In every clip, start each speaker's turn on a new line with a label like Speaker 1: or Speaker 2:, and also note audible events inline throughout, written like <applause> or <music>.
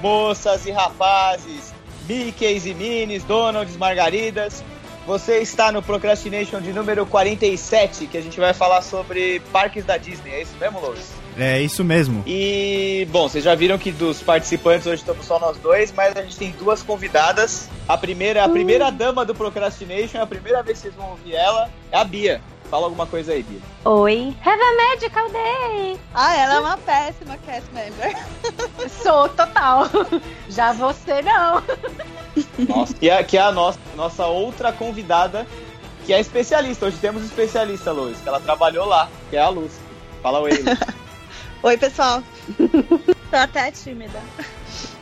Speaker 1: moças e rapazes, Mickeys e Minis, Donalds, Margaridas. Você está no Procrastination de número 47, que a gente vai falar sobre parques da Disney. É isso mesmo, Louis?
Speaker 2: É isso mesmo.
Speaker 1: E, bom, vocês já viram que dos participantes hoje estamos só nós dois, mas a gente tem duas convidadas. A primeira, a primeira dama do Procrastination, é a primeira vez que vocês vão ouvir ela, é a Bia. Fala alguma coisa aí, Bia.
Speaker 3: Oi. Have a Magical Day!
Speaker 4: Ah, ela é uma péssima cast member.
Speaker 3: Sou total. <laughs> Já você não.
Speaker 1: Nossa. E aqui é a nossa, nossa outra convidada, que é especialista. Hoje temos especialista, Luiz, que ela trabalhou lá, que é a Luz. Fala <laughs> oi, Luz.
Speaker 4: Oi,
Speaker 1: <laughs>
Speaker 4: pessoal. Tô até tímida.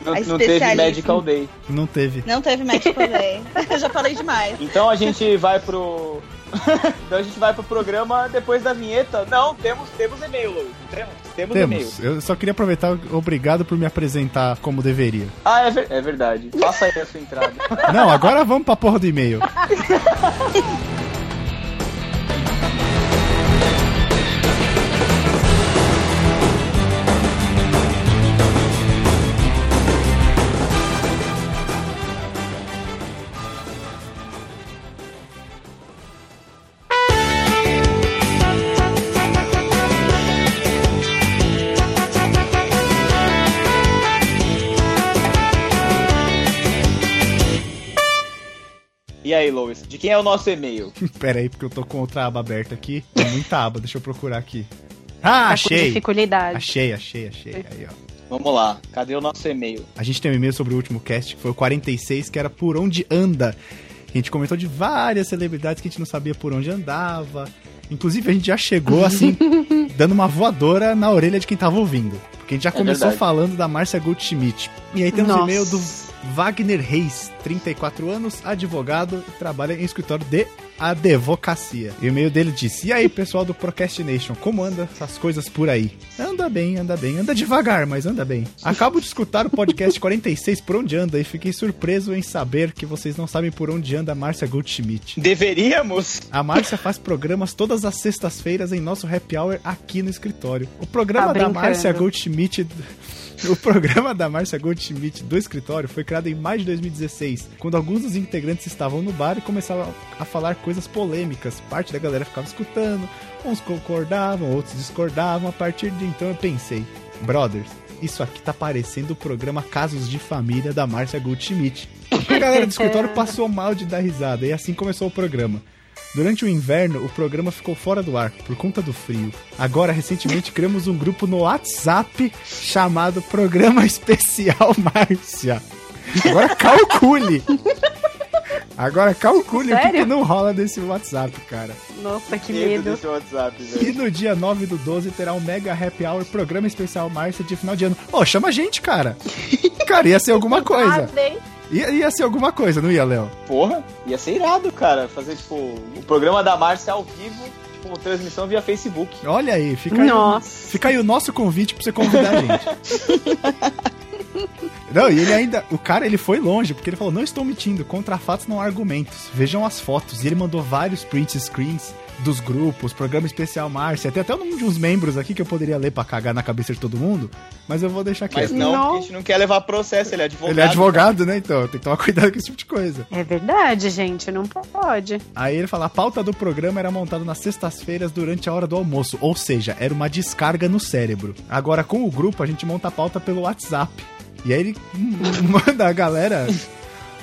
Speaker 1: Não,
Speaker 4: A
Speaker 1: não teve
Speaker 4: especialista.
Speaker 1: Medical Day.
Speaker 2: Não teve.
Speaker 4: Não teve Magical
Speaker 1: <laughs>
Speaker 4: Day. Eu já falei demais.
Speaker 1: Então a gente vai pro. <laughs> então a gente vai pro programa depois da vinheta. Não, temos, temos e-mail, Luiz. Temos, temos, e-mail.
Speaker 2: Temos. Eu só queria aproveitar, obrigado por me apresentar como deveria.
Speaker 1: Ah, é, ver- é verdade. Faça aí a sua entrada.
Speaker 2: Não, agora vamos pra porra do
Speaker 1: <laughs>
Speaker 2: e-mail. <laughs>
Speaker 1: e aí, Luiz, de quem é o nosso e-mail?
Speaker 2: Pera aí, porque eu tô com outra aba aberta aqui. Tem muita aba, deixa eu procurar aqui. Ah,
Speaker 3: Tá com
Speaker 2: achei!
Speaker 3: dificuldade.
Speaker 2: Achei, achei, achei. Aí, ó.
Speaker 1: Vamos lá, cadê o nosso e-mail?
Speaker 2: A gente tem um e-mail sobre o último cast, que foi o 46, que era Por Onde Anda. A gente comentou de várias celebridades que a gente não sabia por onde andava. Inclusive, a gente já chegou, assim, dando uma voadora na orelha de quem tava ouvindo. Porque a gente já começou
Speaker 1: verdade.
Speaker 2: falando da Márcia Goldschmidt. E aí temos o
Speaker 3: Nossa.
Speaker 2: e-mail um do Wagner Reis, 34 anos, advogado e trabalha em escritório de advocacia. E o e-mail dele disse: E aí, pessoal do Procrastination, como anda essas coisas por aí? Anda bem, anda bem, anda devagar, mas anda bem. Acabo de escutar o podcast 46 Por Onde Anda e fiquei surpreso em saber que vocês não sabem por onde anda a Márcia Goldschmidt.
Speaker 1: Deveríamos?
Speaker 2: A Márcia faz programas todas as sextas-feiras em nosso happy hour aqui no escritório. O programa
Speaker 3: Tá
Speaker 2: da
Speaker 3: brincando.
Speaker 2: Márcia Goldschmidt. <laughs> O programa da Márcia Goldschmidt do escritório foi criado em maio de 2016, quando alguns dos integrantes estavam no bar e começavam a falar coisas polêmicas. Parte da galera ficava escutando, uns concordavam, outros discordavam. A partir de então eu pensei, brothers, isso aqui tá parecendo o programa Casos de Família da Márcia Goldschmidt. A galera do escritório passou mal de dar risada e assim começou o programa. Durante o inverno, o programa ficou fora do ar por conta do frio. Agora, recentemente, criamos um grupo no WhatsApp chamado Programa Especial <laughs> Márcia. Agora calcule! Agora calcule o que,
Speaker 3: Sério?
Speaker 2: que não rola nesse WhatsApp, cara.
Speaker 3: Nossa, que
Speaker 1: Medo
Speaker 3: medo.
Speaker 1: desse WhatsApp, velho.
Speaker 2: E no dia 9 do 12 terá um mega happy hour, programa especial Márcia de final de ano. Ô, chama a gente, cara! Cara, ia ser alguma
Speaker 3: Ah,
Speaker 2: coisa. Ia, ia ser alguma coisa, não ia, Léo?
Speaker 1: Porra, ia ser irado, cara. Fazer, tipo, o programa da Márcia ao vivo, tipo, transmissão via Facebook.
Speaker 2: Olha aí, fica aí.
Speaker 3: Nossa.
Speaker 2: Fica aí o nosso convite pra você convidar a gente. Não, e ele ainda. O cara ele foi longe, porque ele falou: não estou mentindo, contra fatos não há argumentos. Vejam as fotos. E ele mandou vários print screens dos grupos, programa especial Márcia, até até o nome de uns membros aqui que eu poderia ler pra cagar na cabeça de todo mundo, mas eu vou deixar
Speaker 1: Mas
Speaker 2: quieto.
Speaker 1: não,
Speaker 3: Não.
Speaker 1: porque a gente não quer levar processo, ele é advogado.
Speaker 2: Ele é advogado, né? Então, tem que tomar cuidado com esse tipo de coisa.
Speaker 3: É verdade, gente. Não <laughs> pode.
Speaker 2: Aí ele fala: a pauta do programa era montada nas sextas-feiras durante a hora do almoço, ou seja, era uma descarga no cérebro. Agora, com o grupo, a gente monta a pauta pelo WhatsApp. E aí ele <laughs> hum, manda a galera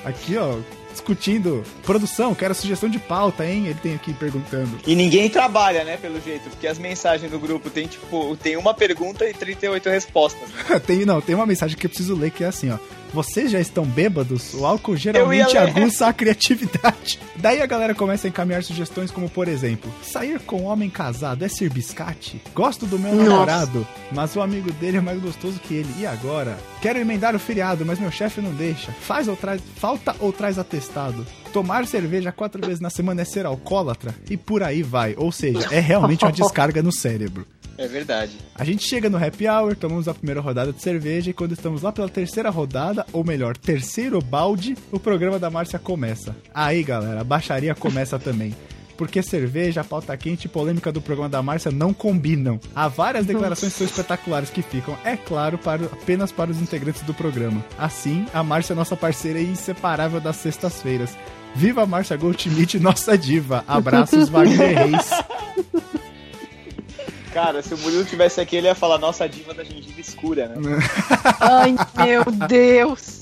Speaker 2: aqui, ó, discutindo. Produção, quero sugestão de pauta, hein? Ele tem aqui perguntando.
Speaker 1: E ninguém trabalha, né, pelo jeito, porque as mensagens do grupo tem, tipo, tem uma pergunta e 38 respostas. né?
Speaker 2: <laughs> tem, não, tem uma mensagem que eu preciso ler que é assim, ó. Vocês já estão bêbados? O álcool geralmente
Speaker 1: Eu ia ler.
Speaker 2: aguça a criatividade. <laughs> Daí a galera começa a encaminhar sugestões como, por exemplo, sair com um homem casado é ser biscate? Gosto do meu
Speaker 3: Nossa.
Speaker 2: namorado, mas o amigo dele é mais gostoso que ele. E agora? Quero emendar o feriado, mas meu chefe não deixa. Faz ou traz, falta ou traz atestado. Tomar cerveja quatro vezes na semana é ser alcoólatra e por aí vai. Ou seja, é realmente uma
Speaker 1: <laughs>
Speaker 2: descarga no cérebro.
Speaker 1: É verdade.
Speaker 2: A gente chega no happy hour, tomamos a primeira rodada de cerveja e quando estamos lá pela terceira rodada, ou melhor, terceiro balde, o programa da Márcia começa. Aí, galera, a baixaria começa também. porque cerveja, pauta quente e polêmica do programa da Márcia não combinam. Há várias declarações que são espetaculares que ficam, é claro, para, apenas para os integrantes do programa. Assim, a Márcia é nossa parceira inseparável das sextas-feiras. Viva a Márcia Goldschmidt, nossa diva! Abraços, Wagner Reis.
Speaker 1: Cara, se o Murilo tivesse aqui, ele ia falar, nossa, a diva da gengiva escura, né?
Speaker 3: Ai, meu Deus.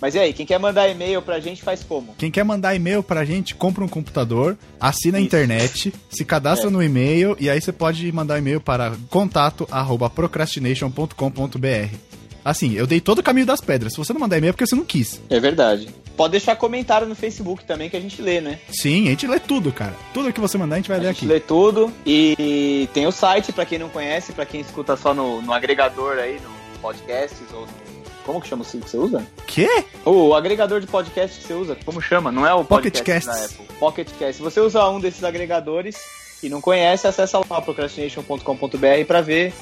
Speaker 1: Mas e aí, quem quer mandar e-mail pra gente faz como?
Speaker 2: Quem quer mandar e-mail pra gente, compra um computador, assina a
Speaker 1: Isso.
Speaker 2: internet, se cadastra
Speaker 1: É.
Speaker 2: no e-mail e aí você pode mandar e-mail para contato@procrastination.com.br. Assim, eu dei todo o caminho das pedras. Se você não mandar e-mail é porque você não quis.
Speaker 1: É verdade. Pode deixar comentário no Facebook também que a gente lê, né?
Speaker 2: Sim, a gente lê tudo, cara. Tudo que você mandar a gente vai ler
Speaker 1: a gente
Speaker 2: aqui.
Speaker 1: lê tudo. E tem o site, pra quem não conhece, pra quem escuta só no, no agregador aí, no podcasts ou no- Como que chama o site que você usa?
Speaker 2: Quê?
Speaker 1: O agregador de podcast que você usa, como chama? Não é o
Speaker 2: Pocket
Speaker 1: podcast
Speaker 2: Casts.
Speaker 1: da Apple. Pocket Cast. Se você usar um desses agregadores e não conhece, acessa lá procrastination.com.br pra ver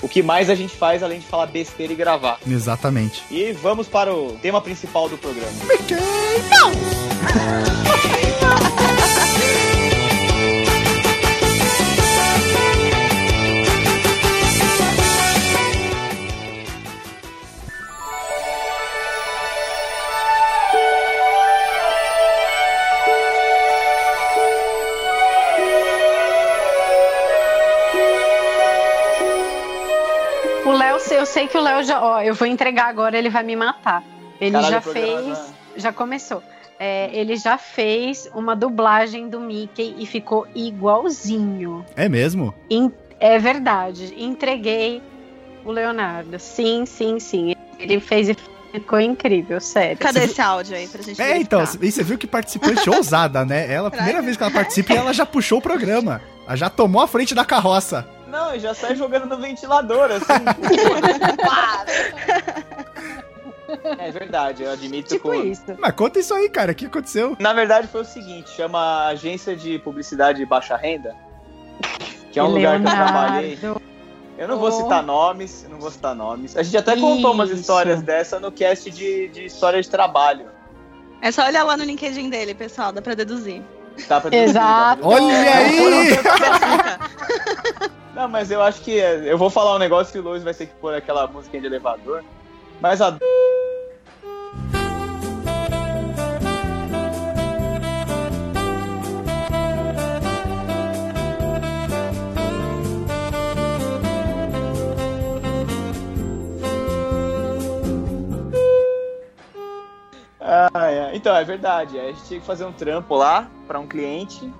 Speaker 1: o que mais a gente faz além de falar besteira e gravar.
Speaker 2: Exatamente.
Speaker 1: E vamos para o tema principal do programa.
Speaker 3: O Léo, eu sei que o Léo já. Ó, eu vou entregar agora, ele vai me matar. Ele
Speaker 1: Caralho,
Speaker 3: já
Speaker 1: o programa
Speaker 3: fez. Já começou. É, ele já fez uma dublagem do Mickey e ficou igualzinho.
Speaker 2: É mesmo?
Speaker 3: En- É verdade. Entreguei o Leonardo. Sim, sim, sim. Ele fez e ficou incrível, sério.
Speaker 4: Cadê esse áudio aí pra gente
Speaker 2: É, então,
Speaker 4: verificar?
Speaker 2: e você viu que participante ousada, né? Ela, a primeira
Speaker 4: Caraca.
Speaker 2: vez que ela participa, ela já puxou o programa. Ela já tomou a frente da carroça.
Speaker 1: Não, e já sai jogando <laughs> no ventilador,
Speaker 3: <laughs>
Speaker 1: assim. é verdade, eu admito
Speaker 3: Tipo
Speaker 1: com-
Speaker 3: isso.
Speaker 2: Mas conta isso aí, cara. O que aconteceu?
Speaker 1: Na verdade foi o seguinte, chama Agência de Publicidade de Baixa Renda, que é um lugar que eu trabalhei.
Speaker 3: Leonardo.
Speaker 1: Eu não vou
Speaker 3: Oh.
Speaker 1: citar nomes, eu não vou citar nomes. A gente até contou umas
Speaker 3: Isso.
Speaker 1: histórias dessa no cast de, de história de trabalho.
Speaker 4: É só olhar lá no LinkedIn dele, pessoal, dá pra deduzir.
Speaker 1: Tá pra
Speaker 3: Exato.
Speaker 2: Olha aí!
Speaker 1: Não, mas eu acho que é- eu vou falar um negócio que o Luiz vai ter que pôr aquela musiquinha de elevador. Mas a. Ah, é. Então, é verdade. A gente tinha que fazer um trampo lá pra um cliente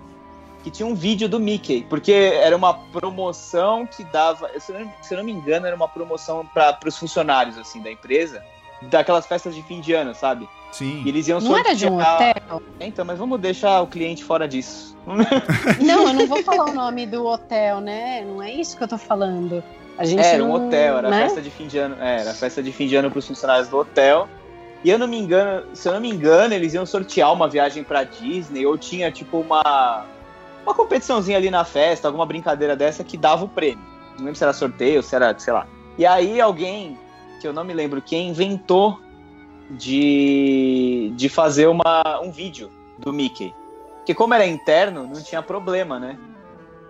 Speaker 1: que tinha um vídeo do Mickey, porque era uma promoção que dava, se eu não, se eu não me engano, era uma promoção para os funcionários assim da empresa, daquelas festas de fim de ano, sabe? E
Speaker 2: Sim.
Speaker 1: eles iam
Speaker 3: Não era de um
Speaker 1: sortear-
Speaker 3: hotel?
Speaker 1: Então, mas vamos deixar o cliente fora disso. <laughs>
Speaker 3: Não, eu não vou falar o nome do hotel, né? Não é isso que eu tô falando. A gente
Speaker 1: Era um
Speaker 3: não-
Speaker 1: hotel, era
Speaker 3: né?
Speaker 1: festa de fim de ano, é, era festa de fim de ano para os funcionários do hotel. E eu não me engano, se eu não me engano, eles iam sortear uma viagem para Disney ou tinha tipo uma uma competiçãozinha ali na festa, alguma brincadeira dessa que dava o prêmio. Não lembro se era sorteio, se era, sei lá. E aí alguém, que eu não me lembro quem, inventou de, de fazer uma, um vídeo do Mickey. Porque como era interno, não tinha problema, né?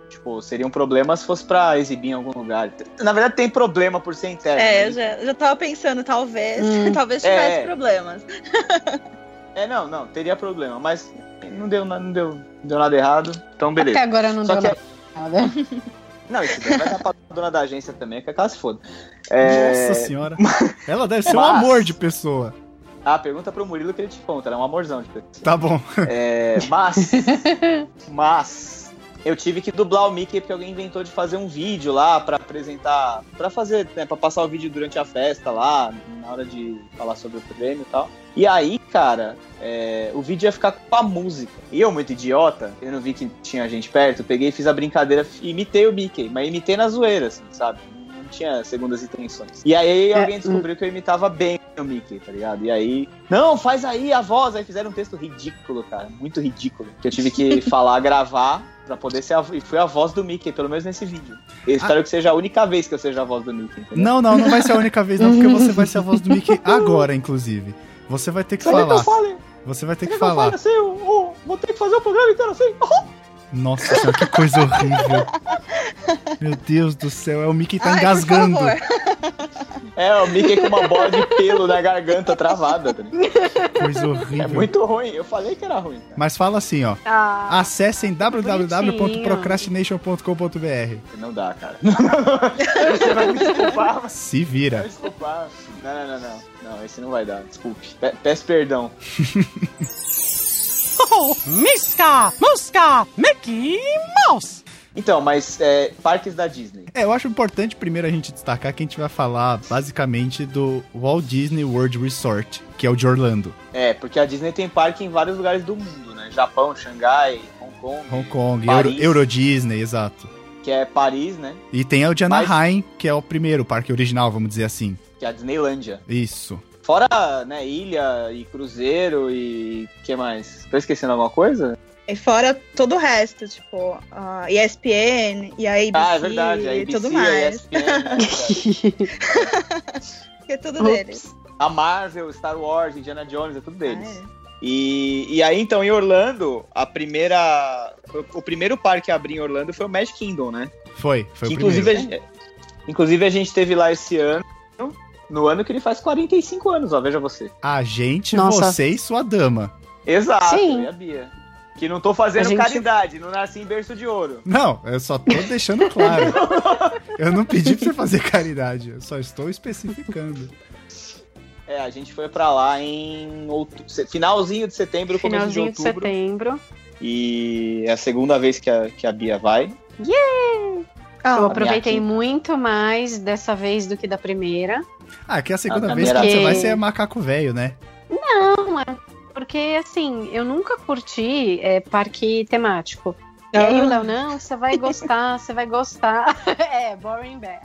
Speaker 1: Tipo, seria um problema se fosse pra exibir em algum lugar. Na verdade, tem problema por ser interno.
Speaker 4: É,
Speaker 1: né?
Speaker 4: eu já, já tava pensando, talvez.
Speaker 3: Hum.
Speaker 4: <laughs> talvez tivesse
Speaker 1: É.
Speaker 4: problemas.
Speaker 1: É, não, não, teria problema, mas não deu, na- não deu, não deu nada errado, então beleza.
Speaker 3: Até agora não
Speaker 1: Só
Speaker 3: deu
Speaker 1: que <laughs>
Speaker 3: nada.
Speaker 1: Não, isso daí vai dar pra <laughs> dona da agência também, que a casa se foda. É,
Speaker 2: Nossa senhora. Ela deve ser um
Speaker 1: Mas-
Speaker 2: amor de pessoa.
Speaker 1: Ah, pergunta pro Murilo que ele te conta, era um amorzão de pessoa.
Speaker 2: Tá bom.
Speaker 1: É, mas, mas, eu tive que dublar o Mickey porque alguém inventou de fazer um vídeo lá pra apresentar, pra fazer, né, pra passar o vídeo durante a festa lá, na hora de falar sobre o prêmio e tal. E aí, cara, é, o vídeo ia ficar com a música. E eu, muito idiota, eu não vi que tinha gente perto, peguei e fiz a brincadeira, imitei o Mickey, mas imitei na zoeira, assim, sabe? Não tinha segundas intenções. E aí
Speaker 3: É,
Speaker 2: hum.
Speaker 1: alguém descobriu que eu imitava bem o Mickey, tá ligado? E aí, não, faz aí a voz. Aí fizeram um texto ridículo, cara, muito ridículo. Que eu tive
Speaker 2: <laughs>
Speaker 1: que falar, gravar. Pra poder ser a, e foi a voz do Mickey, pelo menos nesse vídeo. Eu espero que seja a única vez que eu seja a voz do Mickey. Entendeu?
Speaker 2: Ah. Não, não, não vai ser a única vez, não, porque você vai ser a voz do Mickey agora, inclusive. Você vai ter que
Speaker 1: Sabe o que eu
Speaker 2: falar.
Speaker 1: falo?
Speaker 2: Você vai ter
Speaker 1: Tem
Speaker 2: que falar.
Speaker 1: assim, eu- eu vou ter que fazer o programa inteiro assim.
Speaker 2: Nossa senhora, que coisa horrível. Meu Deus do céu, é o Mickey tá
Speaker 4: Ai,
Speaker 2: engasgando.
Speaker 4: Por favor.
Speaker 1: É, o Mickey com uma bola de pelo na garganta travada. tá ligado?
Speaker 2: Coisa
Speaker 1: É
Speaker 2: horrível.
Speaker 1: muito ruim. Eu falei que era ruim. cara.
Speaker 2: Mas fala assim, ó.
Speaker 3: <laughs>
Speaker 5: Ah,
Speaker 2: Acessem www.procrastination.com.br.
Speaker 1: Não dá, cara. <laughs> Você vai me desculpar, mas
Speaker 2: Se
Speaker 1: vai me
Speaker 2: vira.
Speaker 1: desculpar. Não, não, não, não. Não, esse não vai dar. Desculpe. Pe- peço perdão.
Speaker 6: Miska, Muska, Mickey Mouse.
Speaker 1: Então, mas é, parques da Disney.
Speaker 2: É, eu acho importante primeiro a gente destacar que a gente vai falar basicamente do Walt Disney World Resort, que é o de Orlando,
Speaker 1: É, porque a Disney tem parque em vários lugares do mundo, né? Japão, Xangai, Hong Kong,
Speaker 2: Hong Kong, Euro,
Speaker 1: Paris.
Speaker 2: Euro Disney, exato.
Speaker 1: que é Paris, né?
Speaker 2: E tem o de
Speaker 1: Mas-
Speaker 2: Anaheim, que é o primeiro parque original, vamos dizer assim.
Speaker 1: Que é a Disneylândia.
Speaker 2: Isso.
Speaker 1: Fora, né, ilha e cruzeiro e que mais? Tô esquecendo alguma coisa?
Speaker 4: E fora todo o resto, tipo, a ESPN e a ABC
Speaker 1: ah, é verdade. A
Speaker 4: e
Speaker 1: ABC,
Speaker 4: tudo
Speaker 1: a
Speaker 4: mais. <laughs>
Speaker 1: ESPN, né, cara?
Speaker 4: Que é tudo
Speaker 5: Ups.
Speaker 4: deles.
Speaker 1: a Marvel, Star Wars, Indiana Jones, é tudo deles.
Speaker 4: Ah,
Speaker 1: E, e aí, então, em Orlando, a primeira. O, o primeiro parque a abrir em Orlando foi o Magic Kingdom, né?
Speaker 2: Foi, foi
Speaker 1: Que,
Speaker 2: o primeiro.
Speaker 1: inclusive, a, gente- inclusive, a gente teve lá esse ano, no ano que ele faz 45 anos, ó, veja você.
Speaker 2: A gente,
Speaker 5: Nossa.
Speaker 2: você e sua dama.
Speaker 1: Exato,
Speaker 5: Sim.
Speaker 1: eu e a Bia. Que não tô
Speaker 5: A
Speaker 1: fazendo
Speaker 5: gente-
Speaker 1: caridade, não nasci em berço de ouro.
Speaker 2: Não, eu só tô deixando
Speaker 1: <laughs>
Speaker 2: claro. eu não pedi pra você fazer caridade, eu só estou especificando.
Speaker 1: É, a gente foi pra lá em outu- se- finalzinho de setembro, começo
Speaker 5: finalzinho de
Speaker 1: de outubro.
Speaker 5: setembro.
Speaker 1: e é a segunda vez que a, que a Bia vai.
Speaker 4: Ah,
Speaker 5: eu aproveitei
Speaker 1: aqui.
Speaker 5: muito mais dessa vez do que da primeira.
Speaker 2: Ah, que é a segunda
Speaker 1: Ah,
Speaker 2: vez que
Speaker 1: primeira-
Speaker 2: você vai ser macaco velho, né?
Speaker 5: é. Porque, assim, eu nunca curti é, parque temático. E aí
Speaker 1: Ah.
Speaker 5: o Léo, não, você vai gostar, você vai gostar. <laughs> é, boring bear.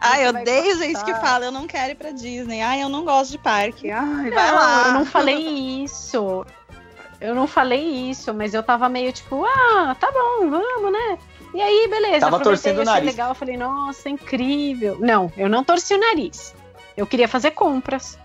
Speaker 4: Ai, eu
Speaker 5: Você vai
Speaker 4: odeio
Speaker 5: gostar.
Speaker 4: gente que fala, eu não quero ir pra Disney. Ai, eu não gosto de parque. Ai, vai
Speaker 5: Não, eu
Speaker 4: lá.
Speaker 5: não falei isso. Eu não falei isso, mas eu tava meio tipo, ah, tá bom, vamos, né? E aí, beleza.
Speaker 1: Tava
Speaker 5: aproveitei,
Speaker 1: torcendo o
Speaker 5: achei
Speaker 1: nariz.
Speaker 5: legal, falei, nossa, incrível. Não, eu não torci o nariz. Eu queria
Speaker 1: <laughs>
Speaker 5: fazer compras.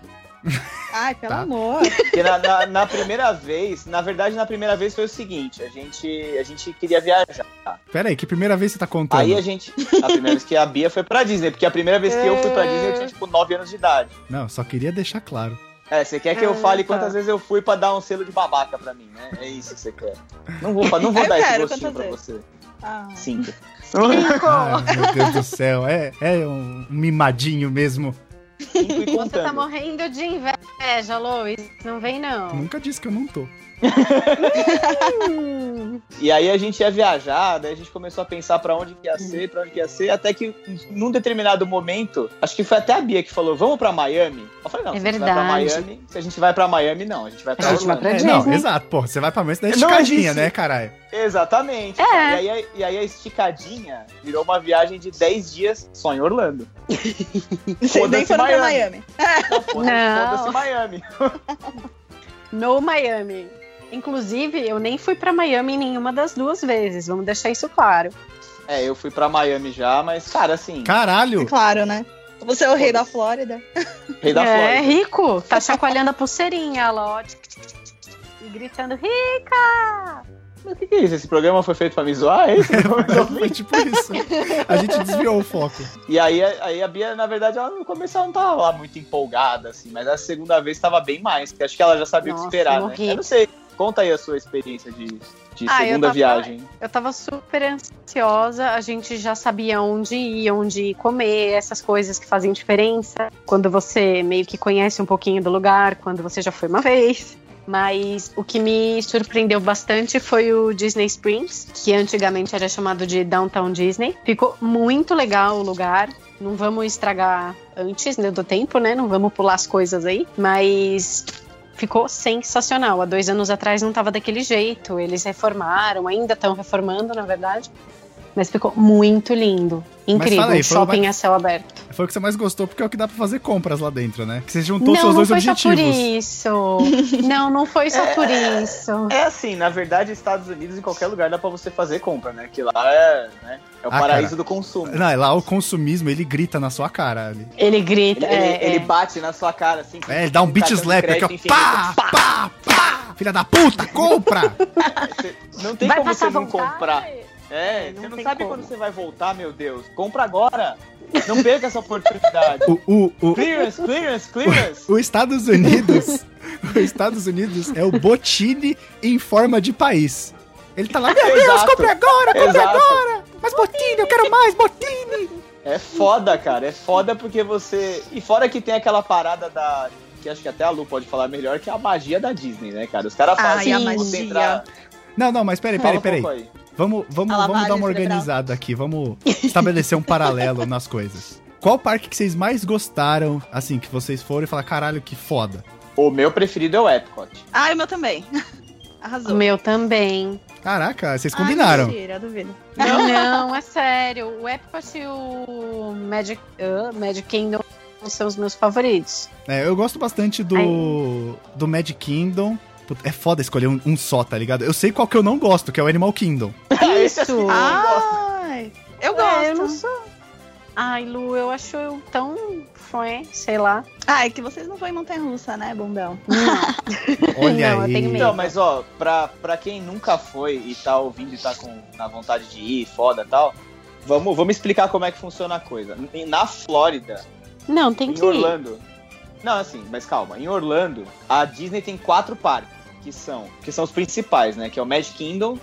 Speaker 4: Ai, pelo
Speaker 2: Tá.
Speaker 4: <laughs> amor.
Speaker 1: Porque na, na- na primeira vez, na verdade, na primeira vez foi o seguinte: a gente, a gente queria viajar.
Speaker 2: Pera aí, que primeira vez você tá contando?
Speaker 1: Aí a gente. A primeira vez que a Bia foi pra Disney, porque a primeira vez que eu fui pra Disney eu tinha tipo 9 anos de idade.
Speaker 2: Não, só queria deixar claro.
Speaker 1: É, você quer que eu
Speaker 5: Ah,
Speaker 1: fale
Speaker 5: tá.
Speaker 1: quantas vezes eu fui pra dar um selo de babaca pra mim, né? É isso que você quer. Não vou, fa- não vou
Speaker 4: Eu
Speaker 1: dar esse
Speaker 4: quero,
Speaker 1: gostinho pra
Speaker 4: quantas
Speaker 1: você.
Speaker 4: Ah.
Speaker 1: Cinco.
Speaker 2: Ah, meu Deus do céu, é, é um mimadinho mesmo.
Speaker 1: Cinco e
Speaker 5: Você tá
Speaker 1: contando.
Speaker 5: morrendo de inveja, Lois. Não vem,
Speaker 1: <laughs>
Speaker 5: não.
Speaker 2: Nunca disse que eu não tô.
Speaker 5: Hum.
Speaker 1: E aí a gente ia viajar, daí a gente começou a pensar pra onde que ia ser, pra onde que ia ser, até que num determinado momento, acho que foi até a Bia que falou, vamos pra Miami? Eu falei, não,
Speaker 5: É
Speaker 1: se a gente vai pra
Speaker 5: verdade.
Speaker 1: Miami, se a gente vai pra Miami, não, a gente vai pra
Speaker 5: A gente né? vai
Speaker 1: Orlando.
Speaker 5: pra
Speaker 2: É,
Speaker 5: Disney.
Speaker 2: não, exato, pô, você vai pra mãe, você dá
Speaker 1: Eu não
Speaker 2: esticadinha,
Speaker 1: disse.
Speaker 2: né, caralho?
Speaker 1: Exatamente.
Speaker 5: É.
Speaker 1: cara. E, aí, e aí a esticadinha virou uma viagem de 10 dias só em Orlando.
Speaker 4: Vocês nem
Speaker 1: Foda-se
Speaker 4: foram pra
Speaker 1: Miami.
Speaker 4: Miami.
Speaker 1: Não, foda-
Speaker 5: Não.
Speaker 1: Foda-se Miami.
Speaker 5: No Miami. Inclusive, eu nem fui pra Miami nenhuma das duas vezes. Vamos deixar isso claro.
Speaker 1: É, eu fui pra Miami já, mas, cara, assim,
Speaker 5: <laughs>
Speaker 2: Caralho!
Speaker 4: Claro, né? Você é o rei da Flórida.
Speaker 1: rei da
Speaker 5: é,
Speaker 1: Flórida.
Speaker 5: rico. Tá chacoalhando a pulseirinha lá, ó. Tic, tic, tic, tic, tic, E gritando, rica!
Speaker 1: Mas o que, que é isso? Esse programa foi feito pra me zoar? É isso?
Speaker 2: Foi tipo isso. A gente desviou o foco.
Speaker 1: e aí, aí a Bia, na verdade, ela no começo ela não tava lá muito empolgada, assim, mas a segunda vez tava bem mais, porque acho que ela já sabia o
Speaker 5: Nossa,
Speaker 1: que esperar, né?
Speaker 5: morri.
Speaker 1: Eu não sei. Conta aí a sua experiência de, de
Speaker 5: Ah, eu
Speaker 1: segunda
Speaker 5: tava-
Speaker 1: viagem.
Speaker 5: Eu tava super ansiosa. A gente já sabia onde ir, onde ir comer, essas coisas que fazem diferença. Quando você meio que conhece um pouquinho do lugar, quando você já foi uma vez. Mas o que me surpreendeu bastante foi o Disney Springs, que antigamente era chamado de Downtown Disney. Ficou muito legal o lugar. Não vamos estragar antes né, do tempo, né? Não vamos pular as coisas aí. Mas ficou sensacional. Há dois anos atrás não estava daquele jeito. Eles reformaram, ainda estão reformando, na verdade. Mas ficou muito lindo. Incrível.
Speaker 2: fala aí, foi o
Speaker 5: Shopping
Speaker 2: mais-
Speaker 5: a céu aberto.
Speaker 2: Foi o que você mais gostou, porque é o que dá pra fazer compras lá dentro, né? Que você juntou
Speaker 5: não,
Speaker 2: seus
Speaker 5: não
Speaker 2: dois
Speaker 5: foi
Speaker 2: objetivos.
Speaker 5: só por isso. não, não foi só por isso.
Speaker 1: É assim, na verdade, Estados Unidos, em qualquer lugar, dá pra você fazer compra, né? Que lá é, né, é o
Speaker 2: Ah,
Speaker 1: paraíso
Speaker 2: cara.
Speaker 1: do consumo.
Speaker 2: Não, é lá o consumismo, ele grita na sua cara ali.
Speaker 5: Ele grita.
Speaker 1: Ele, ele-
Speaker 5: é,
Speaker 1: ele
Speaker 5: é.
Speaker 1: bate na sua cara, assim.
Speaker 2: É, ele dá um beat
Speaker 1: cartão de
Speaker 2: slap, aqui
Speaker 1: crédito
Speaker 2: ó,
Speaker 1: infinito.
Speaker 2: pá, pá, pá. Filha da puta, compra!
Speaker 1: Você- Não tem
Speaker 3: vai
Speaker 1: como
Speaker 3: passar
Speaker 1: você não
Speaker 3: vontade?
Speaker 1: comprar. É,
Speaker 3: É, não
Speaker 1: você não
Speaker 3: tem
Speaker 1: sabe
Speaker 3: como.
Speaker 1: quando você vai voltar, meu Deus. Compra agora. Não perca essa
Speaker 2: <laughs>
Speaker 1: oportunidade.
Speaker 2: O, o, o,
Speaker 1: Clearance, clearance, clearance.
Speaker 2: o
Speaker 1: <laughs>
Speaker 2: Estados Unidos. Os Estados Unidos é o Botini em forma de país. Ele tá lá, meu Deus,
Speaker 1: Exato.
Speaker 2: compre agora, compre
Speaker 1: Exato.
Speaker 2: agora! Mas Botini, eu quero mais, Botini!
Speaker 1: É foda, cara. É foda porque você. E fora que tem aquela parada da. Que acho que até a Lu pode falar melhor, que é a magia da Disney, né, cara? Os caras
Speaker 4: Ai,
Speaker 1: fazem
Speaker 4: a
Speaker 1: você
Speaker 4: magia.
Speaker 1: entrar-
Speaker 2: Não, não, mas peraí,
Speaker 1: Fala
Speaker 2: peraí,
Speaker 1: um
Speaker 2: peraí.
Speaker 1: pouco aí.
Speaker 2: Vamos, vamos,
Speaker 4: A
Speaker 2: vamos dar
Speaker 4: lavagem
Speaker 2: uma
Speaker 4: cerebral.
Speaker 2: organizada aqui, vamos estabelecer um paralelo nas coisas. Qual parque que vocês mais gostaram, assim, que vocês foram e falaram, caralho, que foda?
Speaker 1: O meu preferido é o Epcot.
Speaker 4: Ah, e o meu também. <laughs>
Speaker 3: O
Speaker 4: Arrasou.
Speaker 3: meu também.
Speaker 2: Caraca, vocês combinaram.
Speaker 4: Ai, mentira, duvido.
Speaker 3: Não, é sério. O Epcot e o Magic, ah, Magic Kingdom são os meus
Speaker 1: <laughs>
Speaker 3: favoritos.
Speaker 2: É, eu gosto bastante do. do Mad Kingdom. Puta, É foda escolher um, um só, tá ligado? Eu sei qual que eu não gosto, que é o Animal Kingdom.
Speaker 1: Esse assim, eu
Speaker 3: Isso.
Speaker 1: gosto.
Speaker 4: Ai, Ah, eu
Speaker 3: É, eu não
Speaker 4: gosto.
Speaker 3: sou. Ai, Lu, eu acho eu tão fã, sei lá.
Speaker 4: Ah, é que vocês não vão em montanha-russa, né, bundão?
Speaker 2: Olha
Speaker 3: Não, eu
Speaker 2: aí.
Speaker 3: tenho medo.
Speaker 1: Então, mas ó, pra, pra quem nunca foi e tá ouvindo e tá com na vontade de ir, foda e tal, vamos, vamos explicar como é que funciona a coisa. Na Flórida,
Speaker 3: Não, tem
Speaker 1: em
Speaker 3: que ir.
Speaker 1: Orlando. Não, assim, mas calma. Em Orlando, a Disney tem quatro parques que são, que são os principais, né? Que é o Magic Kingdom,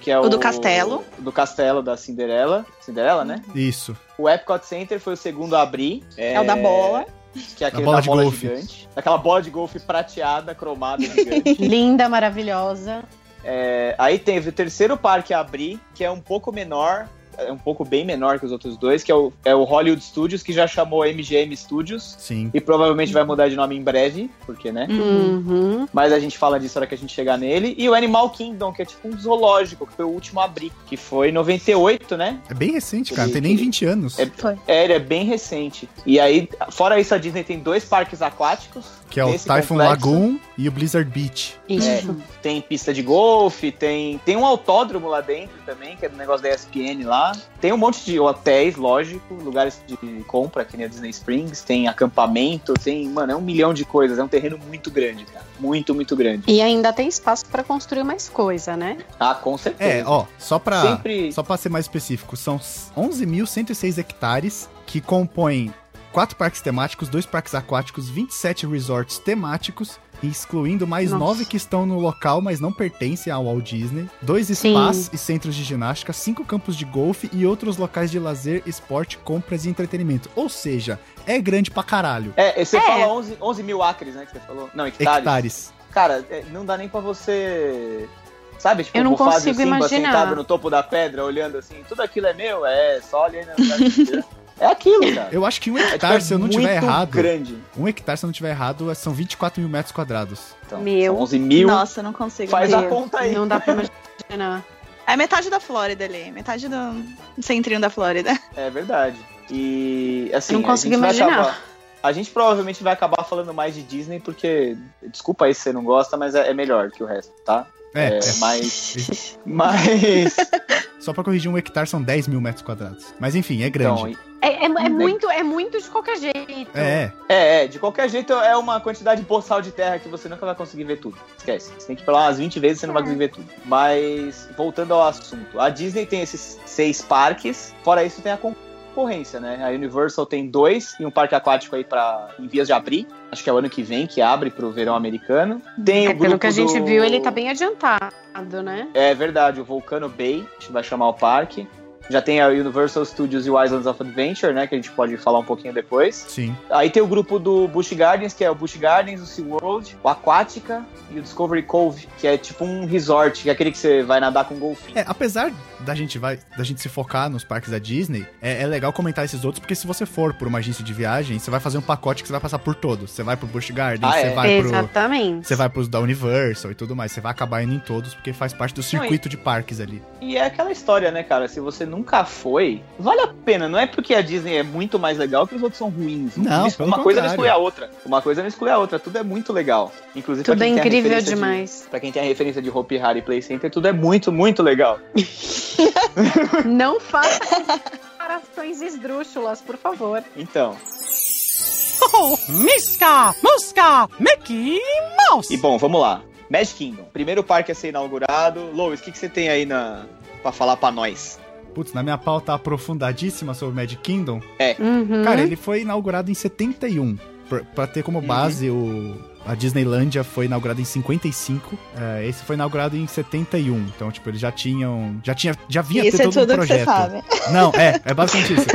Speaker 1: que é o,
Speaker 4: O do castelo.
Speaker 1: do castelo da Cinderela, Cinderela, né?
Speaker 2: Isso.
Speaker 1: O Epcot Center foi o segundo a abrir.
Speaker 4: Uhum. É o da bola.
Speaker 1: Que é aquele
Speaker 2: bola
Speaker 1: da
Speaker 2: de
Speaker 1: bola
Speaker 2: golfe.
Speaker 1: gigante. Aquela bola de golfe prateada, cromada
Speaker 4: <laughs>
Speaker 1: gigante.
Speaker 3: Linda, maravilhosa.
Speaker 1: É, aí teve o terceiro parque a abrir, que é um pouco menor, é um pouco bem menor que os outros dois, que é o, é o Hollywood Studios, que já chamou MGM Studios.
Speaker 2: Sim.
Speaker 1: E provavelmente vai mudar de nome em breve, porque, né?
Speaker 3: Uhum.
Speaker 1: Mas a gente fala disso na hora que a gente chegar nele. E o Animal Kingdom, que é tipo um zoológico, que foi o último a abrir, que foi em 98, né?
Speaker 2: É bem recente, cara. Tem nem 20 anos.
Speaker 1: É-
Speaker 4: Foi.
Speaker 1: É, ele é bem recente. E aí, fora isso, a Disney tem dois parques aquáticos.
Speaker 2: Que é o
Speaker 1: Esse
Speaker 2: Typhoon
Speaker 1: complexo.
Speaker 2: Lagoon e o Blizzard Beach.
Speaker 3: Isso.
Speaker 1: Tem pista de golfe, tem, tem um autódromo lá dentro também, que é do negócio da ESPN lá. Tem um monte de hotéis, lógico, lugares de compra, que nem a Disney Springs. Tem acampamento, tem, mano, é um milhão de coisas. É um terreno muito grande, cara. Muito, muito grande.
Speaker 3: E ainda tem espaço pra construir mais coisa, né?
Speaker 1: Ah, com certeza.
Speaker 2: É, ó, só pra.
Speaker 1: Sempre.
Speaker 2: Só pra ser mais específico, são 11.106 hectares que compõem quatro parques temáticos, dois parques aquáticos, 27 resorts temáticos, excluindo mais
Speaker 3: Nossa.
Speaker 2: nove que estão no local, mas não pertencem ao Walt Disney, dois
Speaker 3: Sim.
Speaker 2: spas e centros de ginástica, cinco campos de golfe e outros locais de lazer, esporte, compras e entretenimento. Ou seja, é grande pra caralho.
Speaker 1: É, e você
Speaker 3: É.
Speaker 1: fala 11, 11 mil acres, né? Que você falou. Não, hectares.
Speaker 2: Hectares.
Speaker 1: Cara, é, não dá nem pra você. Sabe, tipo,
Speaker 3: Eu não
Speaker 1: o Fábio
Speaker 3: consigo
Speaker 1: Simba
Speaker 3: imaginar.
Speaker 1: sentado no topo da pedra, olhando assim, tudo aquilo é meu? É, só olha aí na na- É aquilo, cara.
Speaker 2: Eu acho que um
Speaker 1: É,
Speaker 2: hectare,
Speaker 1: é
Speaker 2: se eu não tiver
Speaker 1: muito
Speaker 2: errado,
Speaker 1: grande.
Speaker 2: um hectare, se eu não tiver errado, é- são 24 mil metros quadrados.
Speaker 1: Então,
Speaker 3: Meu.
Speaker 1: são 11 mil.
Speaker 4: Nossa, eu não consigo.
Speaker 1: Faz
Speaker 4: ver.
Speaker 1: a conta Tá aí.
Speaker 3: Não dá pra imaginar.
Speaker 4: É metade da Flórida ali, metade do centrinho da Flórida.
Speaker 1: É verdade. E, assim,
Speaker 3: Eu não
Speaker 1: a
Speaker 3: consigo
Speaker 1: gente vai
Speaker 3: imaginar.
Speaker 1: acabar- A gente provavelmente vai acabar falando mais de Disney, porque. Desculpa aí se você não gosta, mas é é melhor que o resto, tá?
Speaker 2: É,
Speaker 1: É,
Speaker 2: é.
Speaker 1: mas. mas.
Speaker 2: Só pra corrigir, um hectare são 10 mil metros quadrados. Mas enfim, é grande.
Speaker 1: Então,
Speaker 3: É, é- é muito, é muito de qualquer jeito.
Speaker 2: é,
Speaker 1: É, é, de qualquer jeito é uma quantidade boçal de terra que você nunca vai conseguir ver tudo. Esquece. Você tem que ir pra lá umas 20 vezes e você não vai conseguir ver tudo. Mas, voltando ao assunto, a Disney tem esses seis parques, fora isso tem a concorrência, né? A Universal tem dois e um parque aquático aí pra, em vias de abrir. Acho que é o ano que vem que abre pro verão americano. Tem
Speaker 3: É,
Speaker 1: o
Speaker 3: pelo
Speaker 1: grupo
Speaker 3: que a gente
Speaker 1: do-
Speaker 3: viu, ele tá bem adiantado, né?
Speaker 1: É verdade, o Volcano Bay, a gente vai chamar o parque. Já tem a Universal Studios e o Islands of Adventure, né? Que a gente pode falar um pouquinho depois.
Speaker 2: sim.
Speaker 1: Aí tem o grupo do Busch Gardens, que é o Busch Gardens, o SeaWorld, o Aquática e o Discovery Cove, que é tipo um resort, que é aquele que você vai nadar com golfinho.
Speaker 2: É, apesar da gente, vai, da gente se focar nos parques da Disney, é, é legal comentar esses outros, porque se você for por uma agência de viagem, você vai fazer um pacote que você vai passar por todos. Você vai pro Busch Garden,
Speaker 1: Ah,
Speaker 2: você
Speaker 1: é.
Speaker 2: vai pro...
Speaker 3: Exatamente.
Speaker 2: Você vai pros da Universal e tudo mais. Você vai acabar indo em todos, porque faz parte do circuito de parques ali.
Speaker 1: E é aquela história, né, cara? Se você nunca foi, vale a pena. Não é porque a Disney é muito mais legal que os outros são ruins.
Speaker 2: Não,
Speaker 1: Isso-
Speaker 2: pelo
Speaker 1: uma coisa não
Speaker 2: contrário.
Speaker 1: exclui a outra. Uma coisa não exclui a outra. Tudo é muito legal. Inclusive, pra
Speaker 3: Tudo é
Speaker 1: quem tem a
Speaker 3: incrível
Speaker 1: referência de-
Speaker 5: <laughs>
Speaker 3: demais.
Speaker 1: Pra quem tem a referência de Hopi Hari Play Center, tudo é muito, muito legal.
Speaker 3: Não faça comparações esdrúxulas, por favor.
Speaker 1: Então,
Speaker 7: Oh, Misca, Mosca, Mickey Mouse.
Speaker 1: e bom, vamos lá. Magic Kingdom, primeiro parque a ser inaugurado. Lois, o que, que você tem aí na... pra falar pra nós?
Speaker 2: Putz, na minha pauta aprofundadíssima sobre Magic Kingdom,
Speaker 5: Uhum.
Speaker 4: Hum?
Speaker 2: Cara, ele foi inaugurado em 71. pra- Pra ter
Speaker 4: Uhum.
Speaker 2: como base o. A Disneylandia foi inaugurada em 55. é, esse foi inaugurado em 71. Então, tipo, eles já tinham. Já tinha. Já vinha
Speaker 4: Isso
Speaker 2: ter
Speaker 4: é
Speaker 2: todo um
Speaker 4: tudo que
Speaker 2: projeto.
Speaker 4: você sabe.
Speaker 2: Não, é, é basicamente
Speaker 4: <laughs>
Speaker 2: isso.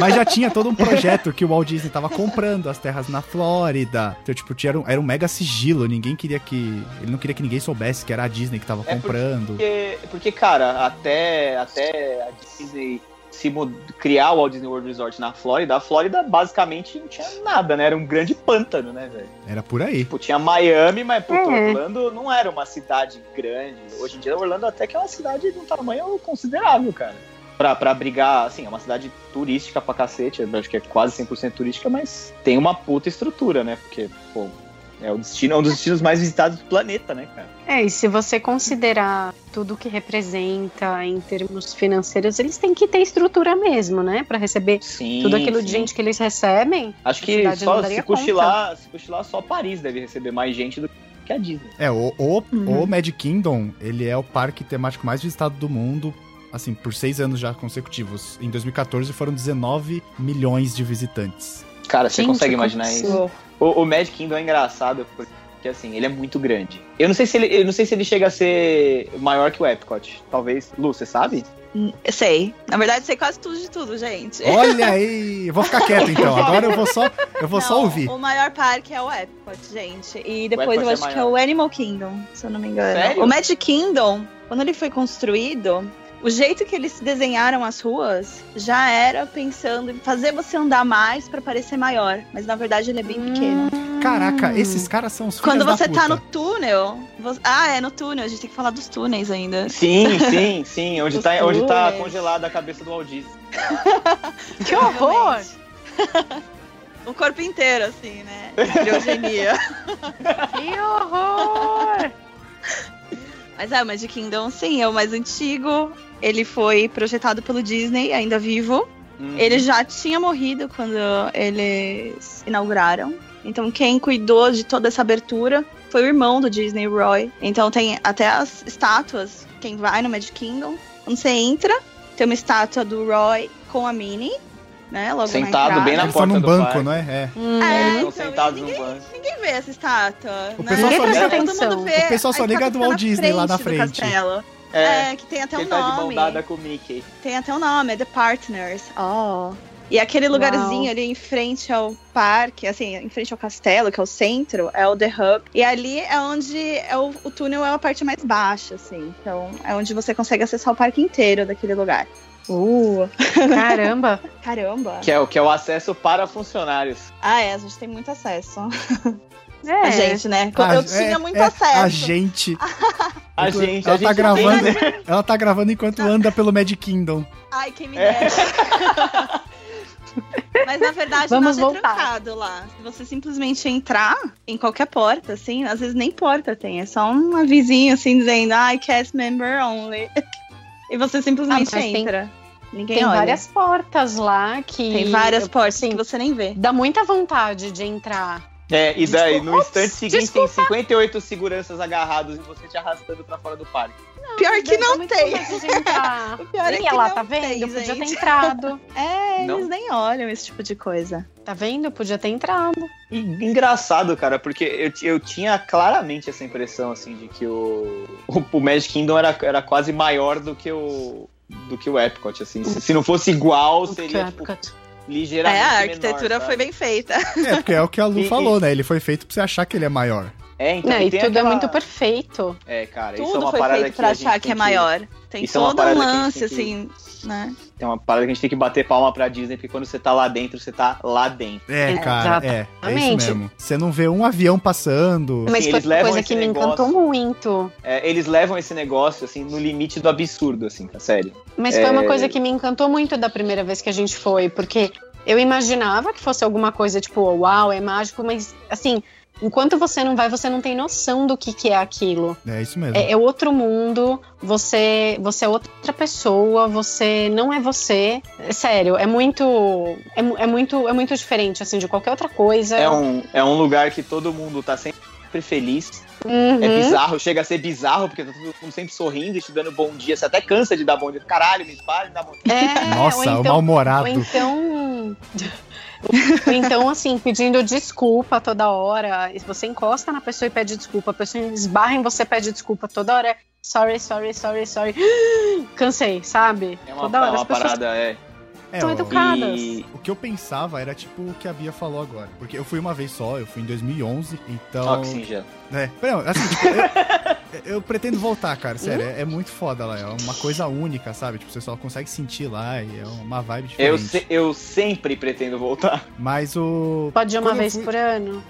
Speaker 2: Mas já tinha todo um projeto que o Walt Disney tava comprando as terras na Flórida. Então, tipo, tinha, era, um, era um mega sigilo. Ninguém queria que. Ele não queria que ninguém soubesse que era a Disney que tava
Speaker 1: porque-
Speaker 2: comprando.
Speaker 1: Porque, porque, cara, até, até a Disney se mud- criar o Walt Disney World Resort na Flórida, a Flórida basicamente não tinha nada, né? Era um grande pântano, né, velho?
Speaker 2: Era por aí.
Speaker 1: Tipo, tinha Miami, mas puta,
Speaker 5: É.
Speaker 1: Orlando não era uma cidade grande. Hoje em dia, Orlando até que é uma cidade de um tamanho considerável, cara. Pra, pra brigar, assim, é uma cidade turística pra cacete, eu acho que é quase 100% turística, mas tem uma puta estrutura, né? Porque, pô, é, o destino, é um dos destinos mais visitados do planeta, né, cara?
Speaker 5: É, e se você considerar tudo que representa em termos financeiros, eles têm que ter estrutura mesmo, né? Pra receber
Speaker 1: Sim.
Speaker 5: tudo aquilo de gente que eles recebem.
Speaker 1: Acho
Speaker 5: A
Speaker 1: que
Speaker 5: cidade não
Speaker 1: só
Speaker 5: daria
Speaker 1: se cochilar, se cochilar, só Paris deve receber mais gente do que a Disney.
Speaker 2: É, o, o,
Speaker 4: Uhum.
Speaker 2: o Magic Kingdom, ele é o parque temático mais visitado do mundo, assim, por seis anos já consecutivos. Em 2014 foram 19 milhões de visitantes.
Speaker 1: Cara, você
Speaker 5: Gente,
Speaker 1: consegue
Speaker 5: como
Speaker 1: imaginar
Speaker 5: que
Speaker 1: isso? O, o Magic Kingdom é engraçado porque assim, ele é muito grande. Eu não sei se ele, eu não sei se ele chega a ser maior que o Epcot. Talvez, Lu, você sabe?
Speaker 4: Eu Sei. Na verdade, sei quase tudo de tudo, gente.
Speaker 2: Olha aí! Eu Vou ficar quieto
Speaker 4: <laughs>
Speaker 2: então, agora eu vou só, eu vou só
Speaker 4: Não,
Speaker 2: ouvir.
Speaker 4: O maior parque é o Epcot, gente. E depois
Speaker 1: Epcot
Speaker 4: eu
Speaker 1: é
Speaker 4: acho que é
Speaker 1: maior.
Speaker 4: o Animal Kingdom, se eu não me engano.
Speaker 1: Sério?
Speaker 4: O Magic Kingdom, quando ele foi construído, o jeito que eles desenharam as ruas já era pensando em fazer você andar mais pra parecer maior. Mas na verdade ele é
Speaker 1: Hum.
Speaker 4: bem pequeno. Hum.
Speaker 2: Caraca, esses caras são os filhos
Speaker 4: Quando
Speaker 2: da
Speaker 4: você tá
Speaker 2: puta.
Speaker 4: no túnel. vo- Ah, é no túnel. A gente tem que falar dos túneis ainda.
Speaker 1: <laughs> Sim, sim, sim. Onde
Speaker 4: Os
Speaker 1: tá, onde tá
Speaker 4: túneis.
Speaker 1: congelada a cabeça do Walt Disney.
Speaker 5: Que horror!
Speaker 4: <laughs> O corpo inteiro,
Speaker 1: <laughs>
Speaker 4: assim, né? Criogenia.
Speaker 3: <laughs>
Speaker 5: Que horror!
Speaker 4: Mas é, o Magic Kingdom, sim, é o mais antigo. Ele foi projetado pelo Disney, ainda vivo.
Speaker 1: Hum.
Speaker 4: Ele já tinha morrido quando eles inauguraram. Então, quem cuidou de toda essa abertura foi o irmão do Disney, Roy. Então, tem até as estátuas. Quem vai no Magic Kingdom, quando você entra, tem uma estátua do Roy com a Minnie, né? Logo
Speaker 1: Sentado
Speaker 4: na
Speaker 1: bem
Speaker 4: entrada.
Speaker 1: na
Speaker 2: Eles estão
Speaker 1: porta
Speaker 2: num
Speaker 1: do
Speaker 2: banco,
Speaker 1: parque.
Speaker 2: não é? É.
Speaker 5: Hum.
Speaker 4: É,
Speaker 1: Eles estão
Speaker 4: então, e
Speaker 1: sentados
Speaker 4: ninguém-
Speaker 1: no banco.
Speaker 4: Ninguém vê essa estátua.
Speaker 2: O
Speaker 4: né?
Speaker 2: pessoal Ninguém só presta
Speaker 5: liga- atenção.
Speaker 4: Todo mundo vê
Speaker 2: O pessoal só
Speaker 4: a
Speaker 2: liga
Speaker 4: estátua
Speaker 2: do
Speaker 4: que tá
Speaker 2: Walt
Speaker 4: na
Speaker 2: Disney lá na
Speaker 4: do
Speaker 2: frente.
Speaker 4: castelo.
Speaker 1: É,
Speaker 4: É, que tem até
Speaker 1: ele
Speaker 4: um
Speaker 1: tá de mão
Speaker 4: nome.
Speaker 1: dada com o Mickey.
Speaker 4: Tem até um nome, é The Partners. Oh. E aquele lugarzinho
Speaker 5: Uau.
Speaker 4: ali em frente ao parque, assim, em frente ao castelo, que é o centro, é o The Hub. E ali é onde é o, o túnel é a parte mais baixa, assim. Então, é onde você consegue acessar o parque inteiro daquele lugar. Uh,
Speaker 5: Caramba!
Speaker 4: caramba.
Speaker 1: Que é, o- que é o acesso para funcionários.
Speaker 4: Ah, é, a gente tem muito acesso.
Speaker 5: É,
Speaker 4: A gente, né?
Speaker 2: A-
Speaker 4: Eu
Speaker 2: é-
Speaker 4: tinha muito Ah.
Speaker 2: é,
Speaker 4: acesso.
Speaker 2: A gente,
Speaker 1: A
Speaker 2: Enquanto-
Speaker 1: gente,
Speaker 2: ela
Speaker 1: a gente
Speaker 2: tá gravando.
Speaker 1: tem-
Speaker 2: ela tá gravando
Speaker 4: Ah.
Speaker 2: enquanto anda pelo Magic Kingdom.
Speaker 4: Ai, quem me
Speaker 1: É.
Speaker 4: dera. Mas na verdade
Speaker 5: Vamos
Speaker 4: nada
Speaker 5: voltar.
Speaker 4: é trancado lá. Se você simplesmente entrar em qualquer porta, assim, às vezes nem porta tem, é só um avisinho assim dizendo, ai, cast member only. <laughs> E você simplesmente
Speaker 5: Ah, mas tem-
Speaker 4: entra. Ninguém
Speaker 5: tem
Speaker 4: olha.
Speaker 5: várias portas lá que.
Speaker 4: tem várias
Speaker 5: eu-
Speaker 4: portas
Speaker 5: assim,
Speaker 4: que você nem vê.
Speaker 5: Dá muita vontade de entrar.
Speaker 1: É, e daí, no
Speaker 5: Desculpa,
Speaker 1: instante seguinte,
Speaker 5: desculpa.
Speaker 1: tem 58 seguranças agarrados e você te arrastando pra fora do parque.
Speaker 4: pior que
Speaker 5: Dá
Speaker 4: não
Speaker 5: muita
Speaker 4: tem.
Speaker 5: vontade de entrar.
Speaker 4: O <laughs> pior é
Speaker 5: E
Speaker 4: que
Speaker 5: ela
Speaker 4: não
Speaker 5: tá vendo?
Speaker 4: tem,
Speaker 5: Podia ter
Speaker 4: gente.
Speaker 5: entrado.
Speaker 4: É,
Speaker 1: Não.
Speaker 4: eles nem olham esse tipo de coisa.
Speaker 5: Tá vendo? Podia ter entrado.
Speaker 1: E engraçado, cara, porque eu, ti- eu tinha claramente essa impressão, assim, de que o, o, o Magic Kingdom era, era quase maior do que o do que o Epcot, assim. Se, se não fosse igual, seria, tipo,
Speaker 5: Epcot.
Speaker 1: ligeiramente
Speaker 4: É, a
Speaker 1: menor,
Speaker 4: arquitetura
Speaker 1: sabe?
Speaker 4: foi bem feita.
Speaker 2: É, porque é o que a Lu
Speaker 1: E- e-
Speaker 2: falou, né? Ele foi feito pra você achar que ele é maior.
Speaker 1: É, então,
Speaker 5: Não,
Speaker 1: e
Speaker 5: e
Speaker 1: tem
Speaker 5: tudo é
Speaker 1: aquela-
Speaker 5: muito perfeito.
Speaker 1: É, cara, isso é
Speaker 4: Tudo
Speaker 1: uma
Speaker 4: foi
Speaker 1: parada
Speaker 4: feito pra
Speaker 1: a gente
Speaker 4: achar que
Speaker 1: tem
Speaker 4: é maior. Tem
Speaker 1: Isso é uma
Speaker 4: todo um
Speaker 1: parada que a gente
Speaker 4: lance,
Speaker 1: tem
Speaker 4: assim, né?
Speaker 1: Tem é uma parada que a gente tem que bater palma pra Disney, porque quando você tá lá dentro, você tá lá dentro.
Speaker 2: É, cara, é. É isso
Speaker 5: Exatamente.
Speaker 2: mesmo. Você não vê um avião passando.
Speaker 1: eles
Speaker 5: Mas foi uma
Speaker 1: levam
Speaker 5: coisa
Speaker 1: esse
Speaker 5: que me
Speaker 1: negócio-
Speaker 5: encantou muito.
Speaker 1: É, eles levam esse negócio, assim, no limite do absurdo, assim, tá sério.
Speaker 5: Mas foi uma
Speaker 1: É.
Speaker 5: coisa que me encantou muito da primeira vez que a gente foi, porque eu imaginava que fosse alguma coisa tipo, "Oh, uau, é mágico, mas assim, enquanto você não vai, você não tem noção do que, que é aquilo.
Speaker 2: É isso mesmo.
Speaker 5: É, é outro mundo, você, você é outra pessoa, você não é você. É sério, é muito,
Speaker 1: um
Speaker 5: é, mu- é muito, é muito diferente assim de qualquer outra coisa.
Speaker 1: É um, é um lugar que todo mundo tá sempre sempre feliz.
Speaker 3: Uhum.
Speaker 1: É bizarro, chega a ser bizarro, porque tá todo mundo sempre sorrindo e te dando bom dia. Você até cansa de dar bom dia. Caralho, me para de dar bom dia.
Speaker 3: É, ou
Speaker 2: Nossa,
Speaker 3: então-
Speaker 2: o
Speaker 3: Ou
Speaker 2: mal-humorado.
Speaker 3: então. ou então, assim, pedindo desculpa toda hora. E Você encosta na pessoa e pede desculpa. A pessoa esbarra em você e pede desculpa toda hora. é Sorry, sorry, sorry, sorry. <gasps> Cansei, sabe?
Speaker 1: É uma,
Speaker 3: toda hora.
Speaker 1: uma
Speaker 3: As pessoas
Speaker 1: parada, é.
Speaker 2: É,
Speaker 3: são
Speaker 2: ó,
Speaker 3: educadas.
Speaker 1: E-
Speaker 2: O que eu pensava era tipo o que a Bia falou agora. Porque eu fui uma vez só, eu fui em 2011, então.
Speaker 1: Ó, que singelo.
Speaker 2: É, não, assim, tipo, eu, eu <laughs> pretendo voltar, cara, sério. É, é muito foda lá, é uma coisa única, sabe? Tipo, você só consegue sentir lá e é uma vibe diferente.
Speaker 1: Eu, se- eu sempre pretendo voltar.
Speaker 2: Mas o.
Speaker 3: Pode ir uma
Speaker 2: Quando eu
Speaker 3: vez
Speaker 2: fui-
Speaker 3: por ano.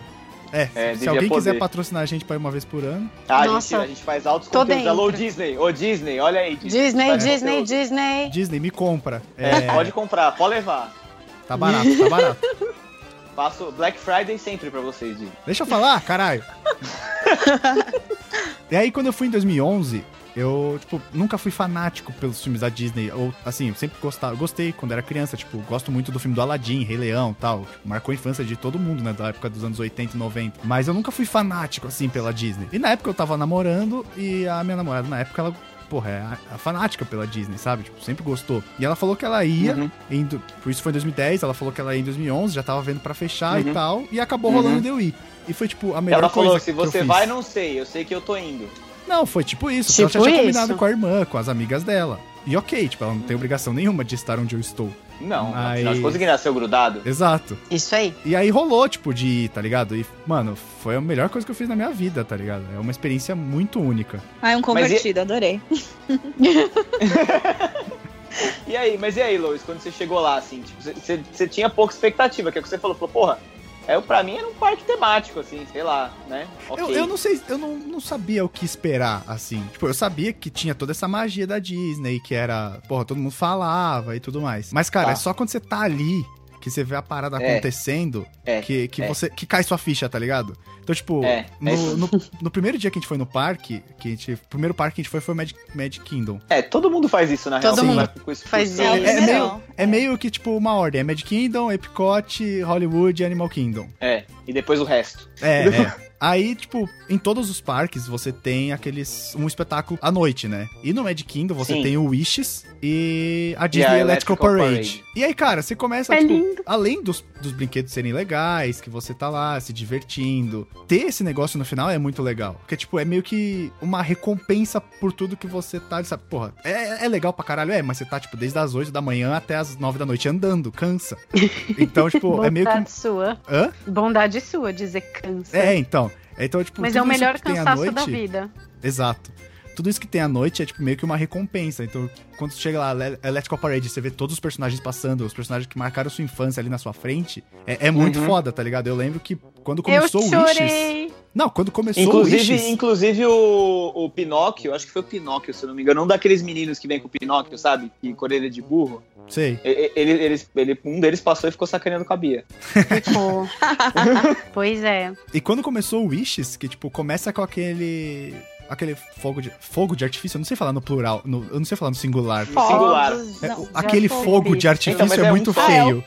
Speaker 2: É,
Speaker 1: É,
Speaker 2: se
Speaker 1: devia
Speaker 2: alguém quiser
Speaker 1: poder.
Speaker 2: patrocinar a gente pra ir uma vez por ano.
Speaker 1: Ah, a gente,
Speaker 3: Nossa.
Speaker 1: a gente faz altos
Speaker 3: Tô
Speaker 1: conteúdos. Alô,
Speaker 3: dentro.
Speaker 1: Disney. Ô, Disney, olha aí.
Speaker 3: Disney,
Speaker 1: faz
Speaker 3: Disney,
Speaker 1: conteúdo.
Speaker 3: Disney.
Speaker 2: Disney, me compra.
Speaker 1: É,
Speaker 3: <laughs>
Speaker 2: É,
Speaker 1: pode comprar, pode levar.
Speaker 2: tá barato, tá barato.
Speaker 1: Faço Black Friday sempre pra vocês, Disney.
Speaker 2: Deixa eu falar, caralho. e aí, quando eu fui em 2011, eu, tipo, nunca fui fanático pelos filmes da Disney. Ou, assim, eu sempre gostava, gostei quando era criança. Tipo, gosto muito do filme do Aladdin, Rei Leão tal. Tipo, marcou a infância de todo mundo, né? Da época dos anos 80 e 90. Mas eu nunca fui fanático, assim, pela Disney. E na época eu tava namorando e a minha namorada, na época, ela. Porra, é a, a fanática pela Disney, sabe? Tipo, sempre gostou. E ela falou que ela ia,
Speaker 1: Uhum.
Speaker 2: em do- por isso foi em 2010, ela falou que ela ia em 2011, já tava vendo pra fechar
Speaker 1: Uhum.
Speaker 2: e tal, e acabou
Speaker 1: Uhum.
Speaker 2: rolando de eu ir. E foi tipo a melhor
Speaker 1: Ela
Speaker 2: coisa.
Speaker 1: falou: se
Speaker 2: que eu
Speaker 1: você
Speaker 2: fiz.
Speaker 1: vai, não sei. Eu sei que eu tô indo.
Speaker 2: Não, foi tipo isso. porque
Speaker 3: Tipo
Speaker 2: ela já tinha
Speaker 3: isso.
Speaker 2: combinado com a irmã, com as amigas dela. E ok, tipo, ela não tem obrigação nenhuma de estar onde eu estou.
Speaker 1: Não,
Speaker 2: Mas-
Speaker 1: afinal de contas, que nasceu grudado.
Speaker 2: Exato.
Speaker 3: Isso aí.
Speaker 2: E aí rolou, tipo, de ir, tá ligado? E, mano, foi a melhor coisa que eu fiz na minha vida, tá ligado? É uma experiência muito única.
Speaker 4: Ai, um convertido, adorei.
Speaker 1: E aí, mas e aí, Lois, quando você chegou lá, assim, tipo, você- você você tinha pouca expectativa, que é o que você falou, falou, porra, é, pra mim era um parque temático, assim, sei lá, né? Ok.
Speaker 2: Eu, eu não sei, eu não, não sabia o que esperar, assim. Tipo, eu sabia que tinha toda essa magia da Disney, que era, porra, todo mundo falava e tudo mais. Mas, cara,
Speaker 1: Tá.
Speaker 2: é só quando você tá ali que você vê a parada
Speaker 1: É.
Speaker 2: acontecendo
Speaker 1: É,
Speaker 2: que, que
Speaker 1: é.
Speaker 2: você que cai sua ficha, tá ligado? Então, tipo,
Speaker 1: É, é
Speaker 2: no,
Speaker 1: isso.
Speaker 2: no, no primeiro dia que a gente foi no parque, que a gente, o primeiro parque que a gente foi foi o Magic, Magic Kingdom.
Speaker 1: É, todo mundo faz isso, na
Speaker 3: Todo
Speaker 1: real.
Speaker 2: mundo
Speaker 1: né? Com isso,
Speaker 3: faz
Speaker 1: então,
Speaker 3: isso.
Speaker 1: É,
Speaker 2: é meio-
Speaker 4: Não.
Speaker 2: É meio que, tipo, uma ordem. É Magic Kingdom, Epcot, Hollywood e Animal Kingdom.
Speaker 1: é, e depois o resto.
Speaker 2: É, é. Aí, tipo, em todos os parques você tem aqueles. um espetáculo à noite, né? E no Magic Kingdom você
Speaker 1: Sim.
Speaker 2: tem o Wishes e a Disney
Speaker 1: a Electrical
Speaker 2: Electrical, Parade.
Speaker 1: Parade.
Speaker 2: E aí, cara, você começa,
Speaker 3: É
Speaker 2: tipo,
Speaker 3: lindo.
Speaker 2: além dos, dos brinquedos serem legais, que você tá lá se divertindo, ter esse negócio no final é muito legal. Porque, tipo, é meio que uma recompensa por tudo que você tá, sabe? Porra, é, é legal pra caralho, é, mas você tá, tipo, desde as 8 da manhã até as 9 da noite andando,
Speaker 3: <laughs>
Speaker 2: cansa. Então, tipo, é meio que.
Speaker 3: Bondade sua.
Speaker 2: Hã?
Speaker 3: Bondade sua dizer cansa.
Speaker 2: É, então. Então, tipo,
Speaker 3: Mas é o
Speaker 2: tudo isso
Speaker 3: melhor
Speaker 2: que tem à
Speaker 3: cansaço da
Speaker 2: noite-
Speaker 3: vida.
Speaker 2: Exato. Tudo isso que tem à noite é tipo meio que uma recompensa. Então, quando você chega lá, Le- Electrical Parade, você vê todos os personagens passando, os personagens que marcaram sua infância ali na sua frente. É, é muito
Speaker 1: Uhum.
Speaker 2: foda, tá ligado? Eu lembro que quando
Speaker 3: Eu
Speaker 2: começou o Wishes.
Speaker 3: chorei.
Speaker 2: Não, quando começou o
Speaker 1: Inclusive,
Speaker 2: Wishes.
Speaker 1: inclusive o, o Pinóquio, acho que foi o Pinóquio, se eu não me engano, um daqueles meninos que vem com o Pinóquio, sabe? Que com orelha de burro.
Speaker 2: Sei.
Speaker 1: Ele, ele, eles- ele- um deles passou e ficou sacaneando com a Bia.
Speaker 2: <laughs>
Speaker 3: Ficou. pois é.
Speaker 2: E quando começou o Wishes, que tipo, começa com aquele. Aquele fogo de, fogo de artifício, eu não sei falar no plural, no- eu não sei falar no singular.
Speaker 1: No singular.
Speaker 4: Fogos,
Speaker 2: É,
Speaker 4: não.
Speaker 2: o- aquele
Speaker 3: foi
Speaker 2: fogo de
Speaker 3: visto.
Speaker 2: artifício
Speaker 1: Então, mas
Speaker 2: é,
Speaker 1: é um
Speaker 2: muito
Speaker 1: só.
Speaker 2: feio.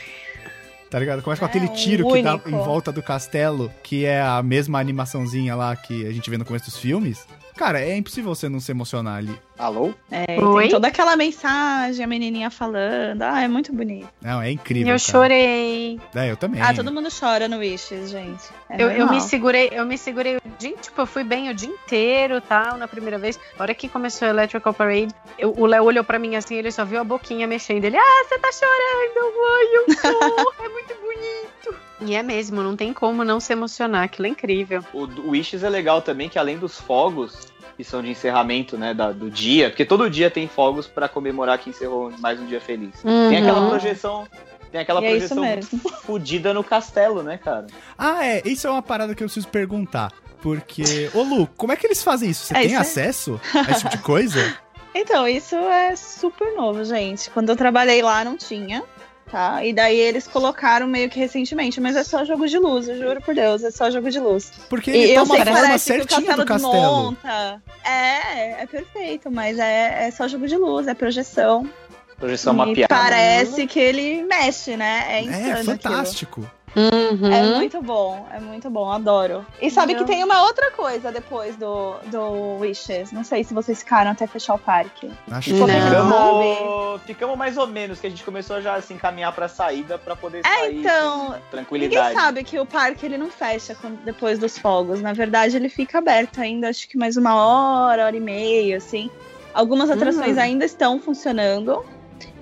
Speaker 2: Tá ligado? Começa com
Speaker 4: Ah, É
Speaker 2: aquele
Speaker 4: um
Speaker 2: tiro que dá
Speaker 4: único.
Speaker 2: em volta do castelo, que é a mesma animaçãozinha lá que a gente vê no começo dos filmes. Cara, é impossível você não se emocionar ali.
Speaker 1: Alô?
Speaker 4: É, e
Speaker 3: Oi?
Speaker 4: tem toda aquela mensagem, a menininha falando. Ah, é muito bonito.
Speaker 2: Não, é incrível.
Speaker 3: eu
Speaker 2: cara.
Speaker 3: chorei.
Speaker 2: É, eu também.
Speaker 4: Ah, todo mundo chora no Wishes, gente. É
Speaker 3: Eu, eu
Speaker 4: normal.
Speaker 3: me segurei, eu me segurei o dia, tipo, eu fui bem o dia inteiro, tal, na primeira vez. A hora que começou a Electrical Parade, eu- o Léo olhou pra mim assim, ele só viu a boquinha mexendo. Ele, ah, você tá chorando, mãe, eu
Speaker 4: <laughs>
Speaker 3: tô, é muito bonito. E é mesmo, não tem como não se emocionar, aquilo é incrível.
Speaker 1: O, o Wishes é legal também, que além dos fogos, que são de encerramento, né, da- do dia, porque todo dia tem fogos pra comemorar que encerrou mais um dia feliz. Tem aquela
Speaker 4: Uhum.
Speaker 1: projeção, tem aquela
Speaker 4: E é isso
Speaker 1: projeção <laughs>
Speaker 4: mesmo.
Speaker 1: fudida no castelo, né, cara?
Speaker 2: Ah, é. Isso é uma parada que eu preciso perguntar. Porque. Ô, Lu, como é que eles fazem isso? Você
Speaker 4: É,
Speaker 2: tem
Speaker 4: isso é-
Speaker 2: acesso a esse tipo de coisa?
Speaker 4: Então, isso é super novo, gente. Quando eu trabalhei lá, não tinha. Tá? E daí eles colocaram meio que recentemente, mas é só jogo de luz, eu juro por Deus, é só jogo de luz.
Speaker 2: Porque
Speaker 4: e
Speaker 2: ele tá
Speaker 4: eu
Speaker 2: uma
Speaker 4: sei que
Speaker 2: forma
Speaker 4: parece que o
Speaker 2: certinha do
Speaker 4: castelo
Speaker 2: castelo.
Speaker 4: desmonta. É, é perfeito, mas é, é só jogo de luz, é projeção.
Speaker 1: Projeção mapeada.
Speaker 4: E parece que ele mexe, né? É
Speaker 2: É,
Speaker 4: insano aquilo.
Speaker 2: fantástico.
Speaker 3: Uhum.
Speaker 4: É muito bom, é muito bom, adoro. E sabe
Speaker 3: Meu.
Speaker 4: que tem uma outra coisa depois do, do Wishes. Não sei se vocês ficaram até fechar o parque.
Speaker 2: Acho
Speaker 3: Não.
Speaker 2: que é.
Speaker 1: Ficamos, ficamos mais ou menos, que a gente começou já a se encaminhar pra saída pra poder
Speaker 4: É,
Speaker 1: sair assim,
Speaker 4: então,
Speaker 1: com
Speaker 4: Ninguém
Speaker 1: tranquilidade.
Speaker 4: sabe que o parque ele não fecha quando- depois dos fogos. Na verdade, ele fica aberto ainda, acho que mais uma hora, hora e meia, assim. Algumas atrações
Speaker 3: Hum.
Speaker 4: ainda estão funcionando.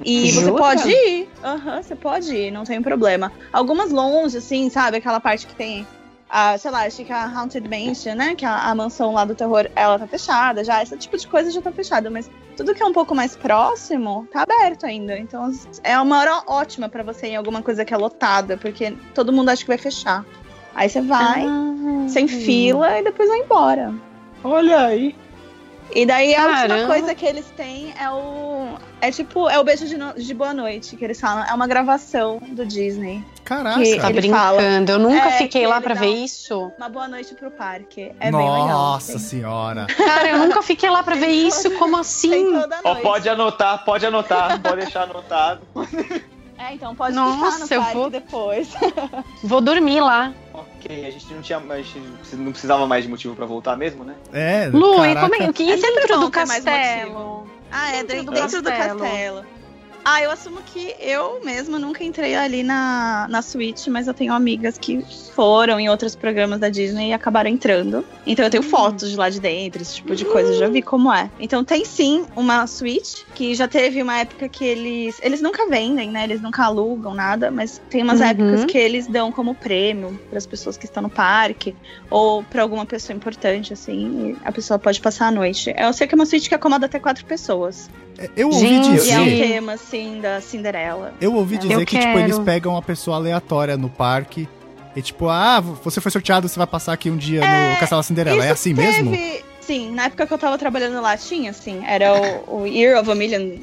Speaker 4: E você
Speaker 3: Jura?
Speaker 4: pode ir. Aham, você pode ir, não tem problema. Algumas longe, assim, sabe? Aquela parte que tem. A, sei lá, acho que a Haunted Mansion, né? Que a, a mansão lá do terror, ela tá fechada já. Esse tipo de coisa já tá fechada. Mas tudo que é um pouco mais próximo tá aberto ainda. Então é uma hora ótima pra você ir em alguma coisa que é lotada, porque todo mundo acha que vai fechar. Aí você vai,
Speaker 3: Ah,
Speaker 4: sem fila, e depois vai embora.
Speaker 1: Olha aí.
Speaker 4: E daí a última
Speaker 3: Caramba.
Speaker 4: coisa que eles têm é o. É tipo, é o beijo de, no- de boa noite que eles falam. É uma gravação do Disney.
Speaker 2: Caraca.
Speaker 4: Que
Speaker 3: Tá
Speaker 4: ele
Speaker 3: brincando. Eu nunca
Speaker 4: É,
Speaker 3: fiquei
Speaker 4: que
Speaker 3: lá
Speaker 4: ele
Speaker 3: pra
Speaker 4: dá
Speaker 3: ver
Speaker 4: um-
Speaker 3: isso.
Speaker 4: Uma boa noite pro parque. É bem legal.
Speaker 2: Nossa
Speaker 4: assim.
Speaker 2: senhora.
Speaker 3: Cara, eu nunca fiquei lá pra ver
Speaker 4: <laughs> Tem
Speaker 3: isso. Como
Speaker 4: Tem
Speaker 3: assim?
Speaker 4: toda
Speaker 1: Ó,
Speaker 4: noite.
Speaker 1: pode anotar, pode anotar, <laughs> pode deixar anotado.
Speaker 4: É, então pode
Speaker 3: Nossa,
Speaker 4: ficar
Speaker 3: eu
Speaker 4: no parque
Speaker 3: vou- <laughs>
Speaker 4: depois.
Speaker 3: Vou dormir lá.
Speaker 1: Ok, a gente não tinha, a gente não precisava mais de motivo pra voltar mesmo, né?
Speaker 2: É,
Speaker 3: Lu, e
Speaker 2: caraca.
Speaker 3: como é, o que
Speaker 4: É
Speaker 3: é
Speaker 4: sempre
Speaker 3: dentro
Speaker 4: bom
Speaker 3: do
Speaker 4: ter mais
Speaker 3: castelo?
Speaker 4: Ah, é,
Speaker 3: Dentro
Speaker 4: dentro,
Speaker 3: do
Speaker 4: dentro do
Speaker 3: castelo.
Speaker 4: castelo. Ah, eu assumo que eu mesma nunca entrei ali na, na suíte, mas eu tenho amigas que foram em outros programas da Disney e acabaram entrando. Então eu tenho fotos de lá de dentro, esse tipo de coisa, eu já vi como é. Então tem sim uma suíte, que já teve uma época que eles. Eles nunca vendem, né? Eles nunca alugam nada, mas tem umas
Speaker 3: Uhum.
Speaker 4: épocas que eles dão como prêmio para as pessoas que estão no parque ou pra alguma pessoa importante, assim, e a pessoa pode passar a noite. Eu sei que é uma suíte que acomoda até quatro pessoas.
Speaker 2: Eu ouvi
Speaker 3: Gente,
Speaker 4: E é um
Speaker 2: dizer.
Speaker 3: Sim.
Speaker 4: tema, assim, da Cinderela.
Speaker 2: Eu ouvi dizer
Speaker 3: Eu
Speaker 2: que, tipo,
Speaker 3: quero.
Speaker 2: eles pegam uma pessoa aleatória no parque. E tipo, ah, você foi sorteado, você vai passar aqui um dia no Castelo Cinderela. É
Speaker 4: Isso
Speaker 2: assim
Speaker 4: teve-
Speaker 2: mesmo?
Speaker 4: Sim, na época que eu tava trabalhando lá tinha, assim, era o, o Year of a Million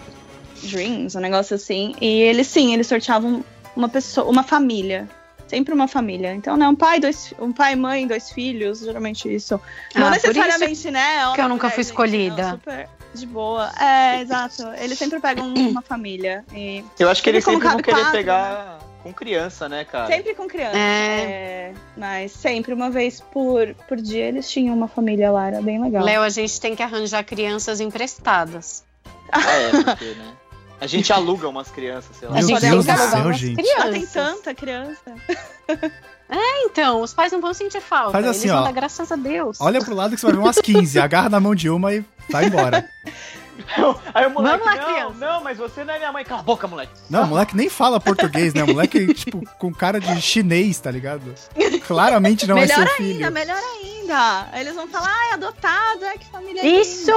Speaker 4: Dreams, um negócio assim. E eles, sim, eles sorteavam uma pessoa, uma família. Sempre uma família. Então, né, um pai, dois, um pai, mãe, dois filhos, geralmente isso.
Speaker 3: Ah,
Speaker 4: Não
Speaker 3: por
Speaker 4: necessariamente, né?
Speaker 3: que eu nunca
Speaker 4: é,
Speaker 3: fui
Speaker 4: gente,
Speaker 3: escolhida.
Speaker 4: não, super de boa. É, exato. Eles sempre pegam uma família. E
Speaker 1: Eu acho que
Speaker 4: Ele
Speaker 1: eles sempre
Speaker 4: como
Speaker 1: vão
Speaker 4: cabe
Speaker 1: querer
Speaker 4: quatro,
Speaker 1: pegar com criança, né, cara?
Speaker 4: sempre com criança.
Speaker 3: É.
Speaker 4: é, mas sempre, uma vez por, por dia, eles tinham uma família lá, era bem legal.
Speaker 3: Léo, a gente tem que arranjar crianças emprestadas.
Speaker 1: Ah, é, porque, né? A gente aluga umas crianças, sei lá.
Speaker 3: a
Speaker 2: Meu
Speaker 3: gente tem
Speaker 2: Deus do
Speaker 3: que alugar
Speaker 2: céu,
Speaker 3: umas
Speaker 2: gente.
Speaker 4: Ah, tem
Speaker 3: crianças.
Speaker 4: tanta criança.
Speaker 3: Então, os pais não vão sentir falta.
Speaker 2: Faz assim,
Speaker 3: Eles vão
Speaker 2: ó.
Speaker 3: dar graças a Deus.
Speaker 2: Olha pro lado que você vai ver umas 15, agarra na mão de uma e vai embora.
Speaker 1: Aí o moleque,
Speaker 3: Vamos lá,
Speaker 1: não,
Speaker 3: criança."
Speaker 1: não, mas você não é minha mãe. Cala a boca, moleque.
Speaker 2: Não, o moleque nem fala português, né? O moleque, tipo, com cara de chinês, tá ligado? Claramente não é
Speaker 4: melhor
Speaker 2: seu
Speaker 4: ainda,
Speaker 2: filho.
Speaker 4: melhor ainda. Eles vão falar, ai, adotado, ai, que família linda." <laughs>
Speaker 3: Isso!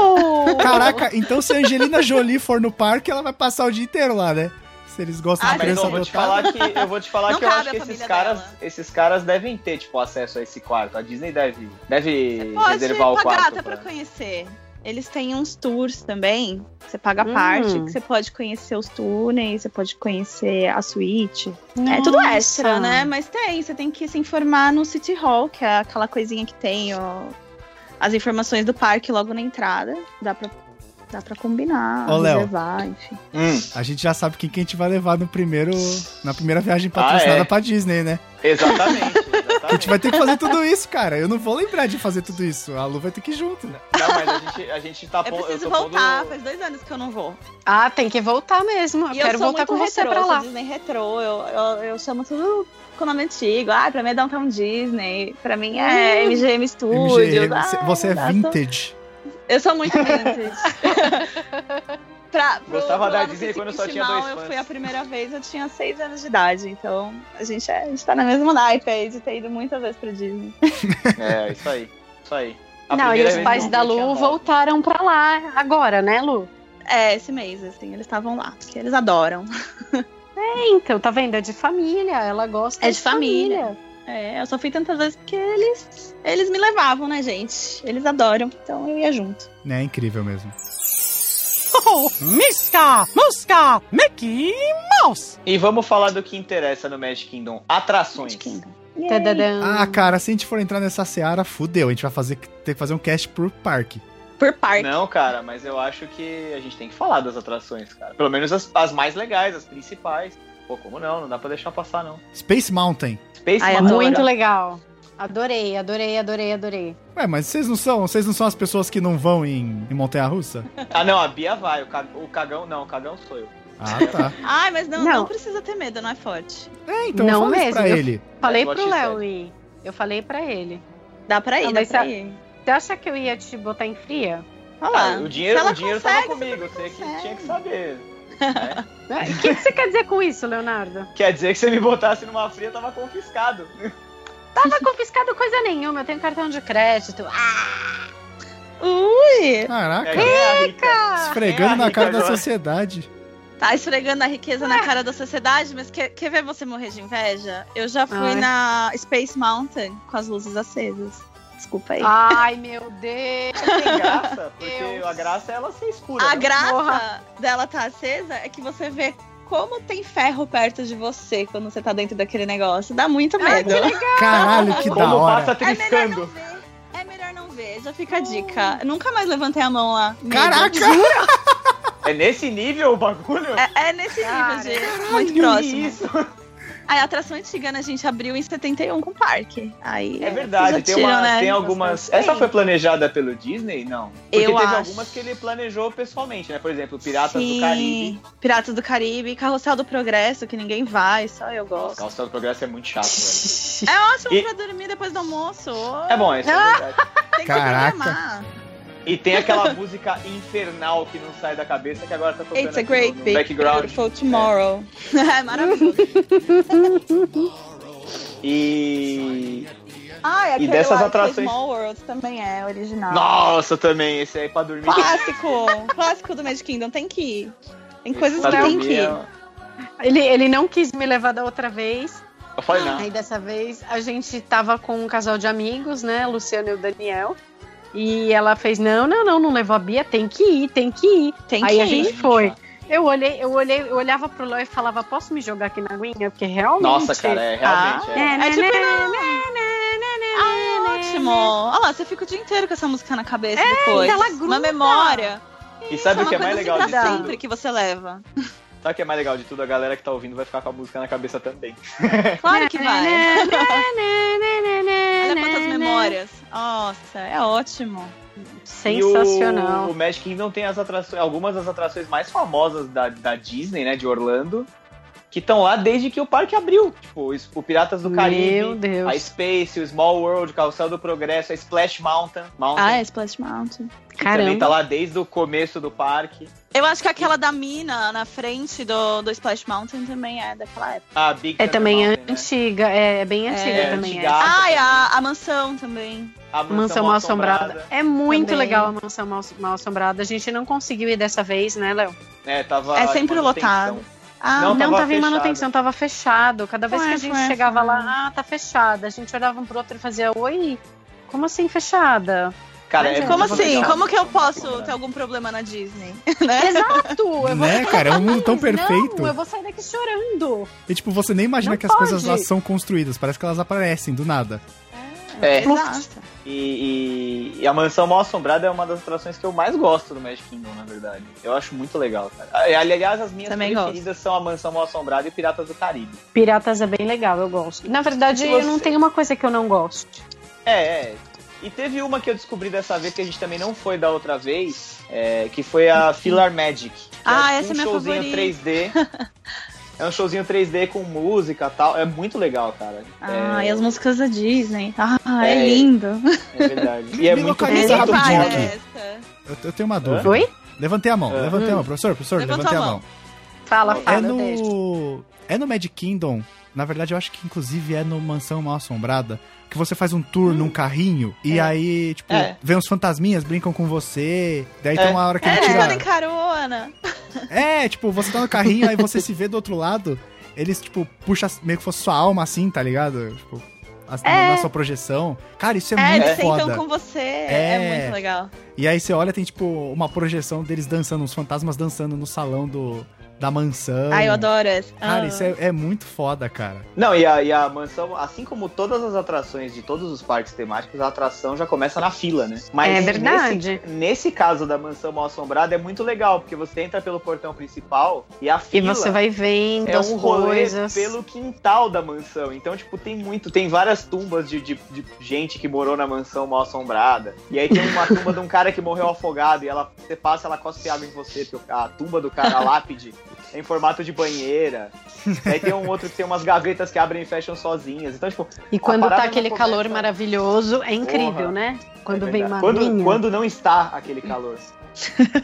Speaker 2: Caraca, então se a Angelina Jolie for no parque, ela vai passar o dia inteiro lá, né? Se eles gostam
Speaker 4: Ah,
Speaker 2: de
Speaker 1: Ah, mas
Speaker 2: criança tá.
Speaker 1: ó, eu vou te
Speaker 2: adotada.
Speaker 1: falar que eu vou te falar
Speaker 4: Não
Speaker 1: que eu
Speaker 4: cabe
Speaker 1: acho
Speaker 4: a
Speaker 1: que esses
Speaker 4: família
Speaker 1: caras,
Speaker 4: dela.
Speaker 1: esses caras devem ter tipo acesso a esse quarto. A Disney deve, deve
Speaker 4: Pode
Speaker 1: reservar o
Speaker 4: pagar
Speaker 1: quarto.
Speaker 4: até pra
Speaker 1: pra-
Speaker 4: conhecer. Eles têm uns tours também. Você paga a
Speaker 3: Hum.
Speaker 4: parte, que você pode conhecer os túneis, você pode conhecer a suíte. É tudo
Speaker 3: Nossa.
Speaker 4: extra, né? Mas tem, você tem que se informar no City Hall, que é aquela coisinha que tem ó, as informações do parque logo na entrada. Dá pra, dá pra combinar,
Speaker 2: Ô, Léo.
Speaker 4: reservar, enfim.
Speaker 1: Hum,
Speaker 2: A gente já sabe quem que a gente vai levar no primeiro, na primeira viagem patrocinada
Speaker 1: Ah, é.
Speaker 2: pra Disney, né?
Speaker 1: exatamente. exatamente.
Speaker 2: <laughs> A gente vai ter que fazer tudo isso, cara. Eu não vou lembrar de fazer tudo isso. A Lu vai ter que ir junto. né?
Speaker 1: Não, mas a gente, a gente tá
Speaker 4: Eu
Speaker 1: pondo-
Speaker 4: É preciso
Speaker 1: tô pondo-
Speaker 4: voltar, faz dois anos que eu não vou.
Speaker 3: Ah, tem que voltar mesmo. Eu
Speaker 4: E
Speaker 3: quero
Speaker 4: sou
Speaker 3: voltar com
Speaker 4: muito
Speaker 3: você
Speaker 4: retrô,
Speaker 3: pra
Speaker 4: eu sou
Speaker 3: lá.
Speaker 4: Disney retrô, eu, eu, eu chamo tudo com nome antigo. Ah, pra mim é Downtown Disney, pra mim é MGM Studios.
Speaker 2: MG,
Speaker 4: Ah,
Speaker 2: você- você é
Speaker 4: dá
Speaker 2: vintage.
Speaker 4: Eu sou muito vintage. <laughs> pra, pro-
Speaker 1: Gostava
Speaker 4: pro
Speaker 1: da
Speaker 4: lado
Speaker 1: Disney
Speaker 4: do
Speaker 1: quando eu
Speaker 4: Fifty
Speaker 1: só tinha
Speaker 4: Mall,
Speaker 1: dois
Speaker 4: Eu
Speaker 1: fãs.
Speaker 4: fui a primeira vez, eu tinha seis anos de idade, então a gente, é, a gente tá na mesma naipe aí de ter ido muitas vezes pra Disney.
Speaker 1: É, isso aí. Isso aí. A
Speaker 3: Não, e
Speaker 1: primeira
Speaker 3: os
Speaker 1: vez
Speaker 3: pais
Speaker 1: que
Speaker 3: da
Speaker 1: eu tinha
Speaker 3: Lu
Speaker 1: nove.
Speaker 3: voltaram pra lá agora, né, Lu?
Speaker 4: É, esse mês, assim, eles estavam lá, porque eles adoram.
Speaker 3: É, então, tá vendo? É de família. Ela gosta
Speaker 4: É de família. É, eu só fui tantas vezes porque eles, eles me levavam, né, gente? Eles adoram, então eu ia junto.
Speaker 2: Né, é incrível mesmo.
Speaker 7: Oh, Misca, Mosca, Mickey Mouse.
Speaker 1: E vamos falar do que interessa no Magic Kingdom. Atrações.
Speaker 4: Magic Kingdom.
Speaker 3: Tadadã.
Speaker 2: Ah, cara, se a gente for entrar nessa seara, fudeu. A gente vai fazer, ter que fazer um cast pro parque.
Speaker 4: Por parque.
Speaker 1: Não, cara, mas eu acho que a gente tem que falar das atrações, cara. Pelo menos as, as mais legais, as principais. Pô, como não? Não dá pra deixar passar, não.
Speaker 2: Space Mountain.
Speaker 1: Space
Speaker 3: É
Speaker 4: Ai, é
Speaker 1: Mountain.
Speaker 4: adoro.
Speaker 5: Muito legal. Adorei, adorei, adorei, adorei.
Speaker 2: Ué, mas vocês não são, vocês não são as pessoas que não vão em, em Montanha Russa?
Speaker 1: Ah, não, a Bia vai. O, ca- o cagão não, o cagão sou eu.
Speaker 2: Ah, tá.
Speaker 4: Ai, mas não,
Speaker 5: Não.
Speaker 4: não. precisa ter medo, não é forte.
Speaker 2: É, então eu
Speaker 5: Não
Speaker 2: falei isso
Speaker 5: mesmo,
Speaker 2: pra
Speaker 5: eu-
Speaker 2: ele.
Speaker 5: Falei
Speaker 1: É,
Speaker 5: pro
Speaker 1: Batista,
Speaker 5: Léo ir. Eu falei pra ele.
Speaker 4: Dá pra ir,
Speaker 5: Não,
Speaker 4: dá
Speaker 5: mas
Speaker 4: pra
Speaker 5: tá-
Speaker 4: ir.
Speaker 5: Você acha que eu ia te botar em fria?
Speaker 4: Olha lá.
Speaker 1: Ah, o dinheiro,
Speaker 4: se ela
Speaker 1: o dinheiro tá
Speaker 4: consegue,
Speaker 1: tava comigo, eu sei que
Speaker 4: consegue.
Speaker 1: tinha que saber.
Speaker 5: Ah, O que, que você quer dizer com isso, Leonardo?
Speaker 1: Quer dizer que se me botasse numa fria, tava confiscado.
Speaker 4: <laughs>
Speaker 5: Tava confiscado coisa nenhuma, eu tenho cartão de crédito.
Speaker 4: Ui!
Speaker 2: Caraca,
Speaker 1: É, Rica!
Speaker 5: Ah,
Speaker 2: esfregando
Speaker 1: é a
Speaker 2: na
Speaker 1: Rita
Speaker 2: cara da
Speaker 1: agora.
Speaker 2: sociedade.
Speaker 4: Tá esfregando a riqueza na cara da sociedade, mas quer, quer ver você morrer de inveja? Eu já fui
Speaker 5: Ai.
Speaker 4: na Space Mountain com as luzes acesas. Desculpa aí.
Speaker 5: ai, meu Deus.
Speaker 1: Tem
Speaker 5: <laughs>
Speaker 1: graça, porque
Speaker 5: Deus.
Speaker 1: a graça é ela ser escura.
Speaker 4: A
Speaker 1: né?
Speaker 4: graça
Speaker 5: Morra.
Speaker 4: dela tá acesa é que você vê como tem ferro perto de você quando você tá dentro daquele negócio. Dá muito medo.
Speaker 2: Caralho, que
Speaker 1: Como
Speaker 2: da hora.
Speaker 1: passa
Speaker 4: Ah, é melhor
Speaker 1: triscando.
Speaker 4: não ver. É melhor não ver. Já fica a dica. Nunca mais levantei a mão lá. Medo.
Speaker 1: né,
Speaker 2: Caraca!
Speaker 1: É nesse nível o bagulho?
Speaker 4: É, é nesse
Speaker 5: Cara,
Speaker 4: nível, gente. Muito
Speaker 1: Que
Speaker 4: próximo.
Speaker 1: Isso.
Speaker 4: Aí a atração antiga, né, a gente abriu em 71 com o parque. Aí,
Speaker 1: É verdade,
Speaker 4: vocês já
Speaker 1: tem, uma-
Speaker 4: tiram, né,
Speaker 1: tem
Speaker 4: as
Speaker 1: algumas.
Speaker 4: nossas-
Speaker 1: Essa foi planejada pelo Disney? Não. Porque
Speaker 4: Eu
Speaker 1: teve
Speaker 4: acho.
Speaker 1: algumas que ele planejou pessoalmente, né? Por exemplo, Piratas
Speaker 4: Sim,
Speaker 1: do Caribe.
Speaker 4: Piratas do Caribe, Carrossel do Progresso, que ninguém vai, só eu gosto.
Speaker 1: Nossa, o progresso é muito chato, velho.
Speaker 4: É ótimo
Speaker 1: E-
Speaker 4: pra dormir depois do almoço.
Speaker 1: É bom, isso é
Speaker 4: Ah!
Speaker 1: verdade.
Speaker 4: Tem que
Speaker 2: Caraca.
Speaker 4: se programar.
Speaker 1: E tem aquela música infernal que não sai da cabeça que agora tá tocando
Speaker 4: It's a
Speaker 1: aqui
Speaker 4: great
Speaker 1: no, no
Speaker 4: big
Speaker 1: background.
Speaker 4: beautiful tomorrow. É <laughs> maravilhoso.
Speaker 1: E.
Speaker 4: Ah, é
Speaker 1: E
Speaker 4: aquele
Speaker 1: dessas
Speaker 4: lá,
Speaker 1: atrações-
Speaker 4: Small World também é original.
Speaker 1: Nossa, também, esse aí é pra dormir.
Speaker 4: Clássico, clássico do Magic Kingdom, tem que ir. Tem coisas
Speaker 1: Pra
Speaker 4: que tem
Speaker 1: dormir, é
Speaker 4: que ir.
Speaker 1: eu-
Speaker 5: Ele, ele não quis me levar da outra vez.
Speaker 1: Eu falei, não.
Speaker 5: Aí dessa vez a gente tava com um casal de amigos, né? Luciano e o Daniel. E ela fez: não, não, não, não levou a Bia, tem que ir, tem que ir.
Speaker 4: Tem
Speaker 5: Aí
Speaker 4: que
Speaker 5: a
Speaker 4: ir.
Speaker 5: gente foi. Eu olhei, eu olhei, eu olhava pro Léo e falava: posso me jogar aqui na aguinha? Porque realmente.
Speaker 1: Nossa, cara, é realmente. é.
Speaker 5: Né, né,
Speaker 4: É tipo,
Speaker 5: né,
Speaker 4: não.
Speaker 5: né, né, né, né, né,
Speaker 4: Ah, é, Ótimo. Olha lá, você fica o dia inteiro com essa música na cabeça depois.
Speaker 5: ela
Speaker 4: Na
Speaker 5: gruda.
Speaker 4: memória.
Speaker 1: E sabe
Speaker 4: é
Speaker 1: o que é
Speaker 4: uma
Speaker 1: mais
Speaker 4: coisa
Speaker 1: legal
Speaker 4: assim
Speaker 1: de
Speaker 4: pra
Speaker 1: tudo?
Speaker 4: sempre que você leva.
Speaker 1: Sabe o que é mais legal de tudo? A galera que tá ouvindo vai ficar com a música na cabeça também. É.
Speaker 4: Claro que
Speaker 5: né,
Speaker 4: vai.
Speaker 5: né, né, né, né, né,
Speaker 4: Olha
Speaker 5: né,
Speaker 4: quantas
Speaker 5: né.
Speaker 4: memórias. Nossa, é ótimo.
Speaker 1: E
Speaker 5: Sensacional.
Speaker 1: o, o Magic Kingdom tem as atrações, algumas das atrações mais famosas da, da Disney, né, de Orlando, que estão lá desde que o parque abriu. Tipo, o, o Piratas do
Speaker 5: Meu
Speaker 1: Caribe,
Speaker 5: Deus.
Speaker 1: a Space, o Small World, o Carrossel do Progresso, a Splash Mountain, Mountain
Speaker 4: Ah, é Splash Mountain.
Speaker 1: que também
Speaker 5: Caramba.
Speaker 1: tá lá desde o começo do parque.
Speaker 4: Eu acho que aquela da mina na frente do, do Splash Mountain também é daquela época.
Speaker 1: Ah, A Big
Speaker 5: É
Speaker 1: Thunder
Speaker 5: também
Speaker 1: Mountain, né?
Speaker 5: antiga, é, é bem antiga
Speaker 4: É,
Speaker 5: também.
Speaker 1: antiga.
Speaker 5: É.
Speaker 1: Ah,
Speaker 4: Ah, e
Speaker 1: tá.
Speaker 4: a, a mansão também.
Speaker 1: A
Speaker 5: Mansão Mal Assombrada. É muito
Speaker 4: Também.
Speaker 5: legal a Mansão Mal, Mal Assombrada. A gente não conseguiu ir dessa vez, né, Léo?
Speaker 1: É, tava
Speaker 4: É
Speaker 1: em
Speaker 4: sempre
Speaker 1: manutenção.
Speaker 4: lotado. Ah,
Speaker 1: Não,
Speaker 5: Não,
Speaker 1: tava
Speaker 5: tava, em
Speaker 1: fechado.
Speaker 5: manutenção, tava fechado. Cada vez
Speaker 4: Ué,
Speaker 5: que a gente
Speaker 4: ué,
Speaker 5: chegava
Speaker 4: ué.
Speaker 5: lá, ah, tá fechada. A gente olhava um pro outro e fazia, oi, como assim fechada?
Speaker 1: Cara, é
Speaker 4: como
Speaker 1: muito
Speaker 4: assim?
Speaker 1: legal.
Speaker 4: Como que eu posso ter algum problema na Disney? né?
Speaker 5: Exato! Eu vou
Speaker 2: Né,
Speaker 5: ficar
Speaker 2: cara? É um mundo tão
Speaker 5: feliz.
Speaker 2: perfeito.
Speaker 5: Não, eu vou sair daqui chorando.
Speaker 2: E tipo, você nem imagina
Speaker 5: Não
Speaker 2: que as coisas lá
Speaker 5: pode.
Speaker 2: são construídas, parece que elas aparecem do nada.
Speaker 1: É.
Speaker 4: Exato.
Speaker 1: E, e- e a Mansão Mal Assombrada é uma das atrações que eu mais gosto do Magic Kingdom, na verdade. Eu acho muito legal, cara. Ah, e, Aliás, as minhas
Speaker 4: Também
Speaker 1: preferidas são a Mansão Mal Assombrada e Piratas do Caribe.
Speaker 5: Piratas é bem legal, eu gosto. Na verdade,
Speaker 1: E
Speaker 5: eu não
Speaker 1: você?
Speaker 5: tenho uma coisa que eu não gosto.
Speaker 1: É, é. E teve uma que eu descobri dessa vez que a gente também não foi da outra vez, é, que foi a Filar Magic. que
Speaker 4: Uhum. Ah,
Speaker 1: é
Speaker 4: essa é
Speaker 1: um
Speaker 4: minha
Speaker 1: showzinho
Speaker 4: favorita. <laughs>
Speaker 1: 3D. É um showzinho 3D com música e tal. É muito legal, cara.
Speaker 4: Ah,
Speaker 1: é,
Speaker 4: e as músicas da Disney. Ah, é,
Speaker 1: É.
Speaker 4: lindo.
Speaker 1: é verdade. E é
Speaker 2: Me
Speaker 1: muito
Speaker 2: localiza
Speaker 1: bonito,
Speaker 2: rapidinho
Speaker 1: cara.
Speaker 4: né?
Speaker 2: aqui. Eu, eu tenho uma dúvida.
Speaker 5: Oi?
Speaker 2: Levantei a mão,
Speaker 1: É.
Speaker 2: levantei a mão. Professor, professor,
Speaker 4: Levantou
Speaker 2: levantei a
Speaker 4: a
Speaker 2: mão.
Speaker 5: Fala,
Speaker 1: É
Speaker 5: fala,
Speaker 2: é
Speaker 5: eu deixo.
Speaker 2: no. É no Magic Kingdom. Na verdade, eu acho que inclusive é no Mansão Mal Assombrada. Que você faz um tour num carrinho e
Speaker 4: É.
Speaker 2: aí, tipo,
Speaker 1: É.
Speaker 2: vem uns fantasminhas, brincam com você. Daí
Speaker 1: É.
Speaker 2: tem uma hora que
Speaker 4: É,
Speaker 2: ele
Speaker 4: eles
Speaker 2: tira.
Speaker 4: mandam em carona.
Speaker 2: É, tipo, você tá no carrinho, aí você se vê do outro lado, eles, tipo, puxa meio que fosse sua alma assim, tá ligado? Tipo, as-
Speaker 4: É.
Speaker 2: na sua projeção. Cara, isso é,
Speaker 4: É,
Speaker 2: muito
Speaker 4: eles sentam
Speaker 2: foda.
Speaker 4: com você.
Speaker 2: É.
Speaker 4: É. muito legal.
Speaker 2: E aí você olha, tem, tipo, uma projeção deles dançando, uns fantasmas dançando no salão do, da mansão.
Speaker 4: Ai, eu adoro essa.
Speaker 2: Cara,
Speaker 4: Ah.
Speaker 2: isso é, é muito foda, cara.
Speaker 1: Não, e a, e a mansão, assim como todas as atrações de todos os parques temáticos, a atração já começa na fila, né?
Speaker 3: É verdade.
Speaker 1: Nesse, nesse caso da mansão mal assombrada é muito legal, porque você entra pelo portão principal e a
Speaker 3: E
Speaker 1: fila.
Speaker 3: você vai vendo
Speaker 1: É
Speaker 3: as
Speaker 1: um rolê
Speaker 3: coisas.
Speaker 1: pelo quintal da mansão. Então, tipo, tem muito. Tem várias tumbas de, de- de gente que morou na mansão mal assombrada. E aí tem uma tumba de um cara que morreu afogado. E ela, você passa, ela cospe água em você. porque A tumba do cara, a lápide, é em formato de banheira. E aí tem um outro que tem umas gavetas que abrem e fecham sozinhas. Então, tipo,
Speaker 3: E quando
Speaker 1: parada
Speaker 3: tá
Speaker 1: não
Speaker 3: aquele
Speaker 1: começa-
Speaker 3: calor maravilhoso, é incrível,
Speaker 1: Porra.
Speaker 3: né? Quando
Speaker 1: é
Speaker 3: vem
Speaker 1: verdade.
Speaker 3: marinho.
Speaker 1: quando, É quando não está aquele calor.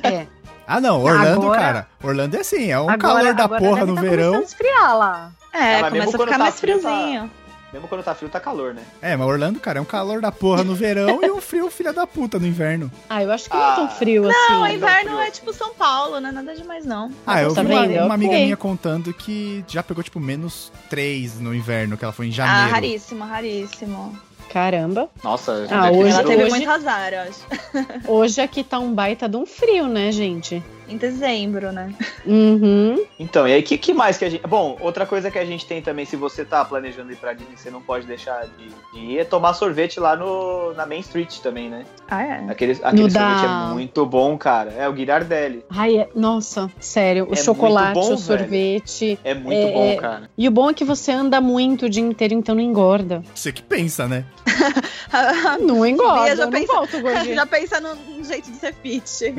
Speaker 5: É.
Speaker 2: Ah, não, Orlando,
Speaker 3: Agora-
Speaker 2: cara. Orlando é assim, é um
Speaker 3: Agora-
Speaker 2: calor da
Speaker 3: agora
Speaker 2: porra
Speaker 3: deve
Speaker 2: no
Speaker 3: tá
Speaker 2: verão.
Speaker 3: começando a esfriar lá.
Speaker 4: É,
Speaker 1: Ah, mas mesmo
Speaker 4: começa a
Speaker 1: quando
Speaker 4: ficar
Speaker 1: tá
Speaker 4: mais
Speaker 1: frio, tá-
Speaker 4: friozinho.
Speaker 1: Mesmo quando tá frio, tá calor, né?
Speaker 2: É, mas Orlando, cara, é um calor da porra no verão e um frio filha da puta no inverno.
Speaker 5: Ah, eu acho que não é tão
Speaker 1: Ah.
Speaker 5: frio assim.
Speaker 4: Não, o
Speaker 1: é
Speaker 4: inverno
Speaker 1: frio.
Speaker 4: é tipo São Paulo, não é nada demais, não.
Speaker 2: Ah, eu vi
Speaker 5: Tá
Speaker 2: uma,
Speaker 5: vendo?
Speaker 2: uma amiga
Speaker 5: Ok.
Speaker 2: minha contando que já pegou, tipo, menos 3 no inverno, que ela foi em
Speaker 5: Tá
Speaker 4: Ah,
Speaker 2: janeiro.
Speaker 4: raríssimo, raríssimo.
Speaker 5: Caramba.
Speaker 1: Nossa,
Speaker 5: Ah,
Speaker 1: deve ter
Speaker 5: hoje-
Speaker 4: Ela
Speaker 1: sido-
Speaker 4: teve
Speaker 5: hoje-
Speaker 4: muito azar, eu acho. <laughs>
Speaker 5: Hoje aqui tá um baita de um frio, né, gente?
Speaker 4: Em dezembro, né?
Speaker 5: Uhum.
Speaker 1: Então, e aí, o que, que mais que a gente. Bom, outra coisa que a gente tem também, se você tá planejando ir pra Disney, você não pode deixar de, de ir, é tomar sorvete lá no, na Main Street também, né?
Speaker 4: Ah, é.
Speaker 1: Aquele, aquele
Speaker 5: No
Speaker 1: sorvete
Speaker 5: da-
Speaker 1: é muito bom, cara. É o Guirardelli.
Speaker 5: Ai, é- nossa, sério, o
Speaker 1: É
Speaker 5: chocolate,
Speaker 1: muito bom,
Speaker 5: o sorvete.
Speaker 1: É muito
Speaker 5: É,
Speaker 1: bom,
Speaker 5: é.
Speaker 1: cara.
Speaker 5: E o bom é que você anda muito o dia inteiro, então não engorda.
Speaker 2: Você que pensa, né?
Speaker 3: é.
Speaker 5: Ah, Não engorda,
Speaker 4: Bia já
Speaker 5: eu
Speaker 4: pensa-
Speaker 5: não volto <laughs> gordinha.
Speaker 4: <laughs> Já pensa no no jeito de ser fit.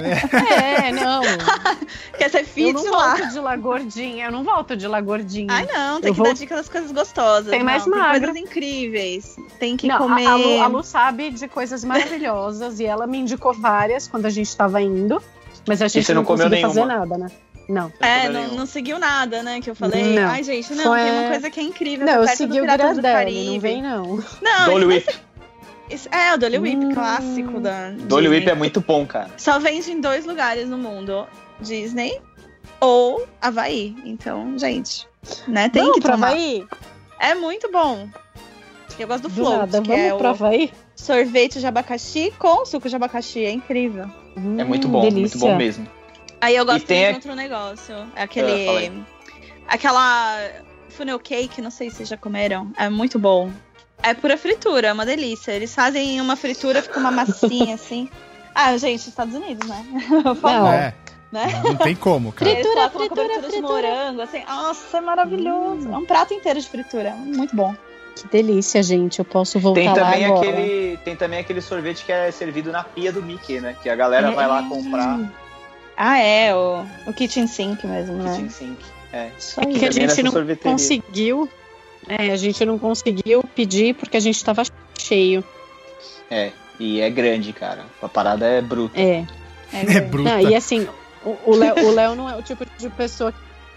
Speaker 5: É, não.
Speaker 4: <laughs> Quer ser
Speaker 3: Eu
Speaker 4: fit
Speaker 3: não
Speaker 4: lá.
Speaker 3: volto de lá gordinha. Eu não volto de lá gordinha.
Speaker 4: Ah, não, tem
Speaker 5: Eu
Speaker 4: que
Speaker 5: vou-
Speaker 4: dar dica das coisas gostosas.
Speaker 3: Tem mais
Speaker 4: não,
Speaker 3: magra.
Speaker 4: coisas incríveis. Tem que
Speaker 3: Não, a-
Speaker 4: comer.
Speaker 3: a, Lu, a Lu sabe de coisas maravilhosas e ela me indicou várias quando a gente tava indo, mas a gente
Speaker 1: você
Speaker 3: não,
Speaker 1: não comeu
Speaker 3: conseguiu fazer
Speaker 1: nenhuma?
Speaker 3: nada, né? Não.
Speaker 4: É,
Speaker 1: Não tem problema
Speaker 4: não,
Speaker 1: nenhum.
Speaker 4: não seguiu nada, né? Que eu falei.
Speaker 5: Não.
Speaker 4: Ai, gente, não,
Speaker 5: Foi-
Speaker 4: tem uma coisa que é incrível.
Speaker 5: Não, eu
Speaker 4: que perto
Speaker 5: segui
Speaker 4: do
Speaker 5: o
Speaker 4: Piratas do
Speaker 5: Gradelli, não
Speaker 4: Caribe.
Speaker 5: vem não.
Speaker 4: Não,
Speaker 1: Dolly
Speaker 4: isso,
Speaker 1: Whip.
Speaker 4: isso- é o Dolly Whip,
Speaker 5: Hum.
Speaker 4: clássico da.
Speaker 1: Dolly
Speaker 4: Disney.
Speaker 1: Whip é muito bom, cara.
Speaker 4: Só vende em dois lugares no mundo: Disney ou Havaí. Então, gente, né? Tem
Speaker 5: Vamos
Speaker 4: que
Speaker 5: pra
Speaker 4: tomar.
Speaker 5: Havaí?
Speaker 4: É muito bom. Eu gosto do,
Speaker 5: Do
Speaker 4: Float,
Speaker 5: nada,
Speaker 4: que
Speaker 5: vamos
Speaker 4: é o
Speaker 5: pra Havaí?
Speaker 4: sorvete de abacaxi com suco de abacaxi. É incrível.
Speaker 1: É
Speaker 5: Hum,
Speaker 1: muito bom,
Speaker 5: delícia.
Speaker 1: muito bom mesmo.
Speaker 4: Aí eu gosto
Speaker 1: E tem
Speaker 4: de
Speaker 1: a-
Speaker 4: outro negócio. É
Speaker 1: Ah, fala aí.
Speaker 4: Aquele. Aquela funnel cake, não sei se vocês já comeram. É muito bom. É pura fritura, é uma delícia. Eles fazem uma fritura, fica uma
Speaker 1: <laughs>
Speaker 4: massinha assim. Ah, gente, Estados Unidos, né? Por favor,
Speaker 5: Não.
Speaker 2: É,
Speaker 4: né?
Speaker 2: não tem como, cara.
Speaker 5: Frito. Fritura,
Speaker 4: Eles colocam uma
Speaker 5: fritura,
Speaker 4: cobertura de
Speaker 5: fritura.
Speaker 4: morango, assim. Nossa, é
Speaker 1: Hum.
Speaker 4: maravilhoso. É um prato inteiro de fritura. Muito bom.
Speaker 5: Que delícia, gente. Eu posso voltar
Speaker 1: Tem
Speaker 5: tá lá
Speaker 1: também,
Speaker 5: agora.
Speaker 1: aquele, tem também aquele sorvete que é servido na pia do Mickey, né? Que a galera vai lá comprar
Speaker 5: Hum,
Speaker 4: Ah, é, o, o kitchen sink mesmo, né?
Speaker 1: kitchen sink. É.
Speaker 4: Isso
Speaker 5: É
Speaker 4: aí.
Speaker 5: que a
Speaker 1: Também nessa
Speaker 5: gente não
Speaker 1: sorveteria.
Speaker 5: conseguiu. É, a gente não conseguiu pedir porque a gente tava cheio.
Speaker 1: É. E é grande, cara. A parada é bruta.
Speaker 5: É.
Speaker 2: É
Speaker 4: É,
Speaker 2: bruta.
Speaker 5: Não, e assim, o o Léo o Léo não é o tipo de pessoa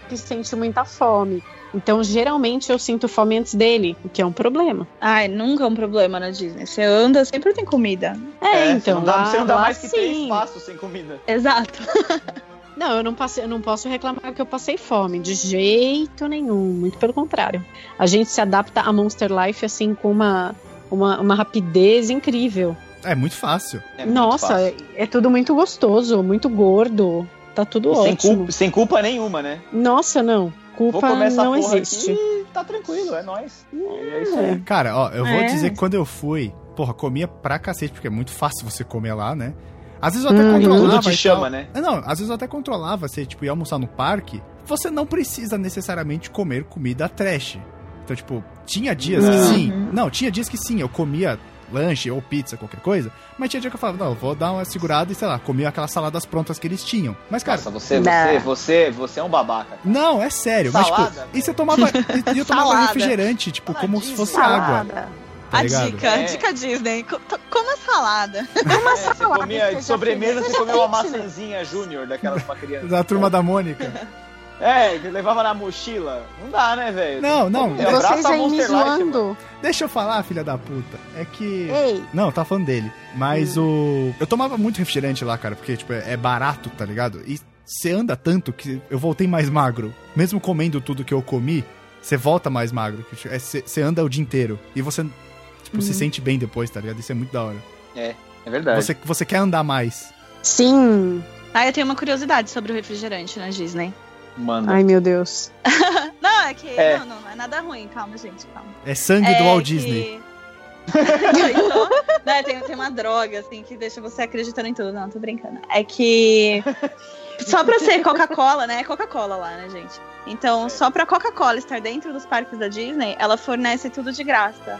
Speaker 5: que sente muita fome. Então, geralmente, eu sinto fome antes dele, o que é um problema.
Speaker 4: Ai, nunca é um problema na Disney. Você anda, sempre tem comida.
Speaker 5: É,
Speaker 1: É,
Speaker 5: então.
Speaker 1: Não dá,
Speaker 5: lá,
Speaker 1: você não dá
Speaker 5: lá
Speaker 1: mais que três
Speaker 5: sim.
Speaker 1: passos sem comida.
Speaker 4: Exato.
Speaker 5: Não, eu não, passei, eu não posso reclamar que eu passei fome, de jeito nenhum. Muito pelo contrário. A gente se adapta a Monster Life, assim, com uma, uma, uma rapidez incrível.
Speaker 2: É muito fácil.
Speaker 1: É muito
Speaker 5: Nossa,
Speaker 1: fácil.
Speaker 5: é, é tudo muito gostoso, muito gordo. Tá tudo
Speaker 1: sem,
Speaker 5: ótimo.
Speaker 1: culpa, sem culpa nenhuma, né?
Speaker 5: Nossa, não.
Speaker 1: Vou
Speaker 5: Culpa
Speaker 1: comer essa
Speaker 5: não
Speaker 1: porra
Speaker 5: existe.
Speaker 1: aqui e tá tranquilo, é nóis. É isso aí.
Speaker 2: Cara, ó, eu vou
Speaker 4: É.
Speaker 2: dizer que quando eu fui, porra, comia pra cacete, porque é muito fácil você comer lá, né? Às vezes eu até
Speaker 5: Hum.
Speaker 2: controlava.
Speaker 1: Tudo
Speaker 2: e
Speaker 1: te
Speaker 2: tal.
Speaker 1: chama, né?
Speaker 2: É, Não, às vezes eu até controlava, você, tipo, ia almoçar no parque, você não precisa necessariamente comer comida trash. Então, tipo, tinha dias que
Speaker 1: Uhum.
Speaker 2: sim. Não, tinha dias que sim, eu comia lanche ou pizza, qualquer coisa, mas tinha dia que eu falava, não, eu vou dar uma segurada e, sei lá, comia aquelas saladas prontas que eles tinham. Mas, cara,
Speaker 1: Nossa, você, você,
Speaker 4: Não.
Speaker 1: você, você é um babaca.
Speaker 2: não, é sério. Mas,
Speaker 1: Salada?
Speaker 2: tipo, e você tomava. E, e eu tomava
Speaker 4: Salada.
Speaker 2: refrigerante, tipo, como se
Speaker 1: Saladinho.
Speaker 2: fosse água.
Speaker 3: Salada.
Speaker 2: Tá
Speaker 4: a
Speaker 2: ligado?
Speaker 4: dica,
Speaker 1: É.
Speaker 4: dica Disney. Co- to- Coma salada.
Speaker 1: É, você
Speaker 3: salada
Speaker 1: comia
Speaker 3: que
Speaker 1: de
Speaker 3: seja
Speaker 1: sobremesa,
Speaker 3: feita.
Speaker 1: você comeu uma
Speaker 3: Seja
Speaker 1: maçãzinha júnior daquelas pra criança.
Speaker 2: Da turma da Mônica.
Speaker 1: É, que levava na mochila. Não dá, né, velho?
Speaker 2: Não, não.
Speaker 1: É, abraça
Speaker 3: Vocês
Speaker 1: a
Speaker 3: aí me
Speaker 1: Monster Life, mano.
Speaker 3: zoando.
Speaker 2: Deixa eu falar, filha da puta. É que.
Speaker 3: Ei,
Speaker 2: Não, tá falando dele. Mas o. Eu tomava muito refrigerante lá, cara, porque, tipo, é é barato, tá ligado? E você anda tanto que eu voltei mais magro. Mesmo comendo tudo que eu comi, você volta mais magro. que, tipo, é, Você você anda o dia inteiro. E você, tipo, se sente bem depois, tá ligado? Isso é muito da hora.
Speaker 1: É verdade.
Speaker 2: Você, você quer andar mais.
Speaker 5: Sim.
Speaker 4: Ah, eu tenho uma curiosidade sobre o refrigerante na Disney.
Speaker 1: Manda.
Speaker 5: Ai, meu Deus.
Speaker 4: Não, é que.
Speaker 1: É.
Speaker 4: Não, não, não é nada ruim, calma, gente, calma.
Speaker 2: É sangue do
Speaker 4: É
Speaker 2: Walt
Speaker 4: que-
Speaker 2: Disney.
Speaker 4: Então, né, tem, tem uma droga, assim, que deixa você acreditando em tudo. Não, tô brincando. É que. Só pra ser Coca-Cola, né? É Coca-Cola lá, né, gente? Então, só pra Coca-Cola estar dentro dos parques da Disney, ela fornece tudo de graça.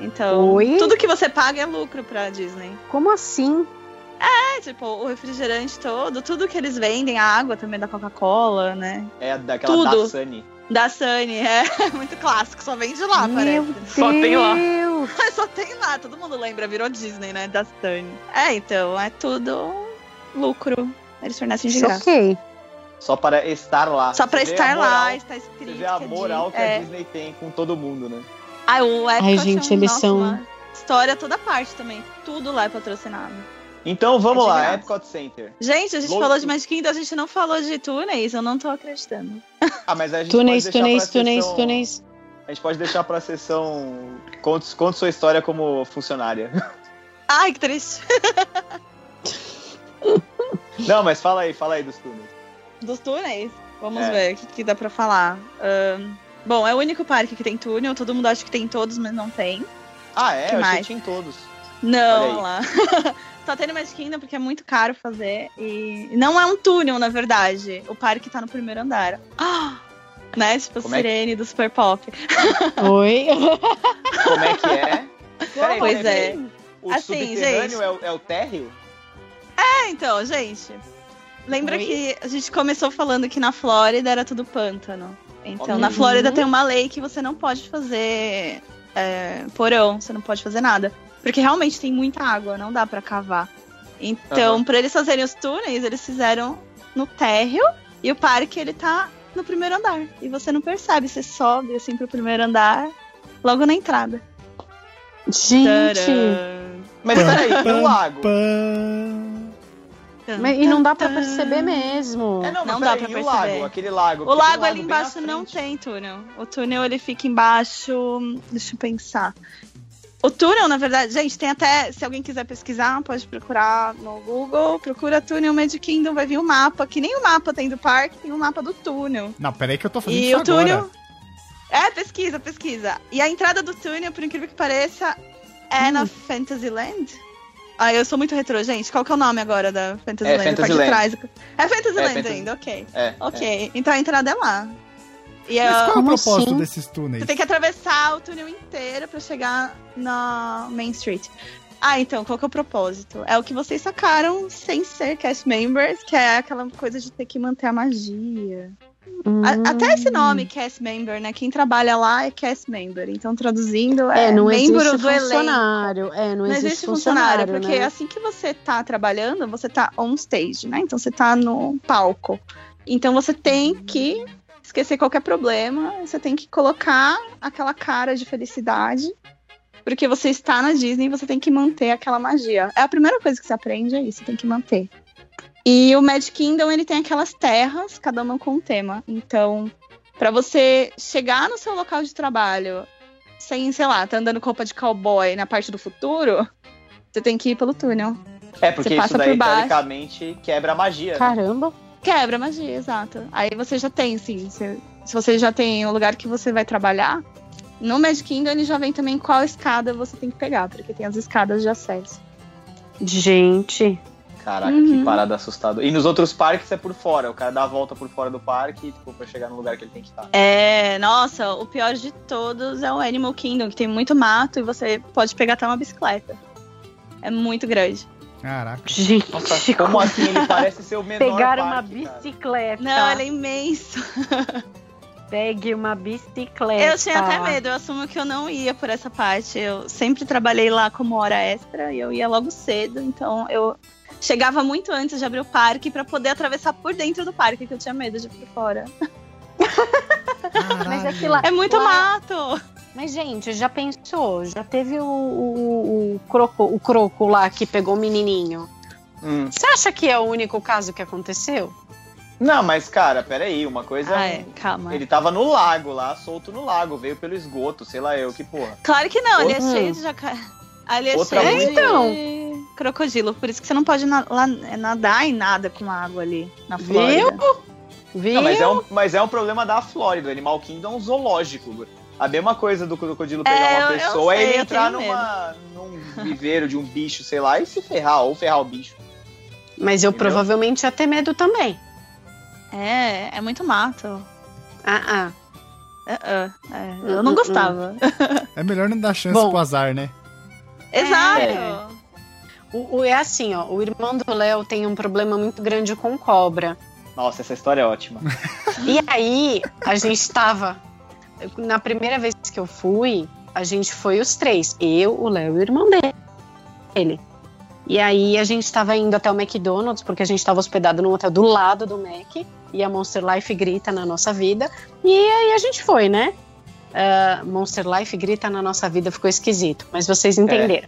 Speaker 4: Então,
Speaker 5: Oi?
Speaker 4: tudo que você paga é lucro pra Disney.
Speaker 5: Como assim?
Speaker 4: É, tipo, o refrigerante todo, tudo que eles vendem, a água também da Coca-Cola, né?
Speaker 1: É daquela
Speaker 4: Tudo.
Speaker 1: da Sunny.
Speaker 4: Da Sunny, é <laughs> muito clássico, só vende lá,
Speaker 5: meu
Speaker 4: parece.
Speaker 5: Deus.
Speaker 8: Só tem lá.
Speaker 4: Mas <laughs> só tem lá, todo mundo lembra, virou Disney, né? Da Sunny. É, então, é tudo um lucro. Eles fornecem de graça.
Speaker 5: Choquei.
Speaker 1: Só para estar lá.
Speaker 4: Só pra
Speaker 1: Você vê a
Speaker 4: estar
Speaker 1: moral-
Speaker 4: lá, está
Speaker 1: Você
Speaker 4: escrito.
Speaker 1: vê a
Speaker 4: que é
Speaker 1: moral que
Speaker 4: Disney.
Speaker 1: a
Speaker 4: é.
Speaker 1: Disney tem com todo mundo, né?
Speaker 4: Ah, o Epcot
Speaker 5: Ai, gente,
Speaker 4: é um,
Speaker 5: eles
Speaker 4: nossa,
Speaker 5: são-
Speaker 4: uma História toda parte também. Tudo lá é patrocinado.
Speaker 1: Então vamos
Speaker 4: É de
Speaker 1: lá,
Speaker 4: graça.
Speaker 1: Epcot Center.
Speaker 4: Gente, a gente
Speaker 1: Louco.
Speaker 4: falou de Magic Kingdom, a gente não falou de túneis, eu não tô acreditando.
Speaker 1: Ah, mas a gente
Speaker 5: Túneis,
Speaker 1: pode deixar
Speaker 5: túneis,
Speaker 1: pra
Speaker 5: túneis,
Speaker 1: sessão...
Speaker 4: <laughs>
Speaker 5: túneis.
Speaker 1: A gente pode deixar pra sessão... Conte, conte sua história como funcionária. <laughs>
Speaker 4: Ai, que triste.
Speaker 1: Não, mas fala aí, fala aí dos túneis.
Speaker 4: Dos túneis? Vamos
Speaker 1: É.
Speaker 4: ver o que, que dá pra falar. Ahn, bom, é o único parque que tem túnel, todo mundo acha que tem todos, mas não tem.
Speaker 1: Ah, é?
Speaker 4: Que
Speaker 1: eu achei que
Speaker 4: mais?
Speaker 1: tinha em todos.
Speaker 4: Não,
Speaker 1: Olha
Speaker 4: lá. <laughs> Só tem no Magic Kingdom porque é muito caro fazer. E não é um túnel, na verdade. O parque tá no primeiro andar. <gasps> Ah! Né? Tipo, a
Speaker 1: Como é que-
Speaker 4: Sirene do Super Pop.
Speaker 5: Oi?
Speaker 1: Como é que
Speaker 4: <laughs>
Speaker 1: é? Peraí,
Speaker 4: pois
Speaker 1: peraí,
Speaker 4: é.
Speaker 1: O
Speaker 4: Assim,
Speaker 1: subterrâneo
Speaker 4: gente.
Speaker 1: é o, é o térreo?
Speaker 4: É, então, gente. Lembra
Speaker 5: Oi?
Speaker 4: que a gente começou falando que na Flórida era tudo pântano. Então,
Speaker 1: Ok.
Speaker 5: Uhum.
Speaker 4: na Flórida tem uma lei que você não pode fazer é, porão, você não pode fazer nada. Porque realmente tem muita água, não dá pra cavar. Então, pra eles fazerem os túneis, eles fizeram no térreo e o parque ele tá no primeiro andar. E você não percebe, você sobe assim pro primeiro andar, logo na entrada.
Speaker 5: Gente.
Speaker 4: Tcharam!
Speaker 1: Mas peraí, e
Speaker 2: Pam,
Speaker 1: o lago?
Speaker 2: pam.
Speaker 5: Mas- e não dá pra perceber mesmo.
Speaker 1: É, não, mas peraí,
Speaker 4: Não dá pra
Speaker 1: e o
Speaker 4: perceber.
Speaker 1: lago? Aquele lago.
Speaker 4: O
Speaker 1: porque tem um
Speaker 4: lago ali
Speaker 1: bem
Speaker 4: embaixo
Speaker 1: na
Speaker 4: não
Speaker 1: frente.
Speaker 4: tem túnel. O túnel ele fica embaixo. Deixa eu pensar. O túnel, na verdade, gente, tem até. Se alguém quiser pesquisar, pode procurar no Google. Procura túnel Magic Kingdom, vai vir o mapa. Que nem o mapa tem do parque, tem o mapa do túnel.
Speaker 2: Não, peraí que eu tô fazendo
Speaker 4: e
Speaker 2: isso
Speaker 4: o túnel.
Speaker 2: agora.
Speaker 4: É, pesquisa, pesquisa. E a entrada do túnel, por incrível que pareça, é na Fantasyland? Ah, eu sou muito retrô, gente. Qual que é o nome agora da Fantasyland? Da parte de
Speaker 1: Fantasyland.
Speaker 4: trás. É Fantasyland
Speaker 1: É, Fantasy-
Speaker 4: ainda, ok.
Speaker 1: É,
Speaker 4: Ok, então a entrada é lá. E
Speaker 2: Mas
Speaker 4: ah,
Speaker 2: qual é o
Speaker 5: Como
Speaker 2: propósito
Speaker 5: assim?
Speaker 2: desses túneis?
Speaker 4: você tem que atravessar o túnel inteiro pra chegar na Main Street. Ah, então, qual que é o propósito? É o que vocês sacaram sem ser cast members, que é aquela coisa de ter que manter a magia. A-
Speaker 5: Hum.
Speaker 4: até esse nome, cast member, né? Quem trabalha lá é cast member. Então, traduzindo, é,
Speaker 5: É, não
Speaker 4: membro
Speaker 5: existe
Speaker 4: do elenco.
Speaker 5: funcionário. É, não,
Speaker 4: Não
Speaker 5: existe,
Speaker 4: existe funcionário, porque
Speaker 5: né?
Speaker 4: assim que você tá trabalhando, você tá on stage, né? Então você tá no palco. Então você tem que esquecer qualquer problema, você tem que colocar aquela cara de felicidade, porque você está na Disney, você tem que manter aquela magia. É a primeira coisa que você aprende, é isso, você tem que manter. E o Magic Kingdom, ele tem aquelas terras, cada uma com um tema. Então, pra você chegar no seu local de trabalho sem, sei lá, tá andando com roupa de cowboy na parte do futuro, você tem que ir pelo túnel.
Speaker 1: é porque
Speaker 4: Você
Speaker 1: isso
Speaker 4: passa
Speaker 1: daí,
Speaker 4: por baixo.
Speaker 1: teoricamente, quebra a magia. né?
Speaker 5: Caramba.
Speaker 4: Quebra a magia, exato. Aí você já tem, sim. você- se você já tem o lugar que você vai trabalhar, no Magic Kingdom ele já vem também qual escada você tem que pegar, porque tem as escadas de acesso.
Speaker 5: Gente.
Speaker 1: Caraca, que
Speaker 4: Uhum.
Speaker 1: parada assustadora. E nos outros parques é por fora. O cara dá a volta por fora do parque tipo, pra chegar no lugar que ele tem que estar.
Speaker 4: É, nossa, o pior de todos é o Animal Kingdom, que tem muito mato e você pode pegar até uma bicicleta. É muito grande.
Speaker 2: Caraca.
Speaker 5: Gente.
Speaker 1: Nossa, como assim? Ele parece ser o menor
Speaker 5: Pegar uma
Speaker 1: parque, cara.
Speaker 5: bicicleta.
Speaker 4: Não, ele é imenso.
Speaker 5: Pegue uma bicicleta.
Speaker 4: Eu tinha até medo, eu assumo que eu não ia por essa parte. Eu sempre trabalhei lá como hora extra e eu ia logo cedo, então eu chegava muito antes de abrir o parque pra poder atravessar por dentro do parque, que eu tinha medo de ir por fora.
Speaker 5: Mas
Speaker 2: Caralho.
Speaker 5: é que lá-
Speaker 4: É muito
Speaker 5: lá-
Speaker 4: mato!
Speaker 5: Mas, gente, já pensou? Já teve o, o, o, croco, o croco lá que pegou o menininho.
Speaker 1: Hum.
Speaker 5: Você acha que é o único caso que aconteceu?
Speaker 1: Não, mas cara, peraí. Uma coisa.
Speaker 4: Ah,
Speaker 1: é
Speaker 4: é, calma.
Speaker 1: Ele tava no lago lá, solto no lago. Veio pelo esgoto, sei lá eu, que porra.
Speaker 4: Claro que não, ali é
Speaker 5: Outra-
Speaker 4: cheio de jacaré. Ali é
Speaker 1: Outra
Speaker 4: cheio
Speaker 1: É,
Speaker 4: de
Speaker 5: então.
Speaker 4: eh, crocodilo, por isso que você não pode na- lá- nadar em nada com a água ali na
Speaker 5: Viu?
Speaker 4: Flórida.
Speaker 5: Viu?
Speaker 1: Não, mas, é um, mas é um problema da Flórida. O Animal Kingdom é um zoológico. A mesma coisa do crocodilo pegar
Speaker 4: É, eu-
Speaker 1: uma
Speaker 4: eu
Speaker 1: pessoa é
Speaker 4: sei,
Speaker 1: ele
Speaker 4: eu
Speaker 1: entrar
Speaker 4: tenho
Speaker 1: numa, num viveiro de um bicho, sei lá, e se ferrar, ou ferrar o bicho.
Speaker 5: Mas eu
Speaker 1: Entendeu?
Speaker 5: provavelmente ia ter medo também.
Speaker 4: É, é muito mato.
Speaker 5: Ah, ah.
Speaker 4: É, é, é. Eu
Speaker 5: Hum,
Speaker 4: não
Speaker 5: hum,
Speaker 4: gostava.
Speaker 2: É melhor não dar chance
Speaker 5: Bom.
Speaker 2: pro azar, né?
Speaker 4: Exato.
Speaker 5: O, o- é assim, ó. O irmão do Léo tem um problema muito grande com cobra.
Speaker 1: Nossa, essa história é ótima.
Speaker 5: E aí, a gente tava. Na primeira vez que eu fui, a gente foi os três. Eu, o Léo e o irmão dele. E aí a gente tava indo até o McDonald's, porque a gente tava hospedado num hotel do lado do Mac. E a Monster Life grita na nossa vida. E aí a gente foi, né? Ah, Monster Life grita na nossa vida, ficou esquisito, mas vocês entenderam.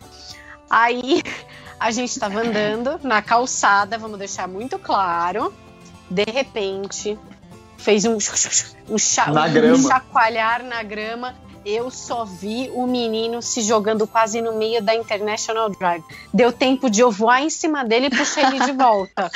Speaker 5: Aí <laughs> a gente tava andando na calçada, vamos deixar muito claro. De repente, fez um, um, cha-
Speaker 1: Na
Speaker 5: um
Speaker 1: grama.
Speaker 5: chacoalhar na grama. Eu só vi o menino se jogando quase no meio da International Drive. Deu tempo de eu voar em cima dele e puxar ele de
Speaker 1: <laughs>
Speaker 5: volta.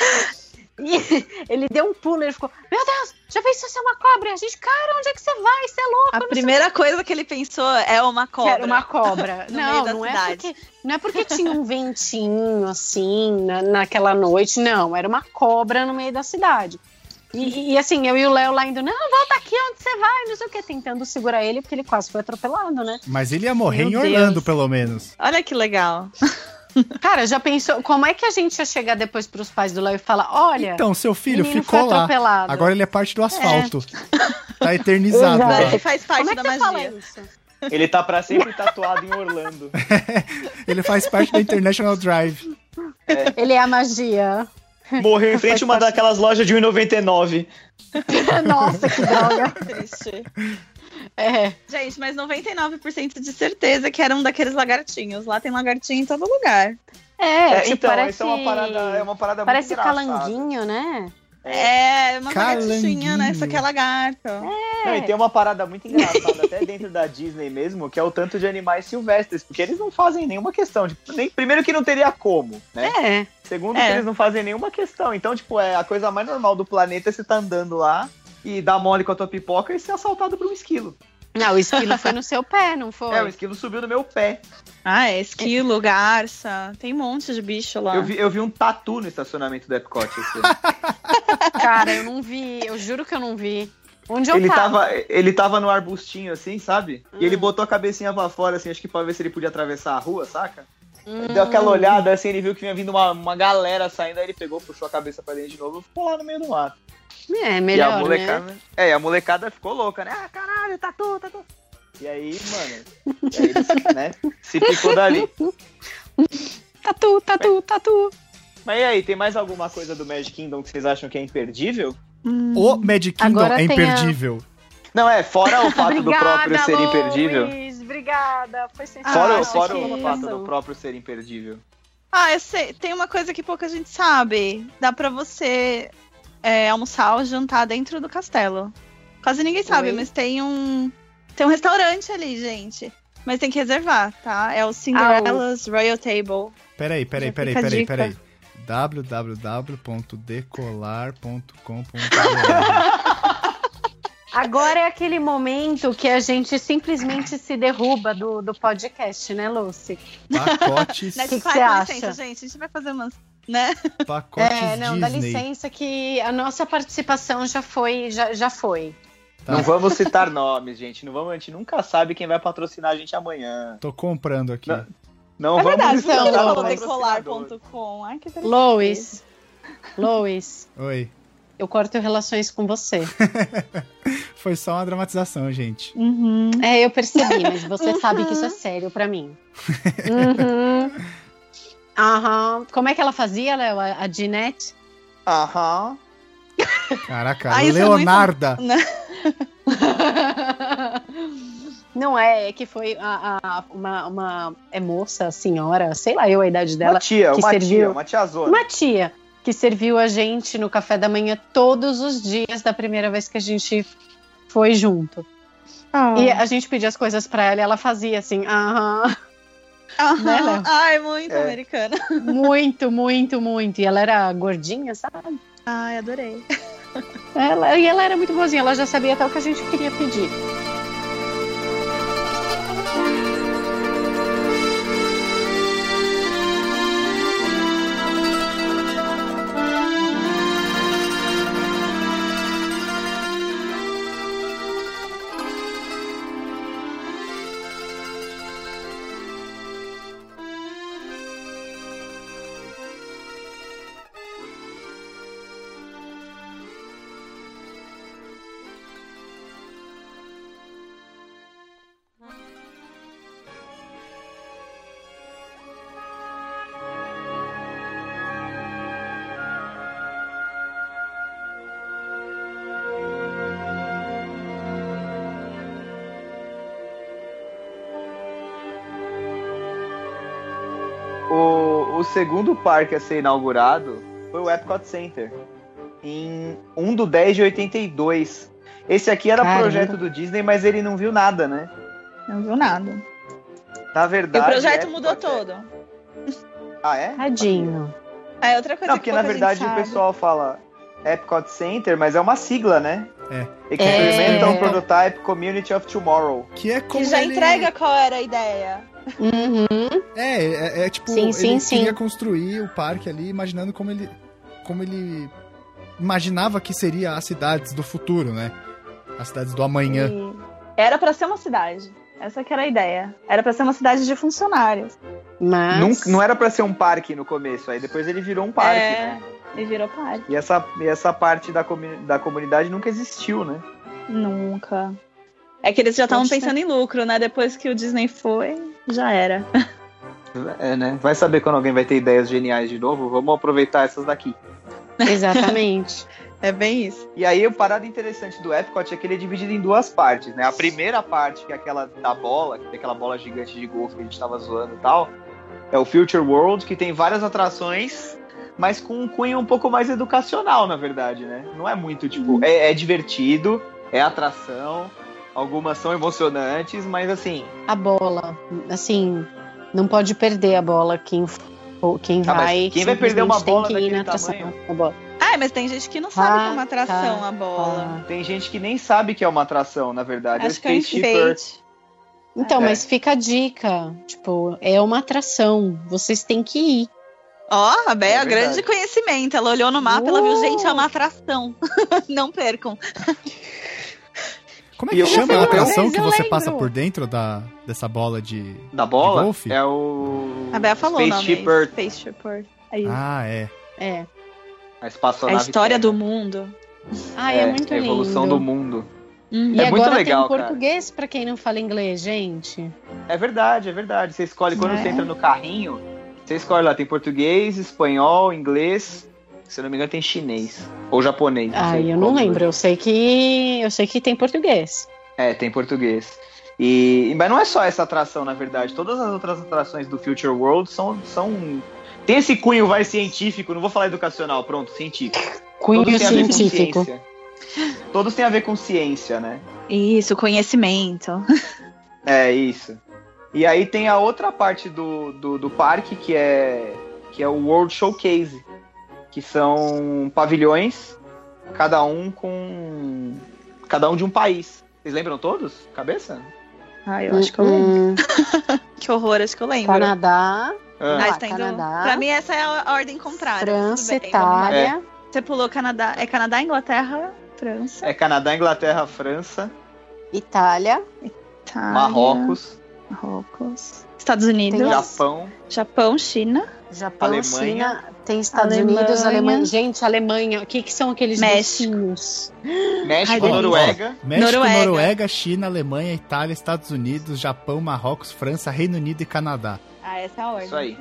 Speaker 5: E ele deu um pulo, ele ficou: Meu Deus, já pensou se é uma cobra? A gente, cara, onde é que você vai? Você é louco?
Speaker 4: A primeira coisa que ele pensou é uma cobra.
Speaker 5: Era uma cobra.
Speaker 4: <laughs> No
Speaker 5: não,
Speaker 4: meio da
Speaker 5: não é
Speaker 4: cidade.
Speaker 5: porque não é porque tinha um ventinho assim na, naquela noite, não. Era uma cobra no meio da cidade. E, e, assim, eu e o Léo lá indo, não, volta aqui onde você vai, não sei o que, tentando segurar ele, porque ele quase foi atropelado, né?
Speaker 2: Mas ele ia morrer
Speaker 5: Meu
Speaker 2: em Orlando, pelo menos.
Speaker 4: Olha que legal.
Speaker 5: Cara, já pensou, como é que a gente ia chegar depois pros pais do Léo e falar, olha,
Speaker 2: Então, seu filho
Speaker 5: menino
Speaker 2: ficou
Speaker 5: foi
Speaker 2: lá.
Speaker 5: atropelado.
Speaker 2: Agora ele é parte do
Speaker 5: <laughs>
Speaker 2: asfalto. Tá eternizado.
Speaker 5: Exato.
Speaker 2: lá.
Speaker 4: Ele faz parte
Speaker 5: como é que
Speaker 4: da
Speaker 5: você fala
Speaker 4: magia.
Speaker 5: isso?
Speaker 1: Ele tá pra sempre tatuado em Orlando.
Speaker 2: Ele faz parte da International Drive.
Speaker 5: Ele é a
Speaker 4: <laughs>
Speaker 5: magia.
Speaker 1: Morreu em frente a uma daquelas lojas de 1,99.
Speaker 5: Nossa, que droga.
Speaker 4: Triste.
Speaker 5: É.
Speaker 4: Gente, mas 99% de certeza que era um daqueles lagartinhos. Lá tem lagartinho em todo lugar.
Speaker 5: É,
Speaker 1: É,
Speaker 5: tipo,
Speaker 1: então,
Speaker 5: parece...
Speaker 1: isso é uma parada, é uma parada
Speaker 5: Parece
Speaker 1: muito engraçada.
Speaker 5: calanguinho, né?
Speaker 4: É, uma
Speaker 2: Calanguinho.
Speaker 4: lagartixinha, né? Só que é lagarto.
Speaker 5: é.
Speaker 1: Não, e tem uma parada muito engraçada até dentro da Disney mesmo, que é o tanto de animais silvestres, porque eles não fazem nenhuma questão. de- nem, primeiro que não teria como, né?
Speaker 5: É.
Speaker 1: Segundo
Speaker 4: É.
Speaker 1: que eles não fazem nenhuma questão. Então, tipo, é a coisa mais normal do planeta você tá andando lá e dar mole com a tua pipoca e ser assaltado por um esquilo.
Speaker 5: Não, o esquilo foi no seu pé, não
Speaker 1: <laughs>
Speaker 5: foi?
Speaker 1: É, o esquilo subiu no meu pé.
Speaker 4: Ah, é esquilo, garça. Tem um monte de bicho
Speaker 5: Tá.
Speaker 4: lá.
Speaker 1: Eu vi, eu vi um tatu no estacionamento do Epcot. esse ano.
Speaker 5: Cara, eu não vi. Eu juro que eu não vi. Onde eu
Speaker 1: ele,
Speaker 5: tava?
Speaker 1: tava, ele tava no arbustinho, assim, sabe? E ele botou a cabecinha pra fora, assim, acho que pra ver se ele podia atravessar a rua, saca?
Speaker 5: Hum.
Speaker 1: Ele Deu aquela olhada, assim, ele viu que vinha vindo uma, uma galera saindo, aí ele pegou, puxou a cabeça pra dentro de novo e ficou lá no meio do mato.
Speaker 5: É,
Speaker 1: e a
Speaker 5: melhor, né?
Speaker 1: molecada, É, e a molecada ficou louca, né? Ah, caralho, tatu, tatu. E aí, mano, e aí, ele, né, se picou dali.
Speaker 5: Tatu, tatu, tatu.
Speaker 1: Mas e aí, tem mais alguma coisa do Magic Kingdom que vocês acham que é imperdível?
Speaker 4: Hum.
Speaker 2: O Magic Kingdom
Speaker 5: Agora
Speaker 2: é
Speaker 5: tem a-
Speaker 2: imperdível.
Speaker 1: Não, é, fora o fato do próprio ser imperdível.
Speaker 5: Luiz, obrigada. Foi sensacional.
Speaker 1: Fora,
Speaker 4: Ah,
Speaker 1: fora
Speaker 4: achei
Speaker 1: o
Speaker 4: que-
Speaker 1: fato do próprio ser imperdível.
Speaker 4: Ah, eu sei. Tem uma coisa que pouca gente sabe. Dá pra você é, almoçar ou jantar dentro do castelo. Quase ninguém sabe,
Speaker 5: Oi?
Speaker 4: mas tem um. Tem um restaurante ali, gente. Mas tem que reservar, tá? É o Cinderella's Royal Table.
Speaker 2: Peraí, peraí,
Speaker 4: Já
Speaker 2: peraí,
Speaker 4: fica a
Speaker 2: peraí,
Speaker 4: dica.
Speaker 2: peraí.
Speaker 5: <laughs>
Speaker 2: www.decolar.com.br
Speaker 5: Agora é aquele momento que a gente simplesmente se derruba do, do podcast, né, Lucy?
Speaker 2: Pacotes,
Speaker 4: Netflix,
Speaker 5: que você
Speaker 4: com
Speaker 5: acha?
Speaker 4: licença, gente. A gente vai fazer umas. Né?
Speaker 2: pacotes
Speaker 5: é, não, dá
Speaker 2: Disney.
Speaker 5: licença que a nossa participação já foi, já, já foi.
Speaker 2: Tá.
Speaker 1: Não vamos citar nomes, gente. Não vamos, a gente nunca sabe quem vai patrocinar a gente amanhã.
Speaker 2: Tô comprando aqui.
Speaker 1: Não. Não
Speaker 4: é
Speaker 1: vamos
Speaker 4: verdade,
Speaker 1: citar
Speaker 4: você falou
Speaker 1: patrocinador.
Speaker 4: é decolar.com. Ai, que delícia.
Speaker 5: Lois, Lois,
Speaker 2: Oi.
Speaker 5: eu corto relações com você.
Speaker 2: Foi só uma dramatização, gente.
Speaker 4: Uhum.
Speaker 5: É, eu percebi, mas você sabe que isso é sério pra mim. Uhum. Aham. Como é que ela fazia, Léo? A a Dinette?
Speaker 1: Aham.
Speaker 2: Caraca,
Speaker 4: Ah, isso é
Speaker 2: Leonarda.
Speaker 5: <laughs> Não é, é que foi a- a- uma, uma é moça, senhora, sei lá eu a idade dela,
Speaker 1: uma tia,
Speaker 5: que
Speaker 1: uma tia,
Speaker 5: serviu.
Speaker 1: uma tiazona.
Speaker 5: uma tia que serviu a gente no café da manhã todos os dias da primeira vez que a gente foi junto.
Speaker 4: é-
Speaker 5: E a gente pedia as coisas pra ela e ela fazia assim, aham.
Speaker 4: Aham.
Speaker 5: né, Léo?
Speaker 4: Ai, muito
Speaker 1: É.
Speaker 4: americana.
Speaker 5: Muito, muito, muito. E ela era gordinha, sabe?
Speaker 4: Ai, adorei.
Speaker 5: Ela, e ela era muito boazinha, ela já sabia até o que a gente queria pedir.
Speaker 1: O, o segundo parque a ser inaugurado foi o Epcot Center, em 1 do 10 de 82. Esse aqui era
Speaker 5: Caramba.
Speaker 1: projeto do Disney, mas ele não viu nada, né?
Speaker 4: Não viu nada.
Speaker 1: Na
Speaker 4: E
Speaker 1: verdade.
Speaker 4: o projeto
Speaker 1: Epcot
Speaker 4: mudou
Speaker 1: é-
Speaker 4: todo.
Speaker 1: Ah, é?
Speaker 5: Tadinho.
Speaker 4: É outra coisa
Speaker 1: Não, porque
Speaker 4: que
Speaker 1: na
Speaker 4: pouca gente
Speaker 1: verdade o
Speaker 4: sabe.
Speaker 1: pessoal fala Epcot Center, mas é uma sigla, né?
Speaker 2: É.
Speaker 1: Experimental
Speaker 5: É.
Speaker 1: Prototype Community of Tomorrow.
Speaker 2: Que é como
Speaker 4: Que já
Speaker 2: ele-
Speaker 4: entrega qual era a ideia.
Speaker 5: Uhum.
Speaker 2: É, é, é tipo,
Speaker 5: Sim,
Speaker 2: ele
Speaker 5: sim, sim.
Speaker 2: queria construir o parque ali, imaginando como ele, como ele imaginava que seria as cidades do futuro, né? As cidades do amanhã.
Speaker 4: E era pra ser uma cidade. Essa que era a ideia. Era pra ser uma cidade de funcionários.
Speaker 5: Mas.
Speaker 1: Nunca- não era pra ser um parque no começo, aí depois ele virou um parque,
Speaker 4: É.
Speaker 1: né?
Speaker 4: E virou parque.
Speaker 1: E essa, e essa parte da, comu- da comunidade nunca existiu, né?
Speaker 4: Nunca. É que eles já estavam
Speaker 5: Poxa.
Speaker 4: pensando em lucro, né? Depois que o Disney foi, já era.
Speaker 1: É, né? Vai saber quando alguém vai ter ideias geniais de novo? Vamos aproveitar essas daqui. <laughs>
Speaker 5: Exatamente.
Speaker 4: É bem isso.
Speaker 1: E aí, a parada interessante do Epcot é que ele é dividido em duas partes, né? A primeira parte, que é aquela da bola, que é aquela bola gigante de golfe que a gente tava zoando e tal, é o Future World, que tem várias atrações, mas com um cunho um pouco mais educacional, na verdade, né? Não é muito, tipo, é, é divertido, é atração, algumas são emocionantes, mas assim,
Speaker 5: a bola. Assim, não pode perder a bola quem, for- quem
Speaker 1: Ah, mas
Speaker 5: vai.
Speaker 1: quem vai perder uma
Speaker 5: simplesmente tem
Speaker 1: bola
Speaker 5: que ir
Speaker 1: daquele
Speaker 5: na atração
Speaker 1: tamanho?
Speaker 5: com a bola.
Speaker 4: Ah, mas tem gente que não sabe como atração a bola.
Speaker 5: Ah.
Speaker 1: tem gente que nem sabe que é uma atração, na verdade.
Speaker 4: Acho que é um
Speaker 1: Keeper.
Speaker 4: enfeite.
Speaker 5: Então,
Speaker 1: É.
Speaker 5: mas fica a dica. Tipo, é uma atração. Vocês têm que ir.
Speaker 4: Ó, a Bea,
Speaker 1: É verdade.
Speaker 4: grande conhecimento. Ela olhou no mapa, ela viu,
Speaker 5: Uh!
Speaker 4: gente, é uma atração. <laughs> não percam.
Speaker 2: Como é
Speaker 1: E
Speaker 2: que
Speaker 1: eu-
Speaker 2: chama
Speaker 1: eu-
Speaker 2: a
Speaker 1: eu-
Speaker 2: atração
Speaker 5: eu
Speaker 2: que você
Speaker 5: lembro.
Speaker 2: passa por dentro da, dessa bola de.
Speaker 1: Da bola?
Speaker 2: De golfe?
Speaker 1: É o.
Speaker 4: A Bea falou
Speaker 1: Space
Speaker 4: o nome. é
Speaker 1: Shipper,
Speaker 4: Space Shipper. É isso.
Speaker 2: Ah, é.
Speaker 5: É.
Speaker 1: a espaçonave.
Speaker 4: a história
Speaker 1: Terra.
Speaker 4: do mundo.
Speaker 5: Ah, é, muito
Speaker 1: a
Speaker 5: lindo.
Speaker 1: evolução do mundo.
Speaker 5: E
Speaker 4: Uhum.
Speaker 1: É
Speaker 5: agora
Speaker 1: muito
Speaker 5: tem
Speaker 1: legal,
Speaker 5: um
Speaker 1: cara.
Speaker 5: português pra quem não fala inglês, gente.
Speaker 1: É verdade, é verdade. Você escolhe quando
Speaker 4: É.
Speaker 1: você entra no carrinho, você escolhe lá, tem português, espanhol, inglês, se eu não me engano tem chinês ou japonês.
Speaker 5: Ai,
Speaker 1: sei
Speaker 5: Ah, eu não
Speaker 1: qual dos
Speaker 5: lembro.
Speaker 1: dois.
Speaker 5: Eu sei que eu sei que tem português.
Speaker 1: É, tem português. E mas não é só essa atração, na verdade. Todas as outras atrações do Future World são são tem esse cunho vai científico, não vou falar educacional, pronto, científico.
Speaker 5: Cunho
Speaker 1: Todos têm a ver com
Speaker 5: científico.
Speaker 1: ciência. Todos têm a ver com ciência, né?
Speaker 4: Isso, conhecimento.
Speaker 1: É isso. E aí tem a outra parte do, do, do parque que é que é o World Showcase, que são pavilhões, cada um com cada um de um país. Vocês lembram todos? Cabeça?
Speaker 4: Ai, Ah, eu acho que eu lembro.
Speaker 5: Hum,
Speaker 4: Que horror, acho que eu lembro.
Speaker 5: Canadá,
Speaker 1: Ah,
Speaker 4: Mas
Speaker 5: lá,
Speaker 4: tem do-
Speaker 5: Canadá.
Speaker 4: Pra mim, essa é a ordem contrária.
Speaker 5: França,
Speaker 4: Tudo bem, vamos lá.
Speaker 5: Itália.
Speaker 4: Você pulou Canadá. É Canadá, Inglaterra, França.
Speaker 1: é Canadá, Inglaterra, França, É.
Speaker 5: Itália.
Speaker 4: Itália,
Speaker 1: Marrocos,
Speaker 4: Marrocos. Estados Unidos.
Speaker 5: Tem-
Speaker 1: Japão.
Speaker 4: Japão, China.
Speaker 5: Japão,
Speaker 1: Alemanha.
Speaker 5: China, tem Estados
Speaker 4: Alemanha.
Speaker 5: Unidos, Alemanha. Gente, Alemanha, o que, que são aqueles
Speaker 4: México.
Speaker 5: docinhos?
Speaker 1: México,
Speaker 4: delícia.
Speaker 1: Noruega.
Speaker 2: México,
Speaker 4: Noruega.
Speaker 2: Noruega. China, Alemanha, Itália, Estados Unidos, Japão, Marrocos, França, Reino Unido e Canadá.
Speaker 4: Ah, essa é a ordem.
Speaker 1: Isso aí.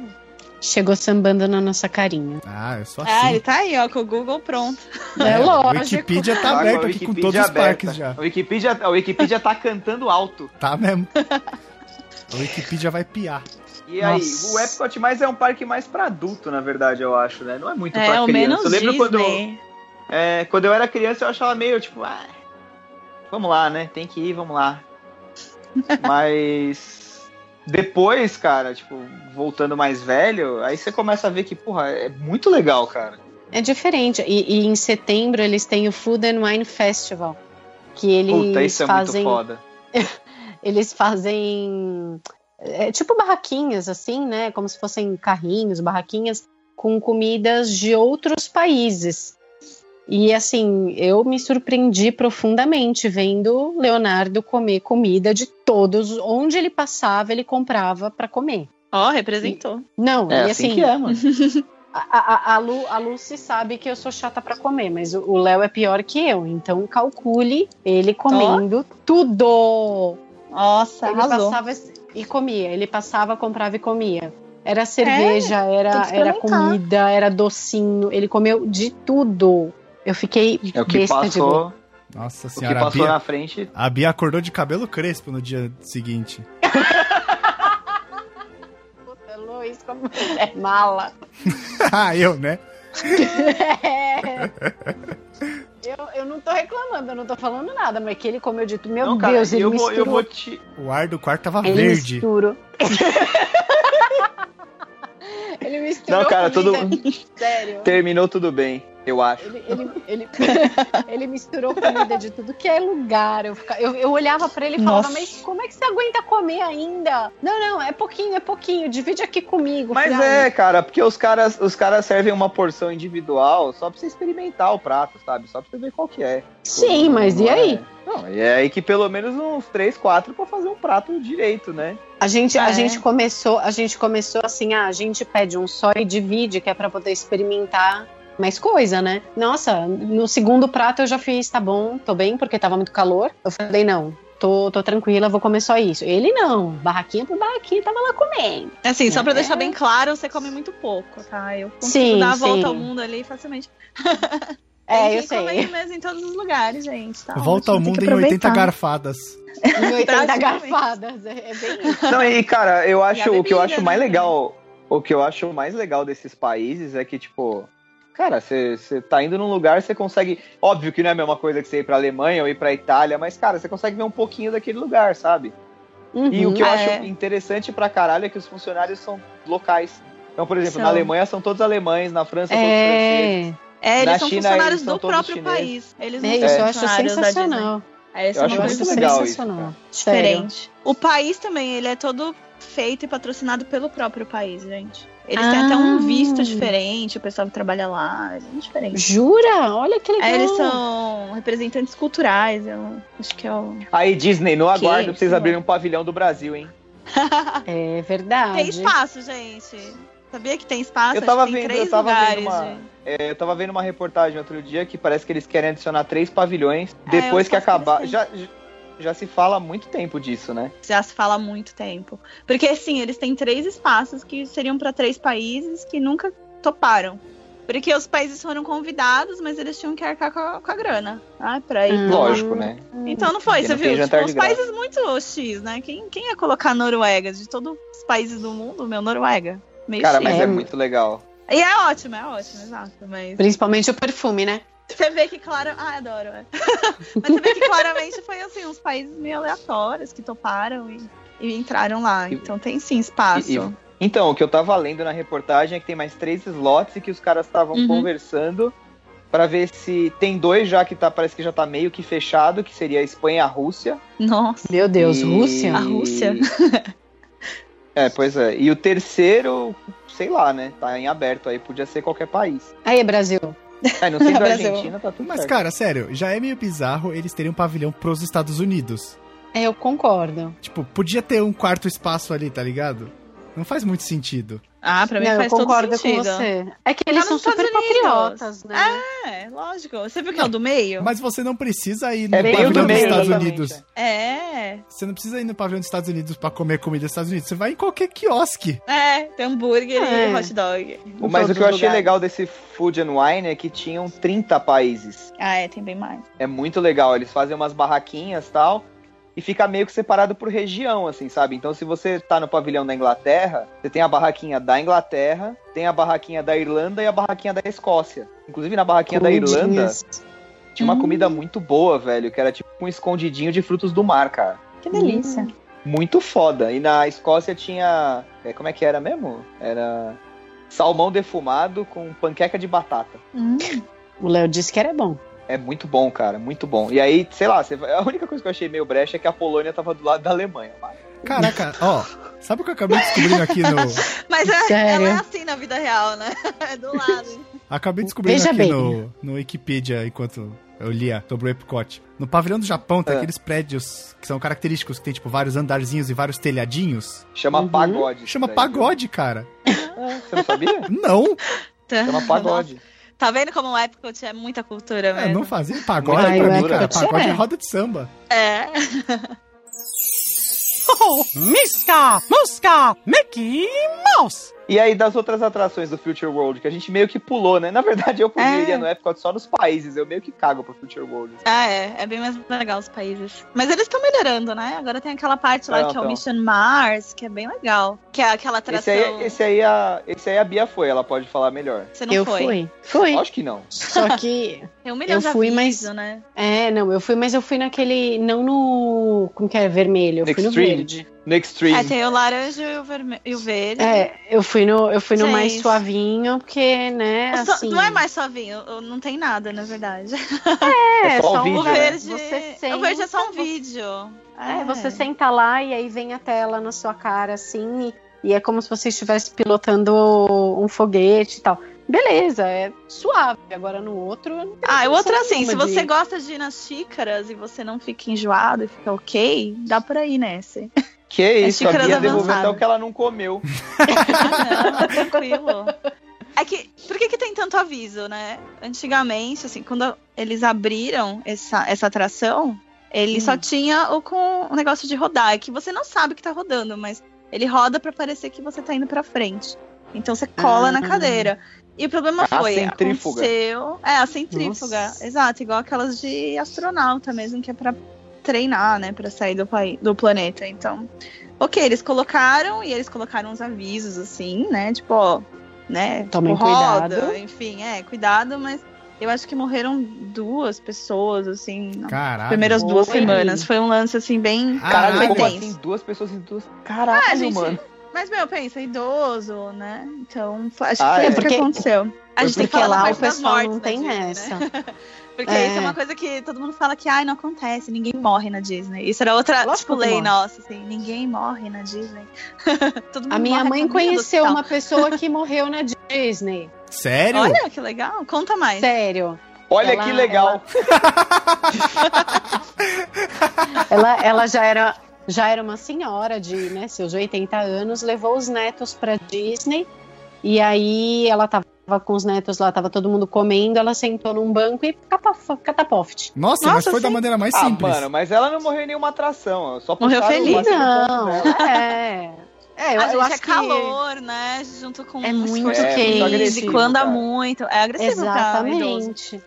Speaker 5: Chegou sambando na nossa carinha.
Speaker 2: Ah, eu sou assim.
Speaker 4: Ah, ele tá aí, ó, com o Google pronto.
Speaker 5: É,
Speaker 2: a
Speaker 5: lógico.
Speaker 2: Wikipedia tá
Speaker 1: Agora,
Speaker 2: aberta
Speaker 1: a
Speaker 2: aqui com
Speaker 1: Wikipedia
Speaker 2: todos os
Speaker 1: aberta.
Speaker 2: parques já.
Speaker 1: A Wikipedia, a Wikipedia tá cantando alto.
Speaker 2: Tá mesmo. <laughs> A Wikipedia vai piar.
Speaker 1: E aí,
Speaker 5: Nossa.
Speaker 1: o Epcot mais é um parque mais pra adulto, na verdade, eu acho, né? Não é muito
Speaker 4: É,
Speaker 1: pra
Speaker 4: o
Speaker 1: criança.
Speaker 4: menos
Speaker 1: eu lembro quando,
Speaker 4: Disney.
Speaker 1: é, quando eu era criança, eu achava meio tipo, ah, vamos lá, né? Tem que ir, vamos
Speaker 5: <laughs>
Speaker 1: lá. Mas depois, cara, tipo, voltando mais velho, aí você começa a ver que, porra, é muito legal, cara.
Speaker 5: É diferente. E, e em setembro eles têm o Food and Wine Festival. Que eles
Speaker 1: Puta, isso
Speaker 5: fazem.
Speaker 1: é muito foda.
Speaker 5: Eles fazem. É, tipo barraquinhas, assim, né? Como se fossem carrinhos, barraquinhas, com comidas de outros países. E assim, eu me surpreendi profundamente vendo Leonardo comer comida de todos. Onde ele passava, ele comprava para comer.
Speaker 4: Ó, representou.
Speaker 5: Não,
Speaker 1: É
Speaker 5: e
Speaker 1: assim
Speaker 5: assim,
Speaker 1: que é, mano.
Speaker 5: <laughs> a, a, a, Lu, a Lucy sabe que eu sou chata pra comer, mas o o Léo é pior que eu. Então calcule ele comendo tudo.
Speaker 4: Nossa,
Speaker 5: ele
Speaker 4: arrasou.
Speaker 5: passava e comia. Ele passava, comprava e comia. Era cerveja,
Speaker 4: tem
Speaker 5: era,
Speaker 4: que
Speaker 5: era
Speaker 4: experimentar.
Speaker 5: comida, era docinho. Ele comeu de tudo. Eu fiquei
Speaker 1: É o que
Speaker 5: besta de louco.
Speaker 1: passou,
Speaker 2: Nossa
Speaker 1: o que
Speaker 2: senhora, a
Speaker 1: passou
Speaker 2: Bia,
Speaker 1: na frente.
Speaker 2: a Bia acordou de cabelo crespo no dia seguinte.
Speaker 5: Puta, Luiz, como você é <laughs> mala.
Speaker 2: <laughs> ah, eu, né?
Speaker 5: eu, eu não tô reclamando, eu não tô falando nada, mas que ele comeu de tudo. Meu
Speaker 1: Não, cara,
Speaker 5: Deus, ele
Speaker 1: eu, vou,
Speaker 5: misturou
Speaker 1: eu vou te.
Speaker 2: O ar do quarto tava
Speaker 4: É
Speaker 5: Ele
Speaker 2: verde.
Speaker 5: <laughs> misturou. ele misturou.
Speaker 1: Não, cara,
Speaker 5: comida- Sério.
Speaker 1: Terminou tudo bem, eu acho.
Speaker 5: Ele, ele, ele, <laughs> ele misturou comida de tudo que é lugar. Eu, fica- eu, eu olhava pra ele e falava,
Speaker 4: Nossa.
Speaker 5: mas como é que você aguenta comer ainda? Não, não, é pouquinho, é pouquinho. Divide aqui comigo.
Speaker 1: Mas
Speaker 5: Falei, "Ah,
Speaker 1: é, cara, porque os caras, os caras servem uma porção individual só pra você experimentar o prato, sabe? Só pra você ver qual que é.
Speaker 5: "Ah, Sim, mas
Speaker 1: Não
Speaker 5: e
Speaker 1: é-
Speaker 5: aí?
Speaker 1: Não, e é aí que pelo menos uns 3, 4 pra fazer um prato direito, né?
Speaker 5: A gente,
Speaker 4: Ah,
Speaker 5: a
Speaker 4: é?
Speaker 5: gente começou, a gente começou assim, ah, a gente pede um só e divide, que é pra poder experimentar mais coisa, né? Nossa, no segundo prato eu já fiz, tá bom, tô bem, porque tava muito calor. Eu falei, não, tô, tô tranquila, vou comer só isso. Ele não, barraquinha por barraquinha, tava lá comendo.
Speaker 4: Assim, só pra
Speaker 5: É.
Speaker 4: deixar bem claro, você come muito pouco, tá? Eu consigo
Speaker 5: Sim,
Speaker 4: dar a volta
Speaker 5: sim.
Speaker 4: ao mundo ali facilmente.
Speaker 5: É,
Speaker 4: Tem
Speaker 5: eu
Speaker 4: que comer
Speaker 5: <laughs> sei.
Speaker 4: mesmo em todos os lugares, gente. Tá
Speaker 2: Volta
Speaker 4: ótimo,
Speaker 2: ao
Speaker 4: tem
Speaker 2: mundo
Speaker 4: que
Speaker 2: em 80
Speaker 4: aproveitar.
Speaker 2: garfadas.
Speaker 5: Em
Speaker 4: <laughs>
Speaker 5: 80
Speaker 4: Praticamente.
Speaker 5: tá garfadas, é, é bem isso.
Speaker 1: Não, e cara, eu acho
Speaker 4: E a
Speaker 1: o que eu
Speaker 4: bebida,
Speaker 1: acho mais
Speaker 4: né?
Speaker 1: legal, o que eu acho mais legal desses países é que tipo, cara, você tá indo num lugar, você consegue, óbvio que não é a mesma coisa que você ir pra Alemanha ou ir pra Itália, mas cara, você consegue ver um pouquinho daquele lugar, sabe? E o que eu
Speaker 4: Uhum.
Speaker 1: acho
Speaker 4: É.
Speaker 1: interessante pra caralho é que os funcionários são locais. Então, por exemplo, na
Speaker 4: São.
Speaker 1: Alemanha são todos alemães, na França são todos franceses.
Speaker 5: É,
Speaker 4: É, eles
Speaker 1: Na
Speaker 4: são
Speaker 1: China,
Speaker 4: funcionários
Speaker 1: eles são
Speaker 4: do
Speaker 1: todos
Speaker 4: próprio
Speaker 1: chineses.
Speaker 4: país. Eles não
Speaker 5: é
Speaker 4: são
Speaker 5: isso, eu acho
Speaker 4: funcionários da Disney.
Speaker 5: sensacional.
Speaker 1: Eu
Speaker 4: É, Essa é
Speaker 1: acho
Speaker 4: uma
Speaker 5: eu
Speaker 4: coisa
Speaker 5: acho
Speaker 1: muito legal isso,
Speaker 5: sensacional. Sério.
Speaker 4: diferente. O país também, ele é todo feito e patrocinado pelo próprio país, gente. Eles têm
Speaker 5: Ah.
Speaker 4: até um visto diferente, o pessoal que trabalha lá, é bem diferente.
Speaker 5: Jura? Olha que legal.
Speaker 4: É, eles são representantes culturais, eu acho que é o. <laughs>
Speaker 1: Aí, Disney, não aguardo pra vocês
Speaker 4: Sei lá.
Speaker 1: abrirem um pavilhão do Brasil, hein?
Speaker 5: É verdade.
Speaker 4: Tem espaço, gente. Sabia que tem espaço?
Speaker 1: Eu tava
Speaker 4: Acho que tem
Speaker 1: vendo-
Speaker 4: três
Speaker 1: eu tava
Speaker 4: lugares.
Speaker 1: vendo uma-
Speaker 4: gente.
Speaker 1: É, Eu tava vendo uma reportagem outro dia que parece que eles querem adicionar três pavilhões
Speaker 4: É,
Speaker 1: depois
Speaker 4: eu
Speaker 1: que
Speaker 4: só fiquei
Speaker 1: acabar.
Speaker 4: assim.
Speaker 1: Já, já se fala há muito tempo disso, né?
Speaker 4: Já se fala há muito tempo. Porque, assim, eles têm três espaços que seriam para três países que nunca toparam. Porque os países foram convidados, mas eles tinham que arcar com a, com a grana. Ah, pra ir.
Speaker 5: Hum.
Speaker 4: pra lá.
Speaker 1: Lógico, né?
Speaker 4: Então não foi,
Speaker 1: Porque
Speaker 4: você
Speaker 1: não tem
Speaker 4: viu? Tipo,
Speaker 1: jantar de
Speaker 4: uns
Speaker 1: graça.
Speaker 4: países muito X, né? Quem, quem ia colocar a Noruega? De todos os países do mundo, meu, Noruega. Meio
Speaker 1: Cara,
Speaker 4: X.
Speaker 1: mas é,
Speaker 5: É.
Speaker 1: muito legal.
Speaker 4: E é ótimo, é ótimo, exato. Mas
Speaker 5: Principalmente o perfume, né?
Speaker 4: <laughs> você vê que claro. Ah, adoro, é. <laughs> mas você vê que claramente foi assim, uns países meio aleatórios que toparam e, e entraram lá.
Speaker 1: E-
Speaker 4: Então tem sim espaço.
Speaker 1: E- e- Então, o que eu tava lendo na reportagem é que tem mais três slots e que os caras estavam
Speaker 4: Uhum.
Speaker 1: conversando pra ver se tem dois já que tá, parece que já tá meio que fechado, que seria a Espanha e a Rússia.
Speaker 4: Nossa.
Speaker 5: Meu Deus,
Speaker 1: E-
Speaker 5: Rússia?
Speaker 4: A Rússia?
Speaker 1: <laughs> É, pois é. E o terceiro, sei lá, né? Tá em aberto aí, podia ser qualquer país.
Speaker 5: Aí, Brasil.
Speaker 1: É,
Speaker 4: <laughs>
Speaker 1: não sei da
Speaker 4: Brasil.
Speaker 1: Argentina, tá tudo
Speaker 2: Mas,
Speaker 1: certo.
Speaker 2: cara, sério, já é meio bizarro eles terem um pavilhão pros Estados Unidos.
Speaker 5: É, Eu concordo.
Speaker 2: Tipo, podia ter um quarto espaço ali, tá ligado? Não faz muito sentido.
Speaker 4: Ah, pra mim
Speaker 5: Não, eu
Speaker 4: faz todo
Speaker 5: concordo com
Speaker 4: sentido.
Speaker 5: você. É que
Speaker 4: Tá
Speaker 5: eles
Speaker 4: nos
Speaker 5: são
Speaker 4: Estados
Speaker 5: super
Speaker 4: Unidos.
Speaker 5: patriotas, né?
Speaker 4: É, lógico. Você viu que é o do meio?
Speaker 2: Mas você não precisa ir no
Speaker 1: É bem
Speaker 2: pavilhão
Speaker 1: o do
Speaker 2: dos
Speaker 1: meio,
Speaker 2: Estados
Speaker 1: exatamente,
Speaker 2: Unidos.
Speaker 4: É.
Speaker 2: Você não precisa ir no pavilhão dos Estados Unidos pra comer comida dos Estados Unidos. Você vai em qualquer quiosque.
Speaker 4: É, tem hambúrguer
Speaker 5: É.
Speaker 4: e hot dog. em
Speaker 1: Mas o
Speaker 4: todos
Speaker 1: que eu
Speaker 4: os
Speaker 1: achei
Speaker 4: lugares.
Speaker 1: legal desse Food and Wine é que tinham 30 países.
Speaker 4: Ah, é, tem bem mais.
Speaker 1: É muito legal. Eles fazem umas barraquinhas tal. E fica meio que separado por região, assim, sabe? Então, se você tá no pavilhão da Inglaterra, você tem a barraquinha da Inglaterra, tem a barraquinha da Irlanda e a barraquinha da Escócia. Inclusive, na barraquinha da Irlanda, tinha uma comida muito boa, velho, que era tipo um escondidinho de frutos do mar, cara.
Speaker 4: Que delícia.
Speaker 1: Muito foda. E na Escócia tinha. é, como é que era mesmo? Era. salmão defumado com panqueca de batata.
Speaker 4: Hum.
Speaker 5: O Léo disse que era bom.
Speaker 1: É muito bom, cara, muito bom. E aí, sei lá, você vai- a única coisa que eu achei meio brecha é que a Polônia tava do lado da Alemanha. mas-
Speaker 2: Caraca, ó, sabe o que eu acabei descobrindo aqui no.
Speaker 4: Mas é-
Speaker 5: Sério?
Speaker 4: ela é assim na vida real, né? <laughs> É do lado.
Speaker 2: Acabei descobrindo
Speaker 5: Veja
Speaker 2: aqui
Speaker 5: bem.
Speaker 2: no, no Wikipedia enquanto eu lia sobre o Epcot. No pavilhão do Japão tem
Speaker 1: Ah.
Speaker 2: aqueles prédios que são característicos, que tem tipo vários andarzinhos e vários telhadinhos.
Speaker 1: Chama
Speaker 5: Uhum.
Speaker 1: pagode. isso
Speaker 2: Chama
Speaker 1: daí,
Speaker 2: pagode, cara.
Speaker 1: viu? Você não sabia? <laughs>
Speaker 2: Não,
Speaker 1: Chama pagode.
Speaker 4: Tá vendo como o Epcot é muita cultura
Speaker 2: é,
Speaker 4: mesmo?
Speaker 2: não fazia pagode
Speaker 1: Ai,
Speaker 2: pra
Speaker 1: o
Speaker 2: mim,
Speaker 1: Epcot
Speaker 2: cara. Pagode
Speaker 5: é.
Speaker 2: é roda de samba.
Speaker 4: É.
Speaker 7: Oh, Miska, Muska, Mickey Mouse.
Speaker 1: E aí, das outras atrações do Future World, que a gente meio que pulou, né? Na verdade, eu
Speaker 4: É.
Speaker 1: iria no Epcot só nos países, eu meio que cago pro Future World.
Speaker 4: Ah, é. É bem mais legal os países. Mas eles estão melhorando, né? Agora tem aquela parte lá
Speaker 1: Não,
Speaker 4: que é o
Speaker 1: então.
Speaker 4: Mission Mars, que é bem legal. Que é aquela
Speaker 1: Esse
Speaker 4: atração.
Speaker 1: aí, esse, aí a, esse aí a Bia foi, ela pode falar melhor.
Speaker 4: Você não
Speaker 5: eu
Speaker 4: foi.
Speaker 5: fui. Fui.
Speaker 1: Acho que não. <laughs>
Speaker 5: Só que.
Speaker 4: Tem um milhão
Speaker 5: Eu
Speaker 4: de
Speaker 5: fui,
Speaker 4: avisos,
Speaker 5: mas-
Speaker 4: né?
Speaker 5: É, não, eu fui, mas eu fui naquele. Não no. Como que era? Vermelho. Eu fui no
Speaker 1: Extreme.
Speaker 5: verde.
Speaker 1: No
Speaker 4: É,
Speaker 1: Extreme.
Speaker 4: tem o laranja e o, verme... e o verde.
Speaker 5: É, eu fui no, eu fui no
Speaker 4: Gente.
Speaker 5: mais suavinho, porque, né,
Speaker 4: Só-
Speaker 5: assim...
Speaker 4: Não é mais só vinho, não tem nada, na verdade.
Speaker 1: É só o vídeo,
Speaker 4: O
Speaker 1: né?
Speaker 4: verde,
Speaker 5: Você senta,
Speaker 4: o verde é só um
Speaker 5: você-
Speaker 4: vídeo.
Speaker 5: É, você senta lá e aí vem a tela na sua cara, assim, e, e é como se você estivesse pilotando um foguete e tal. Beleza, é suave. Agora no outro... eu não tenho
Speaker 4: Ah, e o outro é
Speaker 5: sensação
Speaker 4: assim, se
Speaker 5: nenhuma
Speaker 4: você
Speaker 5: um de-
Speaker 4: gosta de ir nas xícaras e você não fica enjoado e fica ok, dá pra ir nesse.
Speaker 1: Que isso, a
Speaker 4: xícara
Speaker 1: Bia
Speaker 4: da
Speaker 1: devolveu até
Speaker 4: avançada.
Speaker 1: o que ela não comeu.
Speaker 5: <laughs>
Speaker 4: Ah, não, tranquilo. É que, por que, que tem tanto aviso, né? Antigamente, assim, quando eles abriram essa, essa atração, ele só
Speaker 5: Hum.
Speaker 4: tinha o com o negócio de rodar, que você não sabe que tá rodando, mas ele roda pra parecer que você tá indo pra frente. Então você cola na
Speaker 5: Ah.
Speaker 4: cadeira. E o problema
Speaker 1: A
Speaker 4: foi,
Speaker 1: centrífuga.
Speaker 4: aconteceu... É, a centrífuga,
Speaker 5: Nossa.
Speaker 4: exato, igual aquelas de astronauta mesmo, que é pra treinar, né, pra sair do, pai, do planeta, então... Ok, eles colocaram e eles colocaram uns avisos, assim, né? Tipo, ó, né?
Speaker 5: Tomem
Speaker 4: tipo, roda,
Speaker 5: cuidado.
Speaker 4: Enfim, é, cuidado, mas eu acho que morreram duas pessoas, assim, nas
Speaker 2: Caralho.
Speaker 4: primeiras duas
Speaker 5: Oi.
Speaker 4: semanas. Foi um lance, assim, bem.
Speaker 2: Ah,
Speaker 1: Caralho, como
Speaker 4: Intenso.
Speaker 1: assim? Duas pessoas em duas.
Speaker 4: Ah,
Speaker 1: Caralho,
Speaker 4: gente,
Speaker 1: mano.
Speaker 4: Mas, meu, pensa, idoso, né? Então, foi- acho
Speaker 1: Ah,
Speaker 4: que foi
Speaker 1: é.
Speaker 4: o que
Speaker 5: Porque-
Speaker 4: aconteceu. A gente tem que
Speaker 5: Porque
Speaker 4: falar da
Speaker 5: lá o
Speaker 4: parte das
Speaker 5: pessoal
Speaker 4: mortes
Speaker 5: não
Speaker 4: da
Speaker 5: tem
Speaker 4: Disney, né?
Speaker 5: essa.
Speaker 4: Porque
Speaker 5: É.
Speaker 4: isso é uma coisa que todo mundo fala que, ai, não acontece, ninguém morre na Disney. Isso era outra,
Speaker 5: Lógico
Speaker 4: tipo,
Speaker 5: que
Speaker 4: lei
Speaker 5: morre.
Speaker 4: nossa, assim, ninguém morre na Disney. <laughs> Todo mundo
Speaker 5: A <laughs> minha
Speaker 4: morre
Speaker 5: mãe
Speaker 4: caminho do
Speaker 5: conheceu
Speaker 4: hospital.
Speaker 5: uma pessoa que morreu na Disney.
Speaker 2: Sério?
Speaker 4: Olha que legal, conta mais.
Speaker 5: Sério.
Speaker 1: Olha
Speaker 5: Ela-
Speaker 1: que legal.
Speaker 5: Ela, ela já era já era uma senhora de né, seus 80 anos, levou os netos para Disney e aí ela tava com os netos lá, tava todo mundo comendo, ela sentou num banco e cataf- catapoft.
Speaker 2: Nossa, mas
Speaker 4: Nossa,
Speaker 2: foi da
Speaker 4: sim.
Speaker 2: maneira mais
Speaker 1: Ah,
Speaker 2: É simples.
Speaker 1: mano, mas ela não morreu em nenhuma atração. ó, Só
Speaker 4: Morreu
Speaker 1: puxaram o
Speaker 4: feliz.
Speaker 1: máximo ponto
Speaker 5: Não,
Speaker 1: dela.
Speaker 5: é. <laughs> É, eu,
Speaker 4: a
Speaker 5: eu
Speaker 4: gente
Speaker 5: acho
Speaker 4: é calor, né? Junto com
Speaker 5: É
Speaker 4: um
Speaker 5: muito
Speaker 4: esforço
Speaker 5: quente.
Speaker 4: físico,
Speaker 1: agressivo, tá.
Speaker 4: anda
Speaker 1: cara.
Speaker 4: muito. É
Speaker 5: que
Speaker 4: agressivo pra um idoso.
Speaker 5: exatamente.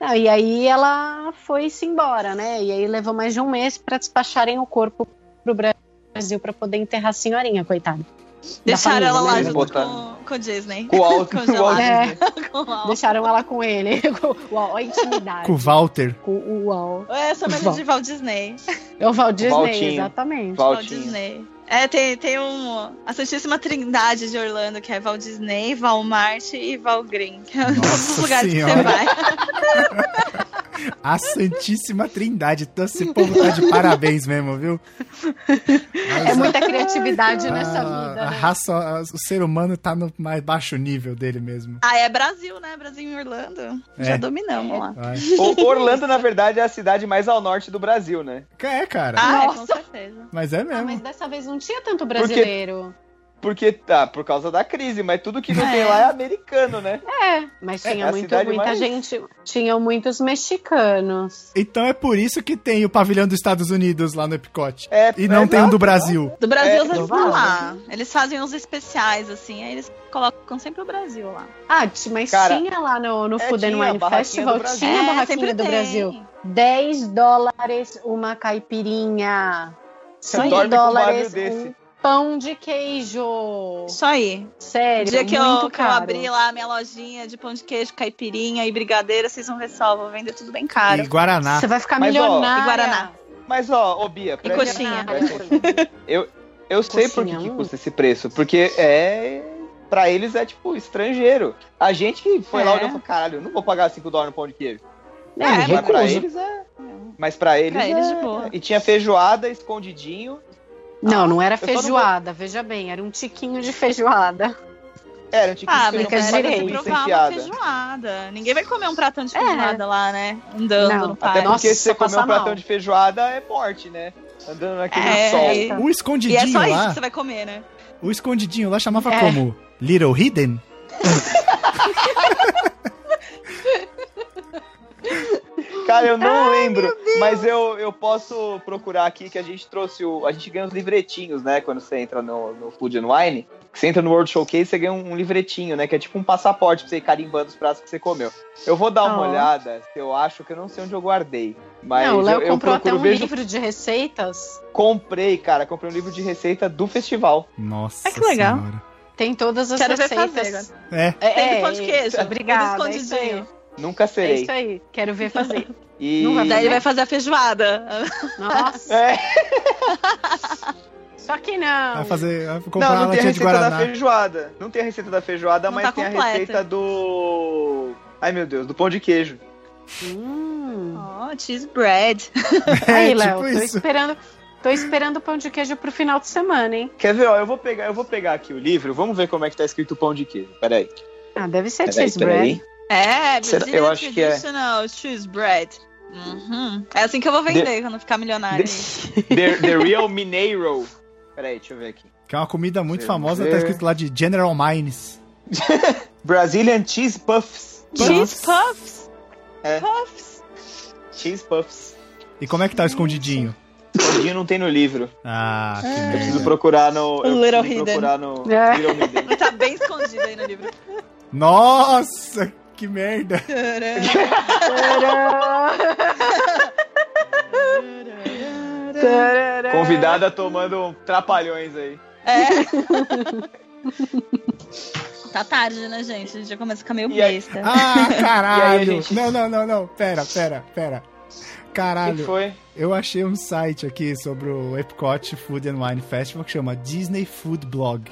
Speaker 5: Não, e aí ela foi-se embora, né? E aí levou mais de um mês para despacharem o corpo pro Brasil para poder enterrar a senhorinha, coitada.
Speaker 4: Deixaram
Speaker 5: família,
Speaker 4: ela lá
Speaker 1: né?
Speaker 4: junto
Speaker 1: Botaram.
Speaker 4: <laughs> com, com o Disney.
Speaker 1: Com o Walt- com o Walt
Speaker 4: Congelado.
Speaker 5: Disney.
Speaker 4: <laughs> Com o Walt.
Speaker 5: Deixaram ela com ele, <laughs> com a intimidade.
Speaker 2: Com o Walter.
Speaker 5: com o UOL.
Speaker 4: É, só
Speaker 5: Bom.
Speaker 4: mais de Walt Disney.
Speaker 5: É o Walt Disney,
Speaker 1: Valtinho.
Speaker 5: exatamente.
Speaker 4: Walt
Speaker 1: Valtinho.
Speaker 4: Disney. É, tem, tem um. A Santíssima Trindade de Orlando, que é Walt Disney, Valmarte e Val Green. <laughs> Que é todos os
Speaker 2: Nossa
Speaker 4: lugares que
Speaker 2: Senhora.
Speaker 4: você vai.
Speaker 2: A Santíssima Trindade. Então, esse povo tá de parabéns mesmo, viu?
Speaker 5: É muita
Speaker 2: Ah,
Speaker 5: criatividade nessa
Speaker 2: a,
Speaker 5: vida.
Speaker 2: a
Speaker 5: né?
Speaker 2: raça, a- o ser humano tá no mais baixo nível dele mesmo.
Speaker 4: Ah, é Brasil, né? Brasil e Orlando. Já
Speaker 2: É.
Speaker 4: dominamos lá.
Speaker 2: Ai.
Speaker 1: O Orlando, na verdade, é a cidade mais ao norte do Brasil, né?
Speaker 2: É, cara.
Speaker 4: Ah, é, com
Speaker 5: Nossa.
Speaker 4: certeza.
Speaker 2: Mas é
Speaker 5: Ah,
Speaker 2: mesmo.
Speaker 5: mas dessa vez não tinha tanto
Speaker 1: quê?
Speaker 5: brasileiro.
Speaker 1: Porque tá, por causa da crise, mas tudo que não tem
Speaker 4: É.
Speaker 1: lá é americano, né?
Speaker 5: É, mas
Speaker 1: É,
Speaker 5: tinha
Speaker 1: a
Speaker 5: muito,
Speaker 1: cidade
Speaker 5: muita
Speaker 1: mais-
Speaker 5: gente. Tinham muitos mexicanos.
Speaker 2: Então é por isso que tem o pavilhão dos Estados Unidos lá no Epicote.
Speaker 1: É,
Speaker 2: E não tem um do
Speaker 1: exato.
Speaker 2: Brasil.
Speaker 4: Do Brasil,
Speaker 1: É,
Speaker 4: eles
Speaker 5: do
Speaker 4: estão
Speaker 5: Brasil.
Speaker 4: lá. Eles fazem uns especiais, assim, aí eles colocam sempre o Brasil lá.
Speaker 5: Ah, ti- mas
Speaker 1: Cara,
Speaker 5: tinha lá no, no
Speaker 1: é,
Speaker 5: Food and
Speaker 1: tinha a
Speaker 5: Wine
Speaker 1: barraquinha
Speaker 5: Festival,
Speaker 1: do Brasil. É,
Speaker 5: tinha a barraquinha
Speaker 4: É, sempre
Speaker 5: do
Speaker 4: tem.
Speaker 5: Brasil. 10 dólares uma caipirinha.
Speaker 1: Você
Speaker 5: 100
Speaker 1: dorme com um barulho
Speaker 5: dólares
Speaker 1: desse.
Speaker 5: um pão de queijo.
Speaker 4: Isso aí.
Speaker 5: Sério,
Speaker 4: dia que
Speaker 5: É, muito
Speaker 4: eu, que eu
Speaker 5: caro.
Speaker 4: abrir lá a minha lojinha de pão de queijo, caipirinha e brigadeira, vocês vão ver só, vou vender tudo bem caro.
Speaker 2: E Guaraná.
Speaker 5: Você vai ficar
Speaker 1: Mas, ó,
Speaker 5: milionário.
Speaker 4: e Guaraná.
Speaker 1: Mas ó, ô Bia, presta
Speaker 4: coxinha.
Speaker 5: É,
Speaker 1: atenção, presta atenção. Eu, eu sei por que,
Speaker 5: Coxinha,
Speaker 1: que
Speaker 5: hum.
Speaker 1: custa esse preço, porque é pra eles é tipo estrangeiro. A gente que foi
Speaker 4: É.
Speaker 1: lá olhou e falou, caralho, eu não vou pagar 5 dólares no pão de queijo.
Speaker 5: É,
Speaker 4: É,
Speaker 1: mas pra
Speaker 5: recuso.
Speaker 1: eles é. Mas pra eles.
Speaker 4: Pra eles
Speaker 1: é-
Speaker 4: de boa.
Speaker 1: E tinha feijoada escondidinho.
Speaker 5: Não, não era
Speaker 1: só não vou-
Speaker 5: feijoada, veja bem, era um tiquinho de feijoada.
Speaker 1: Era, um tinha que
Speaker 4: Ah,
Speaker 1: escolher um
Speaker 4: mas
Speaker 5: fica
Speaker 1: prato
Speaker 4: galera,
Speaker 1: de
Speaker 5: direito.
Speaker 4: tem
Speaker 1: amendoim
Speaker 4: que provar
Speaker 1: sem
Speaker 4: uma
Speaker 1: piada.
Speaker 4: feijoada. Ninguém vai comer um pratão de
Speaker 5: É.
Speaker 4: feijoada lá, né? Andando
Speaker 5: Não.
Speaker 4: no
Speaker 1: Até
Speaker 4: parque.
Speaker 1: porque
Speaker 5: Nossa,
Speaker 1: se você comer
Speaker 5: passa
Speaker 1: um pratão
Speaker 5: mal.
Speaker 1: de feijoada é morte, né? Andando naquele
Speaker 4: É,
Speaker 1: sol.
Speaker 4: e-
Speaker 2: O
Speaker 4: E
Speaker 2: escondidinho
Speaker 4: é só isso
Speaker 2: lá,
Speaker 4: que você vai comer, né?
Speaker 2: o escondidinho lá chamava
Speaker 5: É.
Speaker 2: como? Little Hidden?
Speaker 1: Cara, eu não lembro, mas eu, eu posso procurar aqui que a gente trouxe o. A gente ganha uns livretinhos, né? Quando você entra no, no Food and Wine. Que você entra no World Showcase, você ganha um livretinho, né? Que é tipo um passaporte pra você ir carimbando os pratos que você comeu. Eu vou dar uma
Speaker 4: Ó.
Speaker 1: olhada, se eu acho que eu não sei onde eu guardei. Mas
Speaker 5: não, o
Speaker 1: eu,
Speaker 5: Léo
Speaker 1: eu
Speaker 5: comprou até
Speaker 1: procuro,
Speaker 5: um
Speaker 1: vejo-
Speaker 5: livro de receitas.
Speaker 1: Comprei, cara, comprei um livro de receita do festival.
Speaker 2: Nossa
Speaker 4: Ah, que legal.
Speaker 2: senhora.
Speaker 5: Tem todas as
Speaker 4: Quero ver
Speaker 5: receitas.
Speaker 4: fazer agora.
Speaker 2: É,
Speaker 5: É,
Speaker 4: Tem
Speaker 5: é,
Speaker 4: do pão de queijo.
Speaker 5: Obrigada.
Speaker 4: do
Speaker 5: é isso aí.
Speaker 4: escondidinho.
Speaker 1: Nunca
Speaker 5: É
Speaker 1: serei.
Speaker 5: isso aí. Quero ver fazer.
Speaker 1: E...
Speaker 5: Não vai-
Speaker 4: Daí ele vai fazer a feijoada.
Speaker 1: <laughs>
Speaker 5: Nossa,
Speaker 1: É.
Speaker 5: só que Ah, não.
Speaker 2: vai fazer, vai comprar
Speaker 1: Não,
Speaker 2: uma
Speaker 1: não tem a
Speaker 2: latinha de
Speaker 1: receita da
Speaker 2: Guaraná.
Speaker 1: feijoada. Não tem a receita da feijoada,
Speaker 4: Não
Speaker 1: mas
Speaker 4: tá
Speaker 1: tem a
Speaker 4: completa.
Speaker 1: receita do. Ai meu Deus, do pão de queijo.
Speaker 5: Hum.
Speaker 4: Ó, cheese bread.
Speaker 2: <laughs>
Speaker 5: aí,
Speaker 2: É,
Speaker 5: Léo,
Speaker 2: tipo
Speaker 5: tô
Speaker 2: isso.
Speaker 5: esperando. Tô esperando o pão de queijo pro final de semana, hein?
Speaker 1: Quer ver, ó, eu vou pegar, eu vou pegar aqui o livro, vamos ver como é que tá escrito pão de queijo. Peraí.
Speaker 5: Ah, deve ser
Speaker 1: Peraí,
Speaker 5: cheese bread.
Speaker 1: peraí.
Speaker 4: É,
Speaker 1: Será-
Speaker 4: Virginia
Speaker 1: eu acho que é.
Speaker 4: Traditional cheese bread. Uhum. É assim que eu vou vender quando eu ficar milionário.
Speaker 1: The, the Real Mineiro. Peraí, deixa eu ver aqui.
Speaker 2: Que é uma comida muito
Speaker 1: Você
Speaker 2: famosa,
Speaker 1: vê.
Speaker 2: tá escrito lá de General Mines.
Speaker 1: Brazilian Cheese Puffs.
Speaker 4: Cheese puffs.
Speaker 1: É.
Speaker 4: Puffs.
Speaker 1: Cheese Puffs.
Speaker 2: E como é que tá o escondidinho?
Speaker 1: Escondidinho não tem no livro.
Speaker 2: Ah, que
Speaker 1: Eu É. preciso
Speaker 2: merda.
Speaker 1: procurar no. Eu
Speaker 4: Um Little
Speaker 1: preciso
Speaker 4: Hidden.
Speaker 1: procurar no.
Speaker 5: É.
Speaker 1: Little Hidden.
Speaker 4: Tá bem escondido aí no livro.
Speaker 2: Nossa, que merda.
Speaker 4: Tcharam, tcharam.
Speaker 1: Convidada tomando trapalhões aí.
Speaker 5: <laughs>
Speaker 4: É. Tá tarde, né, gente? A gente já começa a ficar meio
Speaker 1: <laughs> E aí-
Speaker 4: besta.
Speaker 2: Ah,
Speaker 1: E aí a
Speaker 2: caralho.
Speaker 1: gente-
Speaker 2: Não, não, não, não. Pera, pera,
Speaker 1: O
Speaker 2: pera.
Speaker 1: que que
Speaker 2: Caralho,
Speaker 1: foi?
Speaker 2: eu achei um site aqui sobre o Epcot Food and Wine Festival que chama Disney Food Blog.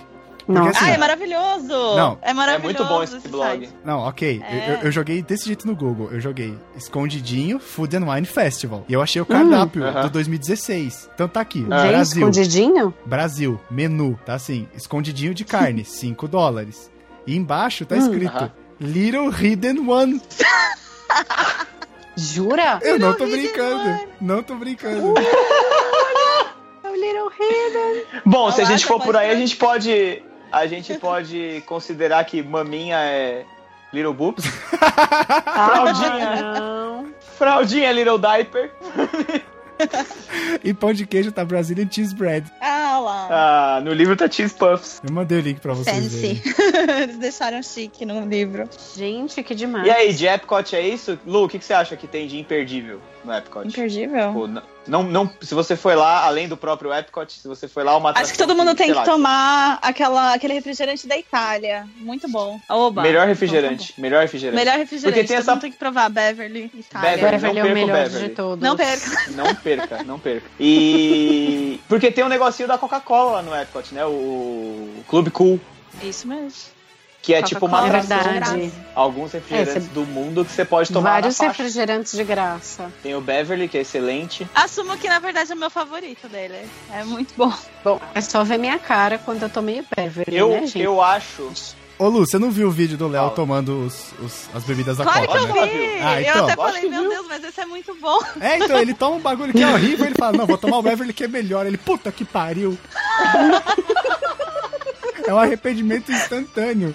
Speaker 5: Nossa.
Speaker 4: Ah,
Speaker 2: assim,
Speaker 4: é maravilhoso!
Speaker 2: Não.
Speaker 4: é
Speaker 1: É
Speaker 4: maravilhoso.
Speaker 1: muito bom esse, blog.
Speaker 4: site.
Speaker 2: Não, ok. Eu-
Speaker 4: É.
Speaker 2: Eu, eu joguei desse jeito no Google. Eu joguei Escondidinho Food and Wine Festival. E eu achei o cardápio
Speaker 1: Hum. Aham.
Speaker 2: do 2016. Então tá aqui.
Speaker 1: Ah.
Speaker 5: Gente,
Speaker 2: Brasil.
Speaker 5: escondidinho?
Speaker 2: Brasil, menu, tá assim, escondidinho de
Speaker 4: <laughs>
Speaker 2: carne, 5 dólares. E embaixo tá
Speaker 5: Hum.
Speaker 2: escrito
Speaker 1: Aham.
Speaker 2: Little Hidden One.
Speaker 5: Jura?
Speaker 2: Eu não tô
Speaker 4: Little Hidden Uh.
Speaker 2: brincando. Não tô brincando.
Speaker 5: É o Little Red.
Speaker 1: Bom,
Speaker 4: Olha
Speaker 1: se a
Speaker 4: lá,
Speaker 1: gente
Speaker 4: já
Speaker 1: for
Speaker 4: pode
Speaker 1: por aí, a
Speaker 4: ver.
Speaker 1: gente pode. A gente pode considerar que maminha é Little Boobs. Fraldinha.
Speaker 5: não.
Speaker 1: Fraldinha é Little Diaper.
Speaker 2: e pão de queijo tá Brazilian Cheese Bread.
Speaker 4: Ah lá.
Speaker 1: Ah, no livro tá Cheese Puffs.
Speaker 2: Eu mandei o link pra vocês
Speaker 4: Fancy. <laughs>
Speaker 2: verem.
Speaker 4: Eles deixaram chique no livro.
Speaker 5: Gente, que demais.
Speaker 1: E aí, de Epcot é isso? Lu, o que, que você acha que tem de imperdível no Epcot?
Speaker 4: Imperdível.
Speaker 1: Tipo, n- não, não, se você foi lá, além do próprio Epcot, se você foi lá, uma
Speaker 4: Acho que
Speaker 1: atração
Speaker 4: todo mundo
Speaker 1: sei
Speaker 4: tem
Speaker 1: lá,
Speaker 4: que tomar aquela, aquele refrigerante da Itália. Muito bom. Oba.
Speaker 1: Melhor
Speaker 4: Então,
Speaker 1: refrigerante. Melhor
Speaker 4: tá bom.
Speaker 1: refrigerante.
Speaker 4: Melhor refrigerante.
Speaker 1: Porque tem
Speaker 4: Todo
Speaker 1: essa-
Speaker 4: mundo tem que provar. Beverly, Itália.
Speaker 1: Beverly,
Speaker 5: Beverly é
Speaker 1: não
Speaker 5: o
Speaker 1: perca o
Speaker 5: melhor
Speaker 1: Beverly.
Speaker 5: de todos.
Speaker 4: Não perca. <laughs>
Speaker 1: Não perca, não perca. E. Porque tem um negocinho da Coca-Cola lá no Epcot, né? O Clube Cool.
Speaker 4: Isso mesmo.
Speaker 1: Que é tipo uma
Speaker 5: É
Speaker 4: Coca-Cola.
Speaker 1: atração
Speaker 5: verdade.
Speaker 1: alguns refrigerantes
Speaker 5: É, cê-
Speaker 1: do mundo que você pode tomar
Speaker 5: Vários
Speaker 1: na faixa.
Speaker 5: refrigerantes de graça.
Speaker 1: Tem o Beverly, que é excelente.
Speaker 4: Assumo que, na verdade, é o meu favorito dele. É muito bom.
Speaker 5: Bom, é só ver minha cara quando eu tô meio Beverly,
Speaker 1: Eu,
Speaker 5: né, gente?
Speaker 1: eu acho.
Speaker 2: Ô Lu, você não viu o vídeo do Léo
Speaker 1: Fala.
Speaker 2: tomando os- os- as bebidas da
Speaker 4: Claro que
Speaker 2: Coca,
Speaker 4: eu
Speaker 2: né?
Speaker 4: vi!
Speaker 2: Ah, então.
Speaker 4: eu até
Speaker 1: Lógico que
Speaker 4: falei, meu
Speaker 1: viu.
Speaker 4: Deus, mas esse é muito bom. <laughs>
Speaker 2: É, então, ele toma um bagulho que é horrível, ele fala, não, vou tomar o Beverly que é melhor. Ele, puta que
Speaker 4: <laughs>
Speaker 2: pariu. é um arrependimento instantâneo.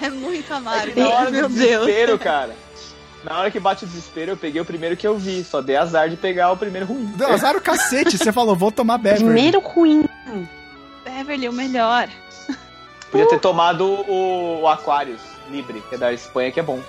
Speaker 4: É muito
Speaker 1: É que na hora
Speaker 4: amargo.
Speaker 1: do
Speaker 4: Meu Deus.
Speaker 1: desespero, cara. Na hora que bate o desespero, eu peguei o primeiro que eu vi. Só dei azar de pegar o primeiro ruim.
Speaker 2: Não, azar o cacete, você falou, vou tomar Beverly.
Speaker 5: Primeiro ruim.
Speaker 4: Beverly, o melhor.
Speaker 1: Podia ter tomado o, o Aquarius Libre, que é da Espanha, que é bom.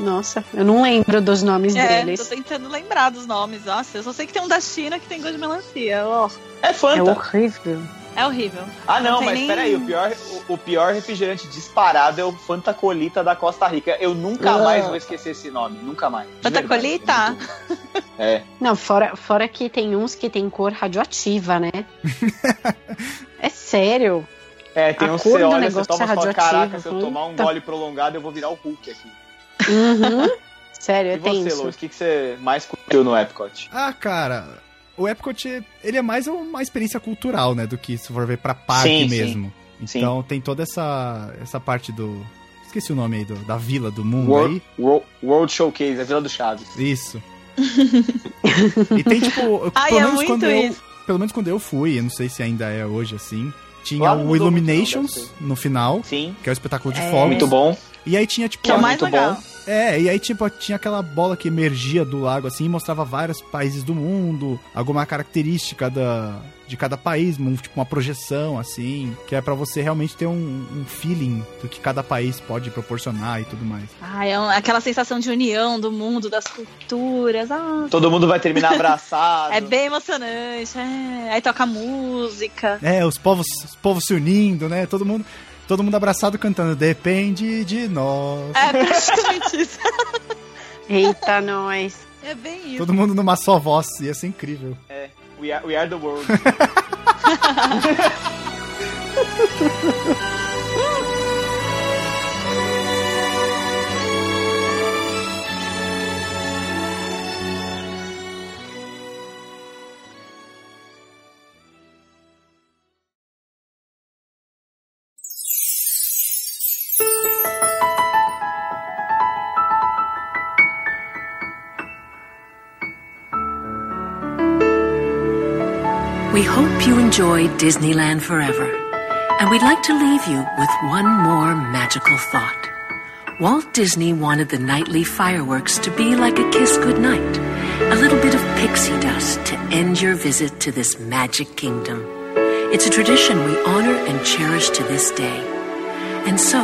Speaker 5: Nossa, eu não lembro dos nomes
Speaker 4: Ah. É, tô
Speaker 5: deles.
Speaker 4: tentando lembrar dos nomes. Nossa, eu só sei que tem um da China que tem gosto de melancia. ó.
Speaker 1: É
Speaker 5: É
Speaker 1: Fanta.
Speaker 5: horrível.
Speaker 4: É horrível.
Speaker 1: ah, não,
Speaker 4: não tem
Speaker 1: mas
Speaker 4: nem-
Speaker 1: peraí. O pior, o, o pior refrigerante disparado é o Fanta Colita da Costa Rica. Eu nunca mais vou esquecer esse nome. Nunca mais. De
Speaker 4: Fanta
Speaker 1: verdade,
Speaker 4: Colita?
Speaker 1: é muito bom. É.
Speaker 5: Não, fora, fora que tem uns que tem cor radioativa, né? é sério.
Speaker 1: É, tem
Speaker 5: A
Speaker 1: um
Speaker 5: cor
Speaker 1: você
Speaker 5: do
Speaker 1: olha, você
Speaker 5: negócio
Speaker 1: toma
Speaker 5: é
Speaker 1: e fala,
Speaker 5: radioativo,
Speaker 1: caraca, se eu tomar um
Speaker 5: puta."
Speaker 1: gole prolongado, eu vou virar o Hulk aqui.
Speaker 5: Uhum. Sério,
Speaker 1: E
Speaker 5: é
Speaker 1: você,
Speaker 5: tenso.
Speaker 1: Lois, o que, que você mais curtiu no Epcot?
Speaker 2: Ah, cara, o Epcot, ele é mais uma experiência cultural, né? Do que se for ver pra parque
Speaker 1: Sim, sim.
Speaker 2: mesmo.
Speaker 1: Sim.
Speaker 2: Então tem toda essa, essa parte do. Esqueci o nome aí, do- da vila do mundo
Speaker 1: World,
Speaker 2: Um aí.
Speaker 1: World, World Showcase, a Vila do Chaves.
Speaker 2: Isso. e tem
Speaker 1: <laughs>
Speaker 2: tipo. eu-
Speaker 4: Ai,
Speaker 2: pelo
Speaker 4: é
Speaker 2: menos
Speaker 4: muito
Speaker 2: quando eu,
Speaker 4: isso.
Speaker 2: Pelo menos quando eu fui, eu não sei se ainda é hoje assim. Tinha
Speaker 1: Lá não
Speaker 2: o
Speaker 1: mudou muito, não, deve
Speaker 2: Illuminations no final,
Speaker 1: Sim,
Speaker 2: que é o espetáculo de
Speaker 4: É.
Speaker 2: fogos.
Speaker 1: muito bom.
Speaker 2: E aí tinha, tipo,
Speaker 4: Que é o
Speaker 2: a-
Speaker 4: mais
Speaker 1: muito
Speaker 4: legal.
Speaker 1: bom.
Speaker 2: É, e aí, tipo, tinha aquela bola que emergia do lago, assim, e mostrava vários países do mundo, alguma característica da, de cada país, um- tipo, uma projeção, assim, que é pra você realmente ter um, um feeling do que cada país pode proporcionar e tudo mais.
Speaker 4: Ai, é um- aquela sensação de união do mundo, das culturas. Ah,
Speaker 1: Todo mundo vai terminar abraçado.
Speaker 4: é bem emocionante. é. Aí toca música.
Speaker 2: É, os povos, os povos se unindo, né? Todo mundo, todo mundo abraçado cantando, depende de nós.
Speaker 4: É <laughs> praticamente isso.
Speaker 3: Eita, nós.
Speaker 4: É bem isso.
Speaker 2: Todo mundo numa só voz, ia ser incrível.
Speaker 1: We, are, we are the world.
Speaker 8: We hope you enjoyed Disneyland Forever. And we'd like to leave you with one more magical thought. Walt Disney wanted the nightly fireworks to be like a kiss goodnight, a little bit of pixie dust to end your visit to this magic kingdom. It's a tradition we honor and cherish to this day. And so,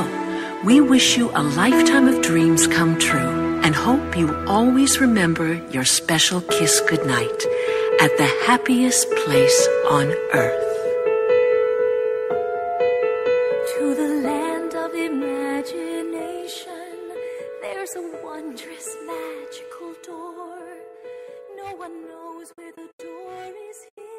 Speaker 8: we wish you a lifetime of dreams come true and hope you always remember your special kiss goodnight at the happiest place on earth.
Speaker 9: To the land of imagination, there's a wondrous magical door. No one knows where the door is hidden.